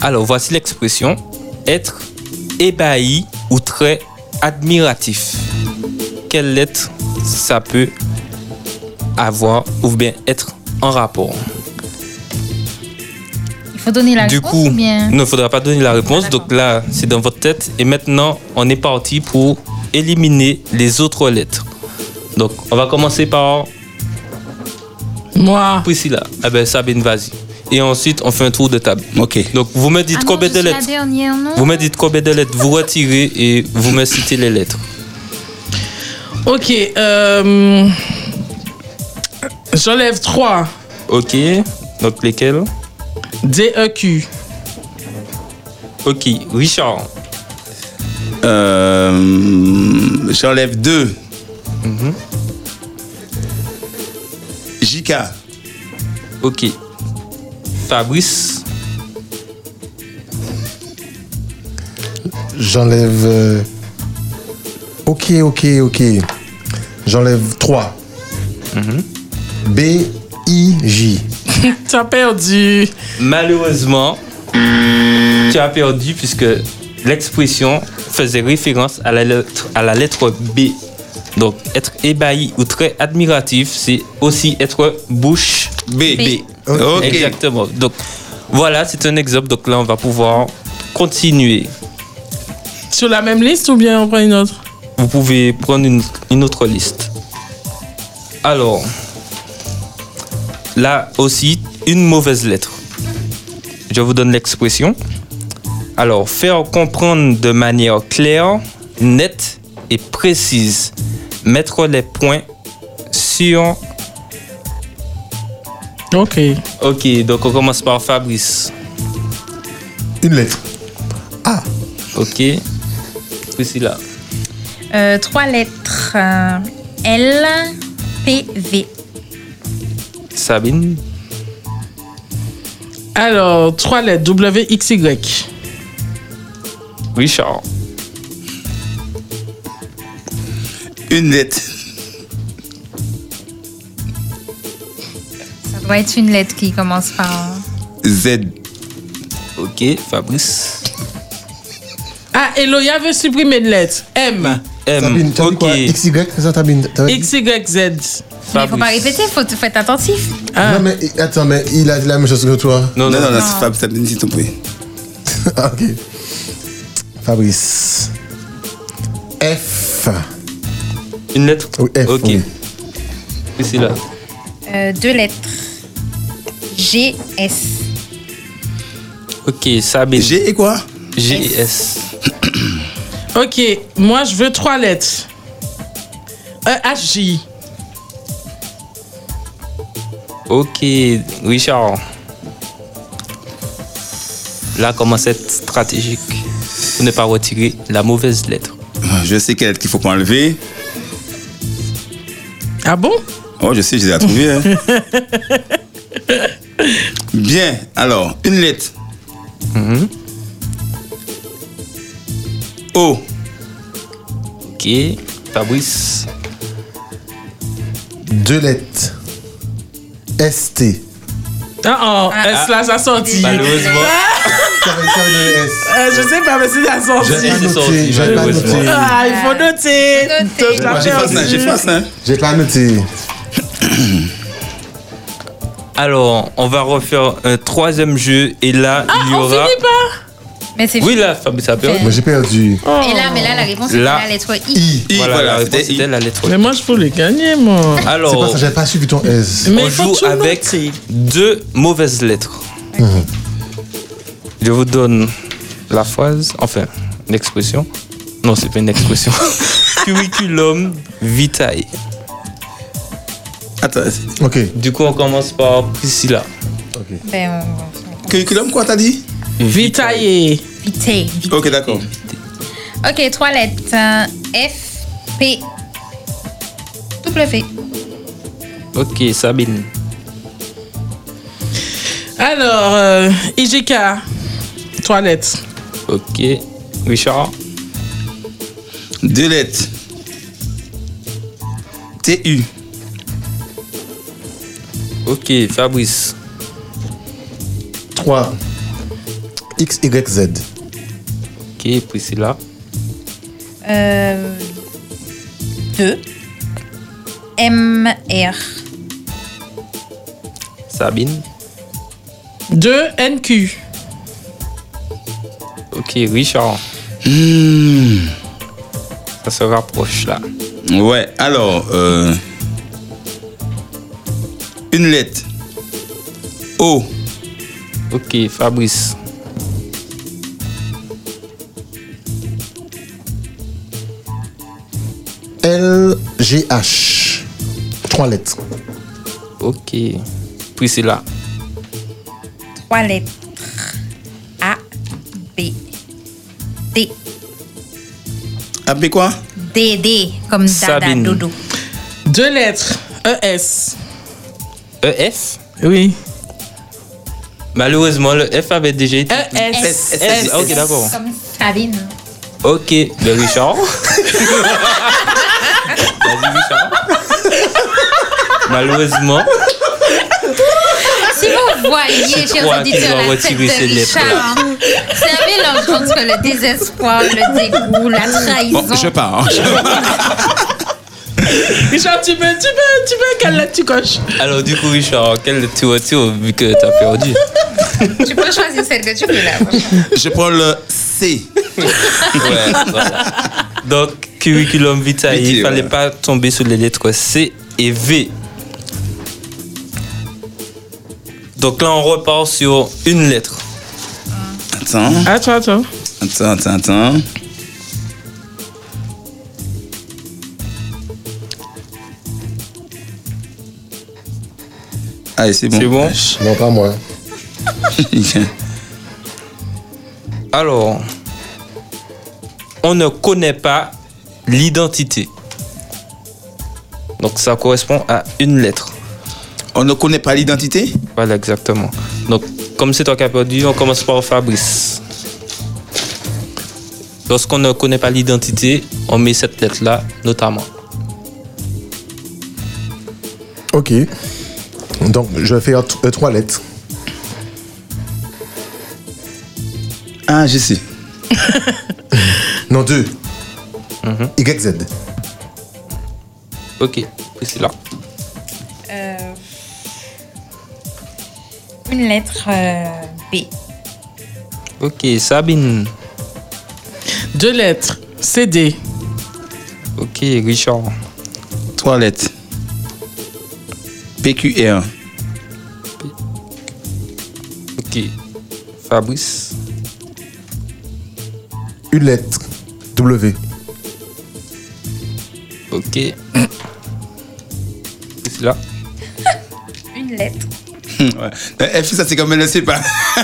[SPEAKER 5] Alors, voici l'expression être ébahi ou très admiratif. Quelle lettre ça peut avoir ou bien être en rapport
[SPEAKER 4] Il faut donner la
[SPEAKER 5] du
[SPEAKER 4] réponse
[SPEAKER 5] coup,
[SPEAKER 4] ou bien
[SPEAKER 5] non, il ne faudra pas donner la réponse. Donc là, c'est dans votre tête. Et maintenant, on est parti pour éliminer les autres lettres. Donc, on va commencer par.
[SPEAKER 6] Moi.
[SPEAKER 5] Priscilla. Ah ben, Sabine, vas-y. Et ensuite, on fait un tour de table. Ok. Donc, vous me dites
[SPEAKER 4] Ah non,
[SPEAKER 5] combien
[SPEAKER 4] je
[SPEAKER 5] de
[SPEAKER 4] suis la
[SPEAKER 5] lettres
[SPEAKER 4] dernière, non
[SPEAKER 5] Vous me dites combien de lettres vous retirez et vous me citez les lettres.
[SPEAKER 6] Ok. euh, J'enlève 3.
[SPEAKER 5] Ok. Donc, lesquelles
[SPEAKER 6] D-E-Q.
[SPEAKER 5] Ok. Richard.
[SPEAKER 3] Euh, J'enlève deux. JK.
[SPEAKER 5] Ok. Fabrice.
[SPEAKER 7] J'enlève. euh, Ok, ok, ok. J'enlève 3. B-I-J.
[SPEAKER 6] tu as perdu.
[SPEAKER 5] Malheureusement, tu as perdu puisque l'expression faisait référence à la lettre, à la lettre B. Donc, être ébahi ou très admiratif, c'est aussi être bouche B.
[SPEAKER 3] B. Ok.
[SPEAKER 5] Exactement. Donc, voilà, c'est un exemple. Donc là, on va pouvoir continuer.
[SPEAKER 6] Sur la même liste ou bien on prend une autre
[SPEAKER 5] Vous pouvez prendre une, une autre liste. Alors, là aussi, une mauvaise lettre. Je vous donne l'expression. Alors, faire comprendre de manière claire, nette et précise. Mettre les points sur...
[SPEAKER 6] Ok.
[SPEAKER 5] Ok, donc on commence par Fabrice.
[SPEAKER 7] Une lettre. Ah.
[SPEAKER 5] Ok. Priscilla.
[SPEAKER 4] Euh, trois lettres. euh, L, P, V.
[SPEAKER 5] Sabine.
[SPEAKER 6] Alors, 3 lettres. W-X-Y.
[SPEAKER 5] Richard.
[SPEAKER 3] Une lettre.
[SPEAKER 4] Ça doit être une lettre qui commence par.
[SPEAKER 3] Z.
[SPEAKER 5] Ok, Fabrice.
[SPEAKER 6] Ah, Eloya veut supprimer une lettre.
[SPEAKER 3] Ah,
[SPEAKER 6] M.
[SPEAKER 5] M. Ok.
[SPEAKER 7] XY, c'est ça, Tabine T'as-
[SPEAKER 6] XYZ.
[SPEAKER 4] Mais faut pas répéter, faut faut être attentif.
[SPEAKER 11] Ah.
[SPEAKER 7] Non, mais attends, mais il a dit la même chose que toi.
[SPEAKER 3] Non, non, non,
[SPEAKER 4] non.
[SPEAKER 3] c'est Fab, Sabine, s'il te plaît.
[SPEAKER 7] Ah, ok. Fabrice. F.
[SPEAKER 5] Une lettre
[SPEAKER 7] Oui, F.
[SPEAKER 5] Ok.
[SPEAKER 7] oui.
[SPEAKER 5] Priscilla.
[SPEAKER 4] Euh, deux lettres. G, S.
[SPEAKER 5] Ok, Sabine.
[SPEAKER 3] G et quoi
[SPEAKER 5] G S.
[SPEAKER 6] Ok, moi je veux trois lettres. E E-H-J.
[SPEAKER 5] Ok, Richard. Là commence à être stratégique pour ne pas retirer la mauvaise lettre.
[SPEAKER 3] Je sais quelle lettre qu'il faut pas enlever.
[SPEAKER 6] Ah bon
[SPEAKER 3] Oh, je sais, je les ai trouvées. hein. Bien, alors, une lettre.
[SPEAKER 5] Mm-hmm.
[SPEAKER 3] O.
[SPEAKER 5] Ok, Fabrice.
[SPEAKER 7] Deux lettres. ST.
[SPEAKER 6] Ah oh, S là, ça sorti.
[SPEAKER 5] Malheureusement.
[SPEAKER 6] Euh, je sais pas, mais c'est la sortie.
[SPEAKER 7] j'ai
[SPEAKER 5] J'ai pas noté,
[SPEAKER 7] pas noté.
[SPEAKER 6] Ah, il faut noter. Donc, je la
[SPEAKER 3] J'ai pas
[SPEAKER 6] perds.
[SPEAKER 3] ça, j'ai pas ça.
[SPEAKER 7] J'ai pas noté.
[SPEAKER 5] Alors, on va refaire un troisième jeu et là,
[SPEAKER 6] Ah,
[SPEAKER 5] il y
[SPEAKER 6] on
[SPEAKER 5] aura.
[SPEAKER 6] finit pas.
[SPEAKER 4] Mais c'est
[SPEAKER 5] Oui, là, Fabrice a perdu.
[SPEAKER 7] Moi, j'ai perdu.
[SPEAKER 6] Eh,
[SPEAKER 4] Et là, mais là, la réponse
[SPEAKER 5] Là.
[SPEAKER 4] est la lettre I.
[SPEAKER 3] I,
[SPEAKER 5] Voilà,
[SPEAKER 3] voilà,
[SPEAKER 5] la réponse
[SPEAKER 3] c'était I.
[SPEAKER 5] était la lettre.
[SPEAKER 6] Mais moi, je peux le gagner, moi.
[SPEAKER 7] C'est pas
[SPEAKER 5] Alors,
[SPEAKER 7] ça, j'avais pas suivi ton S.
[SPEAKER 6] Mais
[SPEAKER 5] on
[SPEAKER 6] il faut
[SPEAKER 5] joue
[SPEAKER 6] tout
[SPEAKER 5] avec
[SPEAKER 6] noter.
[SPEAKER 5] deux mauvaises lettres. Je vous donne la phrase, enfin, l'expression. Non, c'est pas une expression. Curriculum vitae.
[SPEAKER 3] Attends,
[SPEAKER 7] Ok.
[SPEAKER 5] Du coup, on commence par Priscilla.
[SPEAKER 4] Ben,
[SPEAKER 3] curriculum, quoi, t'as dit
[SPEAKER 6] Vitaillé.
[SPEAKER 4] on... vite, vite.
[SPEAKER 3] Ok, d'accord.
[SPEAKER 4] Ok, trois lettres. Euh, F, P, W.
[SPEAKER 5] Ok, Sabine.
[SPEAKER 6] Alors, euh, IGK. Trois lettres.
[SPEAKER 5] Ok, Richard.
[SPEAKER 3] Deux lettres. TU.
[SPEAKER 5] Ok, Fabrice.
[SPEAKER 11] 3. X, Y, Z.
[SPEAKER 5] Ok, Priscilla.
[SPEAKER 13] Euh, 2. M, R.
[SPEAKER 5] Sabine.
[SPEAKER 6] 2 NQ.
[SPEAKER 5] Ok, Richard. Ça se rapproche là.
[SPEAKER 3] Ouais, alors. euh, une lettre. Oh. O.
[SPEAKER 5] Ok, Fabrice.
[SPEAKER 11] L, G, H. Trois lettres.
[SPEAKER 5] Ok. Priscilla.
[SPEAKER 13] 3 lettres. A, B, D.
[SPEAKER 3] Appelez quoi
[SPEAKER 13] D, D. Comme Dada,
[SPEAKER 5] Sabine.
[SPEAKER 13] Doudou.
[SPEAKER 6] Deux lettres. ES.
[SPEAKER 5] E, EF
[SPEAKER 6] Oui.
[SPEAKER 5] Malheureusement, le F avait déjà été.
[SPEAKER 4] E S.
[SPEAKER 5] E, S. Ah, Ok, d'accord.
[SPEAKER 4] Comme Sabine.
[SPEAKER 5] Ok, ben le Richard. Vas-y, Richard. Malheureusement.
[SPEAKER 4] Si vous voyez,
[SPEAKER 5] Je
[SPEAKER 4] chers
[SPEAKER 5] crois qu'il
[SPEAKER 4] auditeurs,
[SPEAKER 5] doit
[SPEAKER 4] la tête
[SPEAKER 5] retirer ses
[SPEAKER 4] de
[SPEAKER 5] lettres,
[SPEAKER 4] Richard, hein, c'est un mélange entre le désespoir, le dégoût, la trahison.
[SPEAKER 3] Bon, je pars. hein.
[SPEAKER 6] Richard, tu veux, tu veux, tu veux quelle lettre tu coches
[SPEAKER 5] Alors, du coup, Richard, quel tu retires vu que t'as perdu
[SPEAKER 4] Tu peux choisir celle que tu veux là.
[SPEAKER 3] Je prends le C.
[SPEAKER 5] Ouais, voilà. Donc, curriculum vitae,
[SPEAKER 3] Vitae,
[SPEAKER 5] il fallait
[SPEAKER 3] ouais.
[SPEAKER 5] pas tomber sur les lettres C et V. Donc là, on repart sur une lettre.
[SPEAKER 3] Attends.
[SPEAKER 5] Hein?
[SPEAKER 6] Attends, attends.
[SPEAKER 3] Attends, attends, attends. Allez, Ah, c'est bon.
[SPEAKER 5] C'est bon
[SPEAKER 11] Non, pas moi.
[SPEAKER 5] Alors, on ne connaît pas l'identité. Donc ça correspond à une lettre.
[SPEAKER 3] On ne connaît pas l'identité
[SPEAKER 5] Voilà, exactement. Donc, comme c'est toi qui as perdu, on commence par Fabrice. Lorsqu'on ne connaît pas l'identité, on met cette lettre-là, notamment.
[SPEAKER 7] Ok. Donc, je vais faire t- euh, trois lettres.
[SPEAKER 3] Ah, je sais.
[SPEAKER 11] non, deux. Y, Z.
[SPEAKER 5] Mhm. Ok, Priscilla.
[SPEAKER 13] Euh, une lettre euh, B.
[SPEAKER 5] Ok, Sabine.
[SPEAKER 6] Deux lettres. CD.
[SPEAKER 5] Ok, Richard.
[SPEAKER 3] Trois lettres. PQR.
[SPEAKER 5] Ok, Fabrice.
[SPEAKER 7] Une lettre. W.
[SPEAKER 5] Ok. Priscilla.
[SPEAKER 13] Une lettre.
[SPEAKER 3] ouais. Le F, ça, c'est comme le C, pas.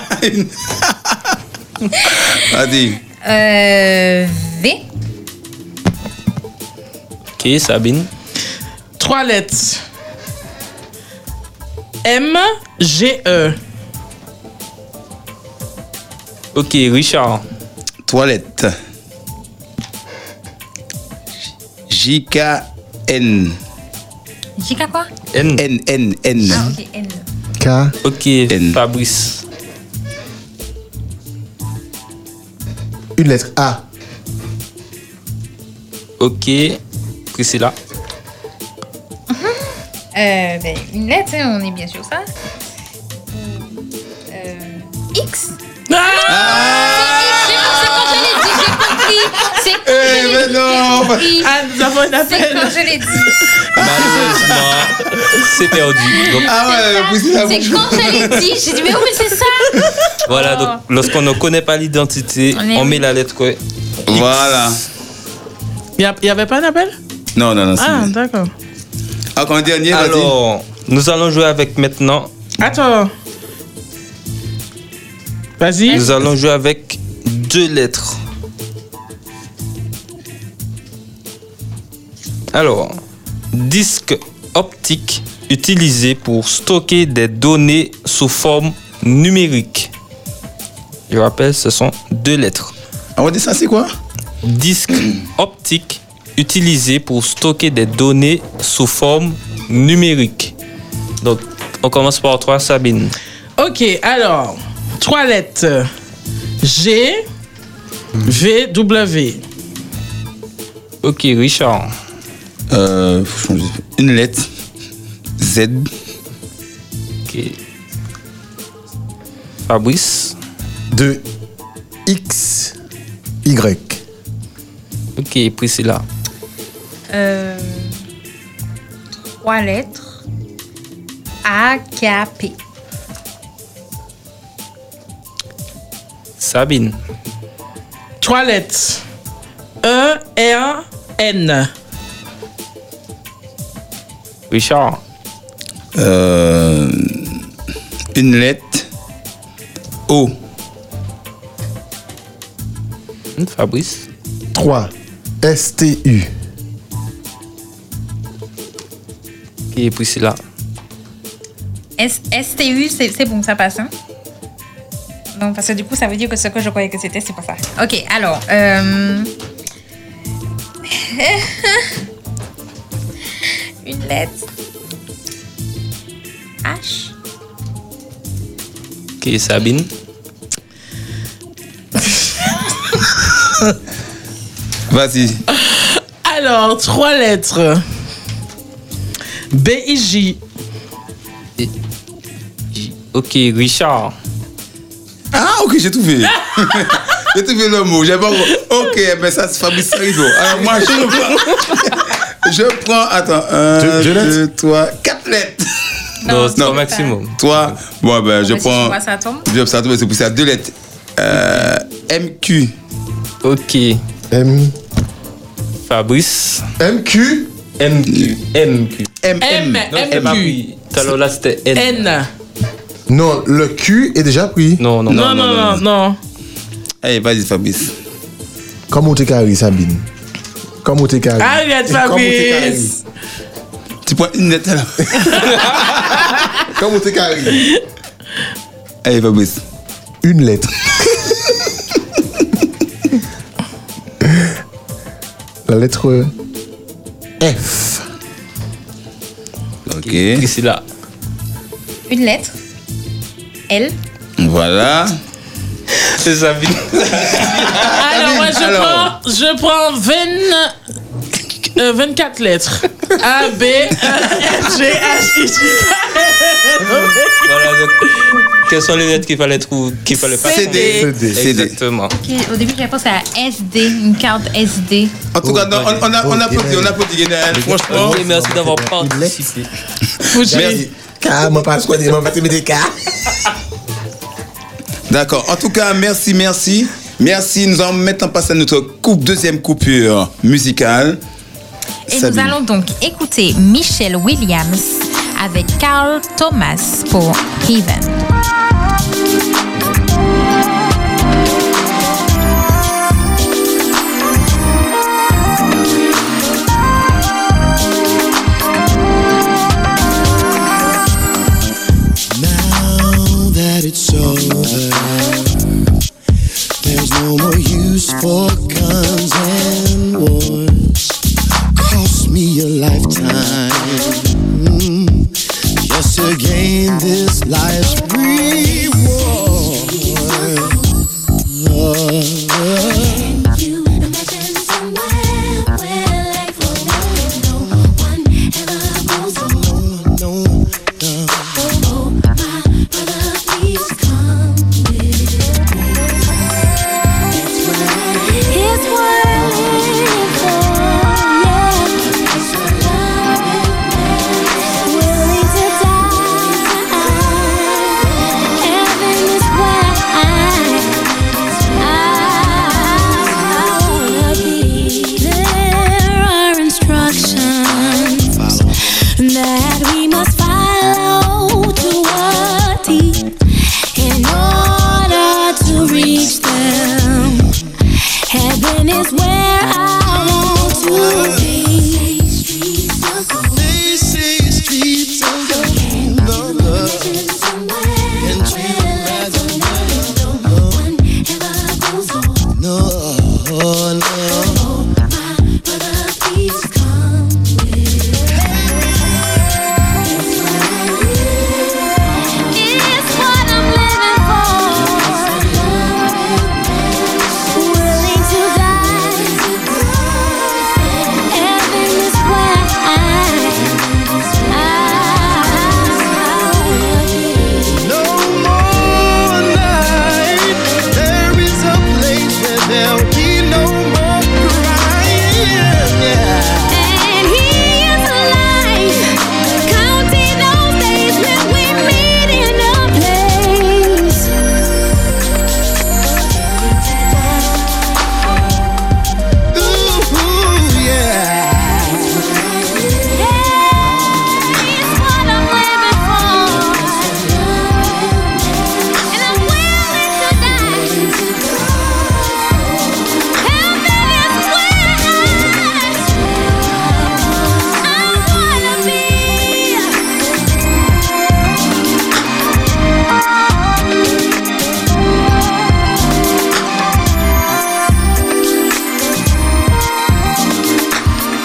[SPEAKER 3] Vas-y.
[SPEAKER 13] Euh, v.
[SPEAKER 5] Ok, Sabine.
[SPEAKER 6] Trois lettres. M, G, E.
[SPEAKER 5] Ok, Richard.
[SPEAKER 3] Toilette. J-K-N.
[SPEAKER 4] Jika quoi
[SPEAKER 5] N.
[SPEAKER 3] N, N, N.
[SPEAKER 4] Ah, ok, N.
[SPEAKER 11] K.
[SPEAKER 5] Ok, Fabrice.
[SPEAKER 11] Une lettre. A.
[SPEAKER 5] Ok, Priscilla.
[SPEAKER 4] Euh, ben, une lettre, hein, on est bien sûr ça. Euh, X.
[SPEAKER 5] Ah!
[SPEAKER 4] C'est quand je l'ai dit, j'ai compris. C'est quand je l'ai dit, j'ai compris.
[SPEAKER 6] Ah, nous avons un
[SPEAKER 4] C'est
[SPEAKER 6] appel.
[SPEAKER 4] quand je l'ai dit.
[SPEAKER 5] Malheureusement, c'est perdu. Donc,
[SPEAKER 3] Ah ouais, Priscilla,
[SPEAKER 4] C'est quand je l'ai dit. J'ai dit, mais oui, c'est ça.
[SPEAKER 5] Voilà, donc lorsqu'on ne connaît pas l'identité,
[SPEAKER 4] On est-
[SPEAKER 5] on met la lettre quoi
[SPEAKER 3] Voilà.
[SPEAKER 6] Il n'y avait pas un appel
[SPEAKER 3] Non, non, non. c'est- Ah,
[SPEAKER 6] Ah, d'accord. Ah.
[SPEAKER 3] Encore un dernier, vas-y.
[SPEAKER 5] Alors, nous allons jouer avec maintenant.
[SPEAKER 6] Attends. Vas-y.
[SPEAKER 5] Nous allons jouer avec deux lettres. Alors, disque optique utilisé pour stocker des données sous forme numérique. Je rappelle, ce sont deux lettres.
[SPEAKER 3] On va dire ça, c'est quoi
[SPEAKER 5] disque optique utilisé pour stocker des données sous forme numérique. Donc, on commence par toi, Sabine.
[SPEAKER 6] Ok, alors, trois lettres. G, V, W.
[SPEAKER 5] Ok, Richard.
[SPEAKER 3] Euh, faut changer. une lettre. Z.
[SPEAKER 5] Ok. Fabrice.
[SPEAKER 7] De X, Y.
[SPEAKER 5] Ok, Priscilla.
[SPEAKER 13] Euh, trois lettres. A, K, P.
[SPEAKER 5] Sabine.
[SPEAKER 6] Trois lettres. E, R, N.
[SPEAKER 5] Richard.
[SPEAKER 3] Euh, une lettre. O.
[SPEAKER 5] Hmm, Fabrice.
[SPEAKER 7] 3. STU.
[SPEAKER 5] Et Priscilla.
[SPEAKER 13] S- STU, c'est c'est bon, ça passe. Hein non, parce que du coup, ça veut dire que ce que je croyais que c'était, c'est pas ça. Ok, alors. euh, Une lettre. H.
[SPEAKER 5] Ok, Sabine.
[SPEAKER 3] Vas-y.
[SPEAKER 6] Alors, trois lettres. B, I, J.
[SPEAKER 5] Ok, Richard.
[SPEAKER 3] Ah, ok, j'ai trouvé. j'ai trouvé le mot. J'ai pas... Ok, mais ça, c'est Fabrice Sarigo. Alors, moi, je prends. Je prends. Attends. Un,
[SPEAKER 5] Deux- deux lettres
[SPEAKER 3] deux, trois, quatre lettres.
[SPEAKER 5] Non, Non, c'est au maximum.
[SPEAKER 3] Toi, bon, ben, je
[SPEAKER 13] Parce que
[SPEAKER 3] prends.
[SPEAKER 13] vois, ça tombe.
[SPEAKER 3] Je ça tombe, c'est pour ça. Deux lettres. Euh, MQ.
[SPEAKER 5] Ok.
[SPEAKER 7] M.
[SPEAKER 5] Fabrice.
[SPEAKER 7] MQ.
[SPEAKER 5] MQ. MQ.
[SPEAKER 3] M.
[SPEAKER 6] M,
[SPEAKER 5] Non,
[SPEAKER 6] M,
[SPEAKER 5] M a
[SPEAKER 6] Q.
[SPEAKER 5] pris. Tout à l'heure, là, c'était N.
[SPEAKER 6] N.
[SPEAKER 7] Non, le Q est déjà pris.
[SPEAKER 5] Non, non,
[SPEAKER 6] Non, non, non, non.
[SPEAKER 3] Allez, vas-y, Fabrice.
[SPEAKER 7] Comme au Tekari, Sabine. Comme au Tekari.
[SPEAKER 5] Ah,
[SPEAKER 6] Arrête,
[SPEAKER 7] Comme au Tekari.
[SPEAKER 6] Fabrice.
[SPEAKER 3] Tu prends une lettre là.
[SPEAKER 7] Comme au Tekari.
[SPEAKER 3] Allez, Fabrice.
[SPEAKER 7] Une lettre. La lettre E. F.
[SPEAKER 3] Ok.
[SPEAKER 5] Priscilla.
[SPEAKER 13] Une lettre. L.
[SPEAKER 3] Voilà.
[SPEAKER 5] C'est Sabine.
[SPEAKER 6] Alors, moi, je
[SPEAKER 3] alors.
[SPEAKER 6] prends, je prends 20, euh, 24 lettres. A, B, E, F, G, H, I, J,
[SPEAKER 5] voilà, donc, quelles sont les lettres qu'il fallait trouver, qu'il fallait pas
[SPEAKER 3] CD.
[SPEAKER 5] trouver
[SPEAKER 3] CD.
[SPEAKER 5] Exactement.
[SPEAKER 4] Au début, j'avais pensé à SD, une carte SD.
[SPEAKER 3] En tout cas,
[SPEAKER 5] Oh,
[SPEAKER 3] non, on, on a, on a posé, on a posé, Guénel, franchement.
[SPEAKER 5] Oui, merci d'avoir participé.
[SPEAKER 6] Faut que j'y-
[SPEAKER 3] Merci.
[SPEAKER 7] Car, moi, pas quoi dire, moi, pas te mettre car.
[SPEAKER 3] D'accord. En tout cas, merci, merci. Merci. Nous allons maintenant passer à notre coupe, deuxième coupure musicale.
[SPEAKER 4] Et
[SPEAKER 3] Sabine.
[SPEAKER 4] nous allons donc écouter Michelle Williams avec Carl Thomas pour Heaven.
[SPEAKER 2] Now that it's over, there's no more use for guns and wars. Cost me a lifetime. Mm. Just to gain this life's reward.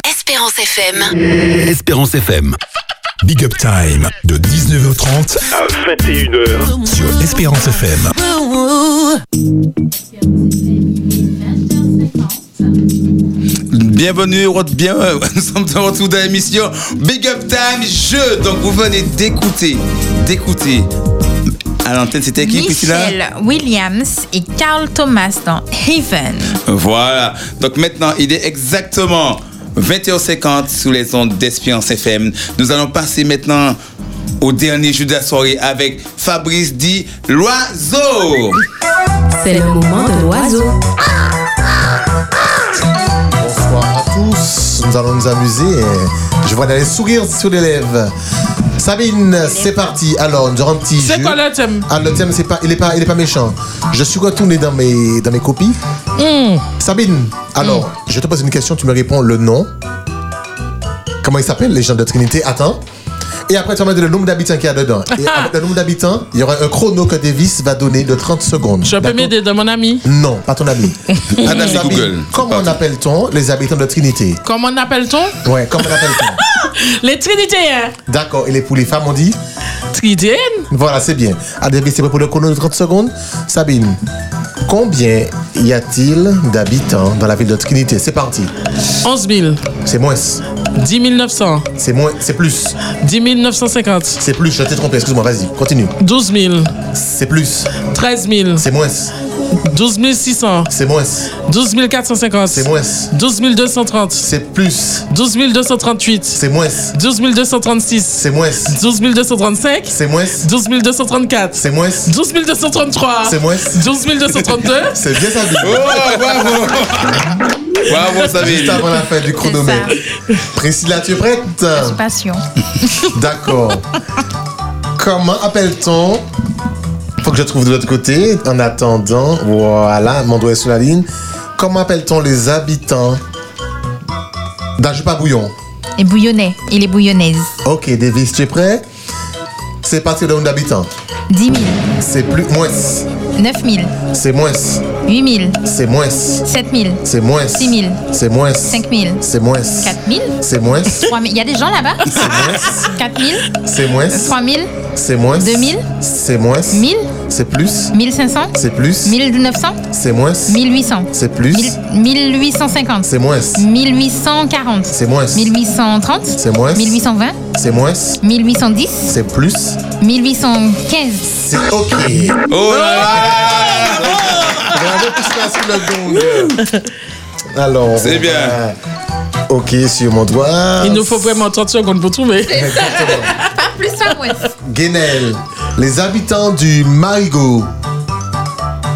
[SPEAKER 14] Espérance FM.
[SPEAKER 1] Espérance FM. Big Up Time de 19h30 à 21h sur Espérance FM.
[SPEAKER 3] Bienvenue, re- bien, euh, nous sommes de retour dans l'émission Big Up Time Jeu. Donc vous venez d'écouter, d'écouter. À l'antenne, c'était qui, Priscilla
[SPEAKER 13] Michelle Williams et Carl Thomas dans Haven.
[SPEAKER 3] Voilà. Donc maintenant, il est exactement 21h50 sous les ondes d'Espérance FM. Nous allons passer maintenant au dernier jeu de la soirée avec Fabrice dit l'oiseau.
[SPEAKER 15] C'est le moment de l'oiseau.
[SPEAKER 11] Bonsoir à tous. Nous allons nous amuser. Je vois des sourires sur les lèvres. Sabine, c'est parti. Alors, nous aurons un petit C'est quoi
[SPEAKER 6] le thème
[SPEAKER 11] Ah, le thème, c'est pas, il est pas, il est pas méchant. Je suis retourné dans mes, dans mes copies.
[SPEAKER 6] Hmm.
[SPEAKER 11] Sabine, alors, je te pose une question, tu me réponds le nom. Comment ils s'appellent, les gens de Trinité Attends. Et après, tu vas me dire le nombre d'habitants qu'il y a dedans. Et avec le nombre d'habitants, il y aura un chrono que Davis va donner de 30 secondes.
[SPEAKER 6] Je peux
[SPEAKER 11] D'accord
[SPEAKER 6] m'aider de mon ami.
[SPEAKER 11] Non, pas ton ami.
[SPEAKER 6] Pas d'ami
[SPEAKER 11] Sabine,
[SPEAKER 6] Google.
[SPEAKER 11] Comment appelle-t-on les habitants de Trinité
[SPEAKER 6] Comment appelle-t-on
[SPEAKER 11] Ouais, comment appelle-t-on
[SPEAKER 6] Les Trinitéens.
[SPEAKER 11] D'accord, et les, pour les femmes, on dit
[SPEAKER 6] Tridéenne
[SPEAKER 11] Voilà, c'est bien. À David, c'est prêt pour le chrono de 30 secondes Sabine, combien y a-t-il d'habitants dans la ville de Trinité C'est parti.
[SPEAKER 6] 11 000.
[SPEAKER 11] C'est moins.
[SPEAKER 6] 10 900.
[SPEAKER 11] C'est moins, c'est plus.
[SPEAKER 6] 10 950.
[SPEAKER 11] C'est plus, je t'ai trompé, excuse-moi, vas-y, continue.
[SPEAKER 6] 12 000.
[SPEAKER 11] C'est plus.
[SPEAKER 6] 13 000.
[SPEAKER 11] C'est moins.
[SPEAKER 6] 12 600.
[SPEAKER 11] C'est moins.
[SPEAKER 6] 12 450.
[SPEAKER 11] C'est moins.
[SPEAKER 6] 12 230.
[SPEAKER 11] C'est plus.
[SPEAKER 6] 12 238. C'est
[SPEAKER 11] moins.
[SPEAKER 6] 12 236.
[SPEAKER 11] C'est moins.
[SPEAKER 6] 12 235.
[SPEAKER 11] C'est moins.
[SPEAKER 6] 12 234.
[SPEAKER 11] C'est moins.
[SPEAKER 6] 12 233.
[SPEAKER 11] C'est moins.
[SPEAKER 6] 12 232.
[SPEAKER 11] C'est bien ça, Bill.
[SPEAKER 3] Oh, bravo. Bravo, Sabine.
[SPEAKER 11] Juste avant la fin du chronomètre. Priscilla, tu es prête
[SPEAKER 4] Passion.
[SPEAKER 11] D'accord. Comment appelle-t-on Faut que je trouve de l'autre côté. En attendant, voilà, mon doigt est sur la ligne. Comment appelle-t-on les habitants d'Ajupa Bouillon
[SPEAKER 4] Et bouillonnais. Il est bouillonnaise.
[SPEAKER 11] Ok, Davis, tu es prêt C'est parti le nombre d'habitants.
[SPEAKER 4] 10 000,
[SPEAKER 11] C'est plus moins.
[SPEAKER 4] 9 000,
[SPEAKER 11] C'est moins.
[SPEAKER 4] 8 000,
[SPEAKER 11] C'est moins.
[SPEAKER 4] 7 000,
[SPEAKER 11] C'est moins.
[SPEAKER 4] 6 000,
[SPEAKER 11] C'est moins.
[SPEAKER 4] 5 000,
[SPEAKER 11] C'est moins.
[SPEAKER 4] 4 000,
[SPEAKER 11] C'est moins.
[SPEAKER 4] 3 000. Il y a des gens là-bas 4 000,
[SPEAKER 11] C'est moins.
[SPEAKER 4] 3 000,
[SPEAKER 11] C'est moins.
[SPEAKER 4] 2000.
[SPEAKER 11] C'est moins.
[SPEAKER 4] 1000,
[SPEAKER 11] C'est plus.
[SPEAKER 4] 1500,
[SPEAKER 11] C'est plus.
[SPEAKER 4] 1900,
[SPEAKER 11] C'est moins.
[SPEAKER 4] 1800,
[SPEAKER 11] C'est plus.
[SPEAKER 4] 1850,
[SPEAKER 11] C'est moins.
[SPEAKER 4] 1840,
[SPEAKER 11] C'est moins.
[SPEAKER 4] 1830,
[SPEAKER 11] C'est moins.
[SPEAKER 4] 1820,
[SPEAKER 11] C'est moins.
[SPEAKER 4] 1810,
[SPEAKER 11] C'est plus.
[SPEAKER 4] 1815.
[SPEAKER 11] C'est ok.
[SPEAKER 3] Oh là
[SPEAKER 11] Bravo Priscilla sur le gong. Alors.
[SPEAKER 3] C'est
[SPEAKER 11] on
[SPEAKER 3] bien.
[SPEAKER 11] va- Ok, sur mon doigt.
[SPEAKER 6] Il nous faut vraiment 30 secondes pour trouver.
[SPEAKER 4] Pas plus, pas moins.
[SPEAKER 11] Guénel, les habitants du Marigot.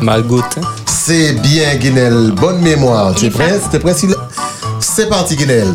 [SPEAKER 5] Marigot.
[SPEAKER 11] C'est bien, Guénel. Bonne mémoire. Tu es prêt T'es prêt Syl- C'est parti, Guénel.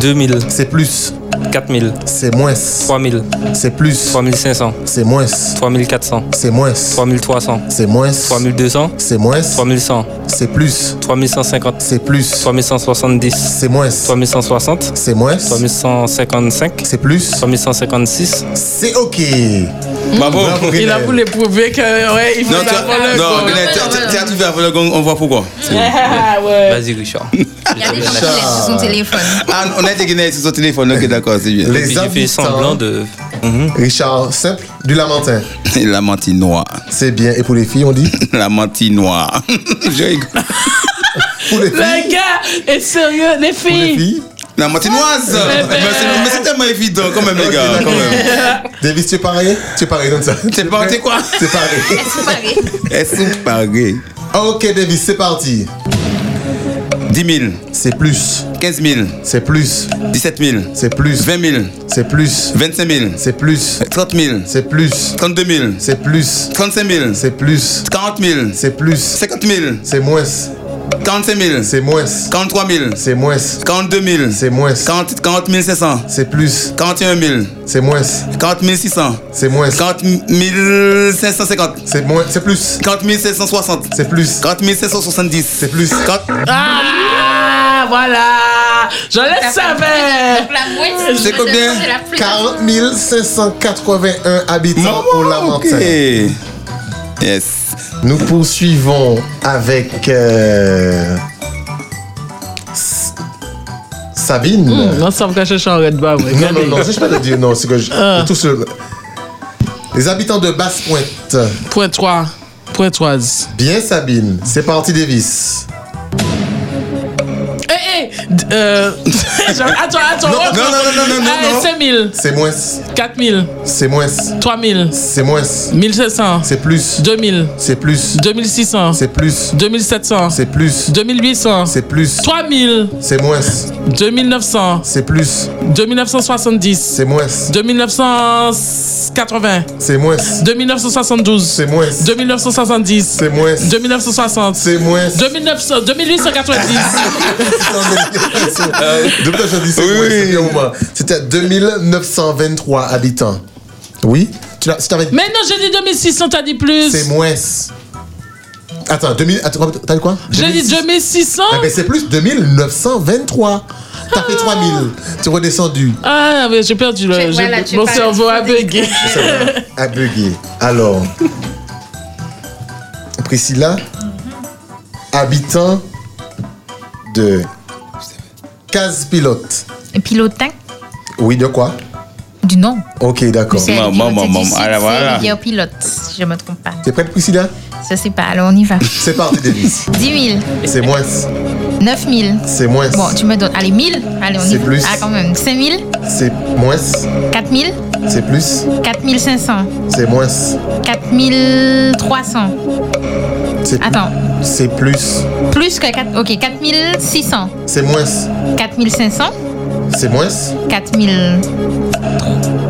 [SPEAKER 5] 2000.
[SPEAKER 11] C'est plus.
[SPEAKER 5] 4000.
[SPEAKER 11] C'est moins.
[SPEAKER 5] 3000.
[SPEAKER 11] C'est plus.
[SPEAKER 5] 3500.
[SPEAKER 11] C'est moins.
[SPEAKER 5] 3400.
[SPEAKER 11] C'est moins.
[SPEAKER 5] 3300.
[SPEAKER 11] C'est moins.
[SPEAKER 5] 3200.
[SPEAKER 11] C'est moins.
[SPEAKER 5] 3100.
[SPEAKER 11] C'est plus.
[SPEAKER 5] 3150.
[SPEAKER 11] C'est plus.
[SPEAKER 5] 3170.
[SPEAKER 11] C'est moins.
[SPEAKER 5] 3160.
[SPEAKER 11] C'est moins.
[SPEAKER 5] 3155.
[SPEAKER 11] C'est plus.
[SPEAKER 5] 3156.
[SPEAKER 11] C'est ok.
[SPEAKER 1] Mmh.
[SPEAKER 3] Bravo.
[SPEAKER 6] Il a voulu prouver que, ouais, il faut
[SPEAKER 3] Bah Non, tu as-
[SPEAKER 6] avoir le
[SPEAKER 3] non,
[SPEAKER 6] goût.
[SPEAKER 3] Glenn, tu as- tu as- tu as trouvé avant le gong, on voit pourquoi. C'est bon.
[SPEAKER 6] Ah, ouais.
[SPEAKER 3] Bah,
[SPEAKER 5] Vas-y, Richard.
[SPEAKER 4] Il y a des gens qui laissent son téléphone.
[SPEAKER 3] Ah, on a été Guinéens sur son téléphone, ok, d'accord, c'est bien.
[SPEAKER 11] Les
[SPEAKER 5] J'ai fait
[SPEAKER 11] habitants-
[SPEAKER 5] semblant de. Mhm.
[SPEAKER 11] Richard, simple, du lamentin.
[SPEAKER 3] La menthe noire.
[SPEAKER 11] C'est bien. Et pour les filles, on dit
[SPEAKER 3] La menthe noire. Je rigole.
[SPEAKER 6] Le gars est sérieux, les filles.
[SPEAKER 3] La mentinoise
[SPEAKER 6] Mais-
[SPEAKER 3] Mais c'est- mais c'est tellement évident quand même, les gars. quand même.
[SPEAKER 11] Davis, tu es pareil Tu es pareil comme ça Tu es
[SPEAKER 3] pareil, t'es quoi
[SPEAKER 11] Tu es pareil.
[SPEAKER 3] Elles sont parées.
[SPEAKER 11] Ok, Davis, c'est parti.
[SPEAKER 3] 10 000,
[SPEAKER 11] C'est plus.
[SPEAKER 3] 15 000,
[SPEAKER 11] C'est plus.
[SPEAKER 3] 17 000,
[SPEAKER 11] C'est plus.
[SPEAKER 3] 20 000,
[SPEAKER 11] C'est plus.
[SPEAKER 3] 25 000,
[SPEAKER 11] C'est plus.
[SPEAKER 3] 30 000,
[SPEAKER 11] C'est plus.
[SPEAKER 3] 32 000,
[SPEAKER 11] C'est plus.
[SPEAKER 3] 35 000,
[SPEAKER 11] C'est plus.
[SPEAKER 3] 40 000,
[SPEAKER 11] C'est plus.
[SPEAKER 3] 50 000,
[SPEAKER 11] C'est moins.
[SPEAKER 3] 45 000,
[SPEAKER 11] C'est moins.
[SPEAKER 3] 43 000,
[SPEAKER 11] C'est moins.
[SPEAKER 3] 42 000,
[SPEAKER 11] C'est moins.
[SPEAKER 3] 40 40 500,
[SPEAKER 11] C'est plus.
[SPEAKER 3] 41 000,
[SPEAKER 11] C'est moins.
[SPEAKER 3] 40 600,
[SPEAKER 11] C'est moins.
[SPEAKER 3] 40 550,
[SPEAKER 11] C'est moins. C'est plus.
[SPEAKER 3] 40 760,
[SPEAKER 11] C'est plus.
[SPEAKER 3] 40 770,
[SPEAKER 11] C'est plus.
[SPEAKER 3] 40
[SPEAKER 6] Ah, voilà. Je le savais.
[SPEAKER 4] La moitié,
[SPEAKER 3] C'est combien
[SPEAKER 4] c'est la plus.
[SPEAKER 11] 40 581 habitants au
[SPEAKER 3] Maman, ok.
[SPEAKER 11] Lamentin.
[SPEAKER 3] Yes.
[SPEAKER 11] Nous poursuivons avec euh, S- Sabine.
[SPEAKER 6] Hum, non, ça me cache en red bar. ouais.
[SPEAKER 11] Non, non, non,
[SPEAKER 6] Regardez.
[SPEAKER 11] c'est pas de dire non, c'est que je-
[SPEAKER 6] Ah.
[SPEAKER 11] tout seul. Les habitants de Basse-Pointe.
[SPEAKER 6] Point 3. Pointoise.
[SPEAKER 11] Bien Sabine, c'est parti Davis.
[SPEAKER 6] Hé, hé d- euh, Attends, attends.
[SPEAKER 11] Non,
[SPEAKER 6] oh,
[SPEAKER 11] non, non, non, non, non,
[SPEAKER 6] Allez,
[SPEAKER 11] non.
[SPEAKER 6] 5 000.
[SPEAKER 11] C'est moins.
[SPEAKER 6] 4 000.
[SPEAKER 11] C'est moins.
[SPEAKER 6] 3 000.
[SPEAKER 11] C'est moins.
[SPEAKER 6] 1700.
[SPEAKER 11] C'est plus.
[SPEAKER 6] 2 000.
[SPEAKER 11] C'est plus.
[SPEAKER 6] 2600.
[SPEAKER 11] C'est plus.
[SPEAKER 6] 2700.
[SPEAKER 11] C'est plus.
[SPEAKER 6] 2800.
[SPEAKER 11] C'est plus.
[SPEAKER 6] 3000.
[SPEAKER 11] C'est moins.
[SPEAKER 6] 2900.
[SPEAKER 11] C'est plus.
[SPEAKER 6] 2970.
[SPEAKER 11] C'est moins.
[SPEAKER 6] 2980.
[SPEAKER 11] C'est moins.
[SPEAKER 6] 2972.
[SPEAKER 11] C'est moins.
[SPEAKER 6] 2970.
[SPEAKER 11] C'est moins.
[SPEAKER 6] 2960.
[SPEAKER 11] C'est moins.
[SPEAKER 6] 2900. 2890.
[SPEAKER 11] De quoi je dis c'est moins, c'est bien au moins. C'était 2923 habitants. Oui tu l'as- si t'avais-
[SPEAKER 6] Mais non, j'ai dit 2600, t'as dit plus.
[SPEAKER 11] C'est moins. Attends, 2000. Attends, t'as dit quoi
[SPEAKER 6] J'ai dit 2600.
[SPEAKER 11] Ah, mais c'est plus 2923. T'as fait 3000. Tu es redescendu.
[SPEAKER 6] Ah, mais j'ai perdu. là. J'ai-
[SPEAKER 13] voilà, tu
[SPEAKER 6] Mon
[SPEAKER 13] parles
[SPEAKER 6] cerveau a bugué.
[SPEAKER 11] à bugger. Alors, Priscilla, habitant de Case Pilote.
[SPEAKER 4] Pilotin
[SPEAKER 11] Oui, de quoi
[SPEAKER 4] du nom.
[SPEAKER 11] Ok, d'accord.
[SPEAKER 4] C'est elle qui nous a dit si
[SPEAKER 11] ah,
[SPEAKER 4] c'est Rivière Pilote, si je me trompe pas.
[SPEAKER 11] T'es prête, Priscilla
[SPEAKER 4] Je sais pas, alors on y va.
[SPEAKER 11] C'est parti, Davis.
[SPEAKER 4] 10 000,
[SPEAKER 11] C'est moins.
[SPEAKER 4] 9 000.
[SPEAKER 11] C'est moins.
[SPEAKER 4] Bon, tu me donnes. Allez, 1000. Allez, on y
[SPEAKER 11] C'est
[SPEAKER 4] va.
[SPEAKER 11] plus.
[SPEAKER 4] Ah, quand même. 5 000,
[SPEAKER 11] C'est moins.
[SPEAKER 4] 4 000,
[SPEAKER 11] C'est plus.
[SPEAKER 4] 4 500,
[SPEAKER 11] C'est moins.
[SPEAKER 4] 4 300.
[SPEAKER 11] C'est
[SPEAKER 4] Attends.
[SPEAKER 11] C'est plus.
[SPEAKER 4] Plus que 4. Ok, 4 600,
[SPEAKER 11] C'est moins.
[SPEAKER 4] 4 500,
[SPEAKER 11] C'est moins.
[SPEAKER 4] 4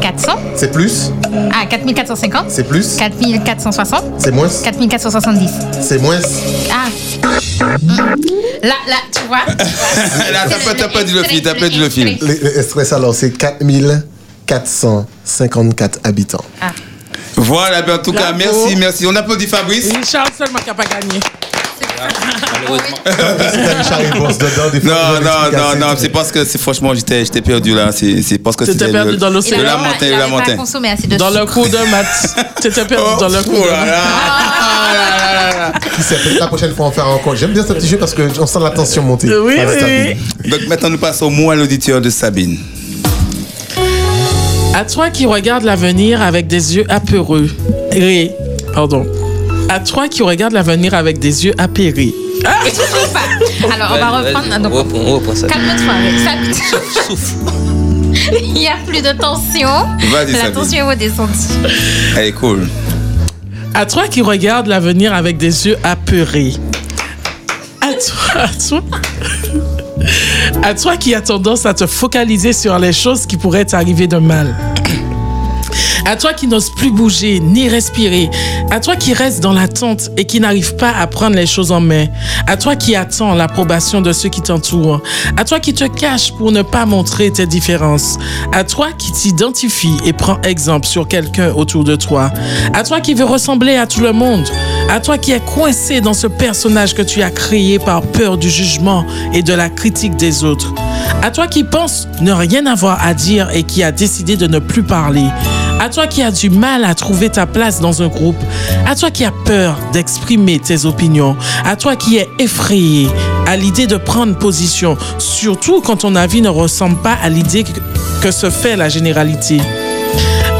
[SPEAKER 4] 400.
[SPEAKER 11] C'est plus.
[SPEAKER 4] Ah, 4 450.
[SPEAKER 11] C'est plus.
[SPEAKER 4] 4 460.
[SPEAKER 11] C'est moins.
[SPEAKER 4] 4 470.
[SPEAKER 11] C'est moins.
[SPEAKER 4] Ah. Mm. Là, là, tu vois.
[SPEAKER 3] Là, t'as pas- t'as pas dit le fil, t'as pas dit le fil.
[SPEAKER 11] Le, le stress, alors, c'est 4454 habitants.
[SPEAKER 4] Ah.
[SPEAKER 3] Voilà, ben en tout cas,
[SPEAKER 6] Bravo.
[SPEAKER 3] merci, merci. On applaudit Fabrice.
[SPEAKER 6] Charles seulement qui n'a pas gagné.
[SPEAKER 3] Non, non, non, non, c'est parce que c'est franchement, j'étais j'étais perdu là. C'est c'est parce que
[SPEAKER 6] T'étais
[SPEAKER 3] c'était
[SPEAKER 6] perdu dans l'océan.
[SPEAKER 3] Le
[SPEAKER 6] Il avait
[SPEAKER 3] lamentin,
[SPEAKER 4] Il
[SPEAKER 3] le
[SPEAKER 4] n'avait pas
[SPEAKER 3] lamentin.
[SPEAKER 4] consommé assez de
[SPEAKER 6] Dans
[SPEAKER 4] sucre.
[SPEAKER 6] le coup de maths. T'étais perdu dans le coup
[SPEAKER 3] oh
[SPEAKER 6] de
[SPEAKER 3] là là.
[SPEAKER 6] maths.
[SPEAKER 11] Qui sait, peut-être la prochaine fois, on fera encore. J'aime bien ce petit jeu parce qu'on sent la tension monter. Ah, Avec Sabine.
[SPEAKER 3] Donc maintenant, nous passons au mot à l'auditeur de Sabine.
[SPEAKER 6] À toi qui regarde l'avenir avec des yeux apeureux. Ré. Pardon. À toi qui regarde l'avenir avec des yeux apeurés.
[SPEAKER 4] Et toujours pas. Alors, on va reprendre. Donc,
[SPEAKER 5] On reprend ça.
[SPEAKER 4] Calme-toi, Alex. Ça- Il n'y a plus de tension.
[SPEAKER 3] Vas-y,
[SPEAKER 4] La
[SPEAKER 3] Sabine.
[SPEAKER 4] tension est redescendue.
[SPEAKER 3] Elle est cool.
[SPEAKER 6] À toi qui regarde l'avenir avec des yeux apeurés. À toi, à toi. À toi qui as tendance à te focaliser sur les choses qui pourraient t'arriver de mal. À toi qui n'ose plus bouger ni respirer. À toi qui reste dans l'attente et qui n'arrive pas à prendre les choses en main. À toi qui attends l'approbation de ceux qui t'entourent. À toi qui te caches pour ne pas montrer tes différences. À toi qui t'identifie et prend exemple sur quelqu'un autour de toi. À toi qui veut ressembler à tout le monde. À toi qui es coincé dans ce personnage que tu as créé par peur du jugement et de la critique des autres. À toi qui pense ne rien avoir à dire et qui a décidé de ne plus parler. À toi qui as du mal à trouver ta place dans un groupe. À toi qui as peur d'exprimer tes opinions. À toi qui es effrayé à l'idée de prendre position, surtout quand ton avis ne ressemble pas à l'idée que- que se fait la généralité.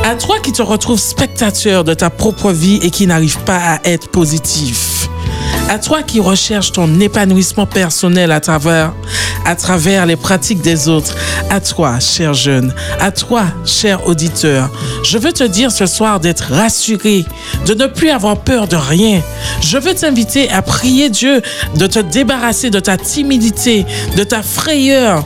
[SPEAKER 6] À toi qui te retrouves spectateur de ta propre vie et qui n'arrive pas à être positif. À toi qui recherches ton épanouissement personnel à travers, à travers les pratiques des autres. À toi, cher jeune. À toi, cher auditeur. Je veux te dire ce soir d'être rassuré, de ne plus avoir peur de rien. Je veux t'inviter à prier Dieu de te débarrasser de ta timidité, de ta frayeur,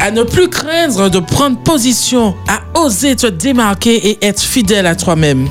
[SPEAKER 6] à ne plus craindre de prendre position, à oser te démarquer et être fidèle à toi-même.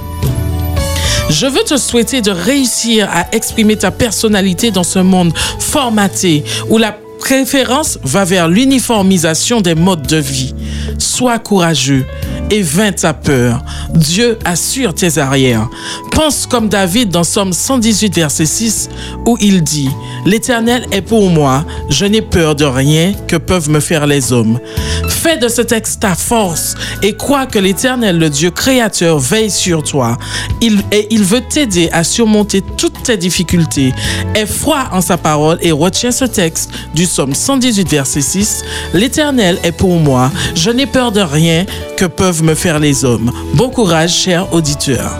[SPEAKER 6] Je veux te souhaiter de réussir à exprimer ta personnalité dans ce monde formaté où la préférence va vers l'uniformisation des modes de vie. Sois courageux et vain ta peur. Dieu assure tes arrières. Pense comme David dans Somme 118, verset 6, où il dit L'Éternel est pour moi, je n'ai peur de rien que peuvent me faire les hommes. Fais de ce texte ta force et crois que l'Éternel, le Dieu créateur, veille sur toi. Il, et il veut t'aider à surmonter toutes tes difficultés. Aie foi en sa parole et retiens ce texte du Somme 118, verset 6. L'Éternel est pour moi, je n'ai peur de rien que peuvent me faire les hommes. Bon courage, cher auditeur.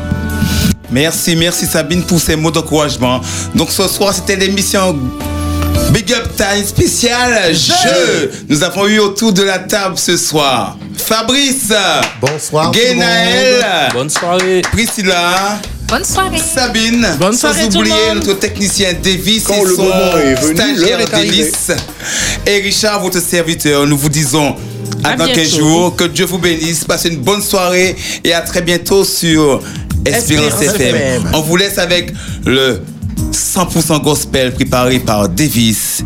[SPEAKER 3] Merci, merci Sabine pour ces mots d'encouragement. Donc ce soir, c'était l'émission Big Up Time spécial jeu. Nous avons eu autour de la table ce soir Fabrice.
[SPEAKER 11] Bonsoir. tout le
[SPEAKER 3] Genaël.
[SPEAKER 11] monde.
[SPEAKER 3] Bonne soirée. Priscilla.
[SPEAKER 4] Bonne soirée.
[SPEAKER 3] Sabine.
[SPEAKER 11] Bonne
[SPEAKER 3] Sans
[SPEAKER 11] soirée, tout le
[SPEAKER 3] oublier
[SPEAKER 11] monde.
[SPEAKER 3] notre technicien Davis
[SPEAKER 11] Quand
[SPEAKER 3] et
[SPEAKER 11] le
[SPEAKER 3] son
[SPEAKER 11] moment est venu, l'heure
[SPEAKER 3] stagiaire
[SPEAKER 11] est arrivée.
[SPEAKER 3] Délice. Et Richard, votre serviteur, nous vous disons à,
[SPEAKER 11] À
[SPEAKER 3] dans 15
[SPEAKER 11] bientôt.
[SPEAKER 3] jours. Que Dieu vous bénisse. Passez une bonne soirée et à très bientôt sur Espérance
[SPEAKER 11] Espérance
[SPEAKER 3] FM.
[SPEAKER 11] FM.
[SPEAKER 3] On vous laisse avec le 100% gospel préparé par Davis.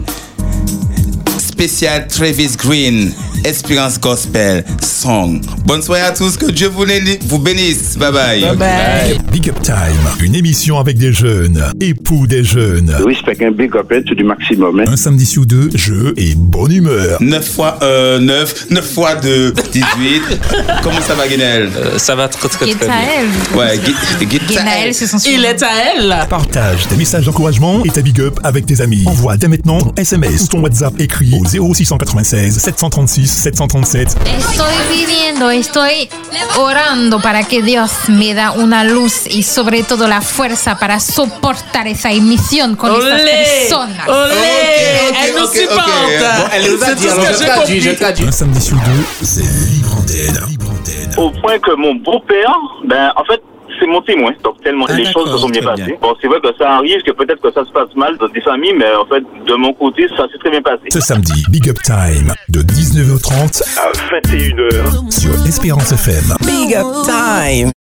[SPEAKER 3] Spécial Travis Green, Espérance Gospel Song. Bonne soirée à tous, que Dieu vous béni- vous bénisse. Bye bye.
[SPEAKER 1] Big Up Time, une émission avec des jeunes, époux des jeunes.
[SPEAKER 14] Oui, c'est un big up, hein, tout du maximum. hein.
[SPEAKER 1] Un samedi sur deux, jeux et bonne humeur.
[SPEAKER 3] 9 fois 9, 9 fois 2, 18. Comment ça va, Guinel
[SPEAKER 5] Euh, Ça va très très
[SPEAKER 4] très Gaëtaël. bien.
[SPEAKER 3] Ouais, Gui- Gui-
[SPEAKER 4] Guénaël, c'est son
[SPEAKER 6] Il est à elle.
[SPEAKER 1] Partage tes messages d'encouragement et ta big up avec tes amis. Envoie dès maintenant ton SMS ou ton WhatsApp écrit au 0696 736 737.
[SPEAKER 4] Estoy viviendo, estoy orando para que Dios me da una luz y sobre todo la fuerza para soportar esa emisión con estas personas.
[SPEAKER 6] elle nous supporte.
[SPEAKER 3] Bon, elle nous a
[SPEAKER 6] C'est
[SPEAKER 3] dit,
[SPEAKER 6] tout ce
[SPEAKER 3] alors
[SPEAKER 6] que
[SPEAKER 3] je
[SPEAKER 6] j'ai
[SPEAKER 3] traduis,
[SPEAKER 6] compris.
[SPEAKER 3] je
[SPEAKER 1] Un samedi sur deux, c'est libre antenne.
[SPEAKER 14] Au point que mon beau-père, ben, en fait, c'est mon témoin. Donc, tellement
[SPEAKER 1] Ah,
[SPEAKER 14] les choses se
[SPEAKER 1] d'accord,
[SPEAKER 14] sont bien
[SPEAKER 1] très
[SPEAKER 14] passées.
[SPEAKER 1] bien.
[SPEAKER 14] Bon, c'est vrai que ça arrive, que peut-être que ça se passe mal dans des familles, mais en fait, de mon côté, ça s'est très bien passé.
[SPEAKER 1] Ce samedi, Big Up Time de 19h30
[SPEAKER 14] à 21h.
[SPEAKER 1] sur Espérance FM.
[SPEAKER 16] Big up time.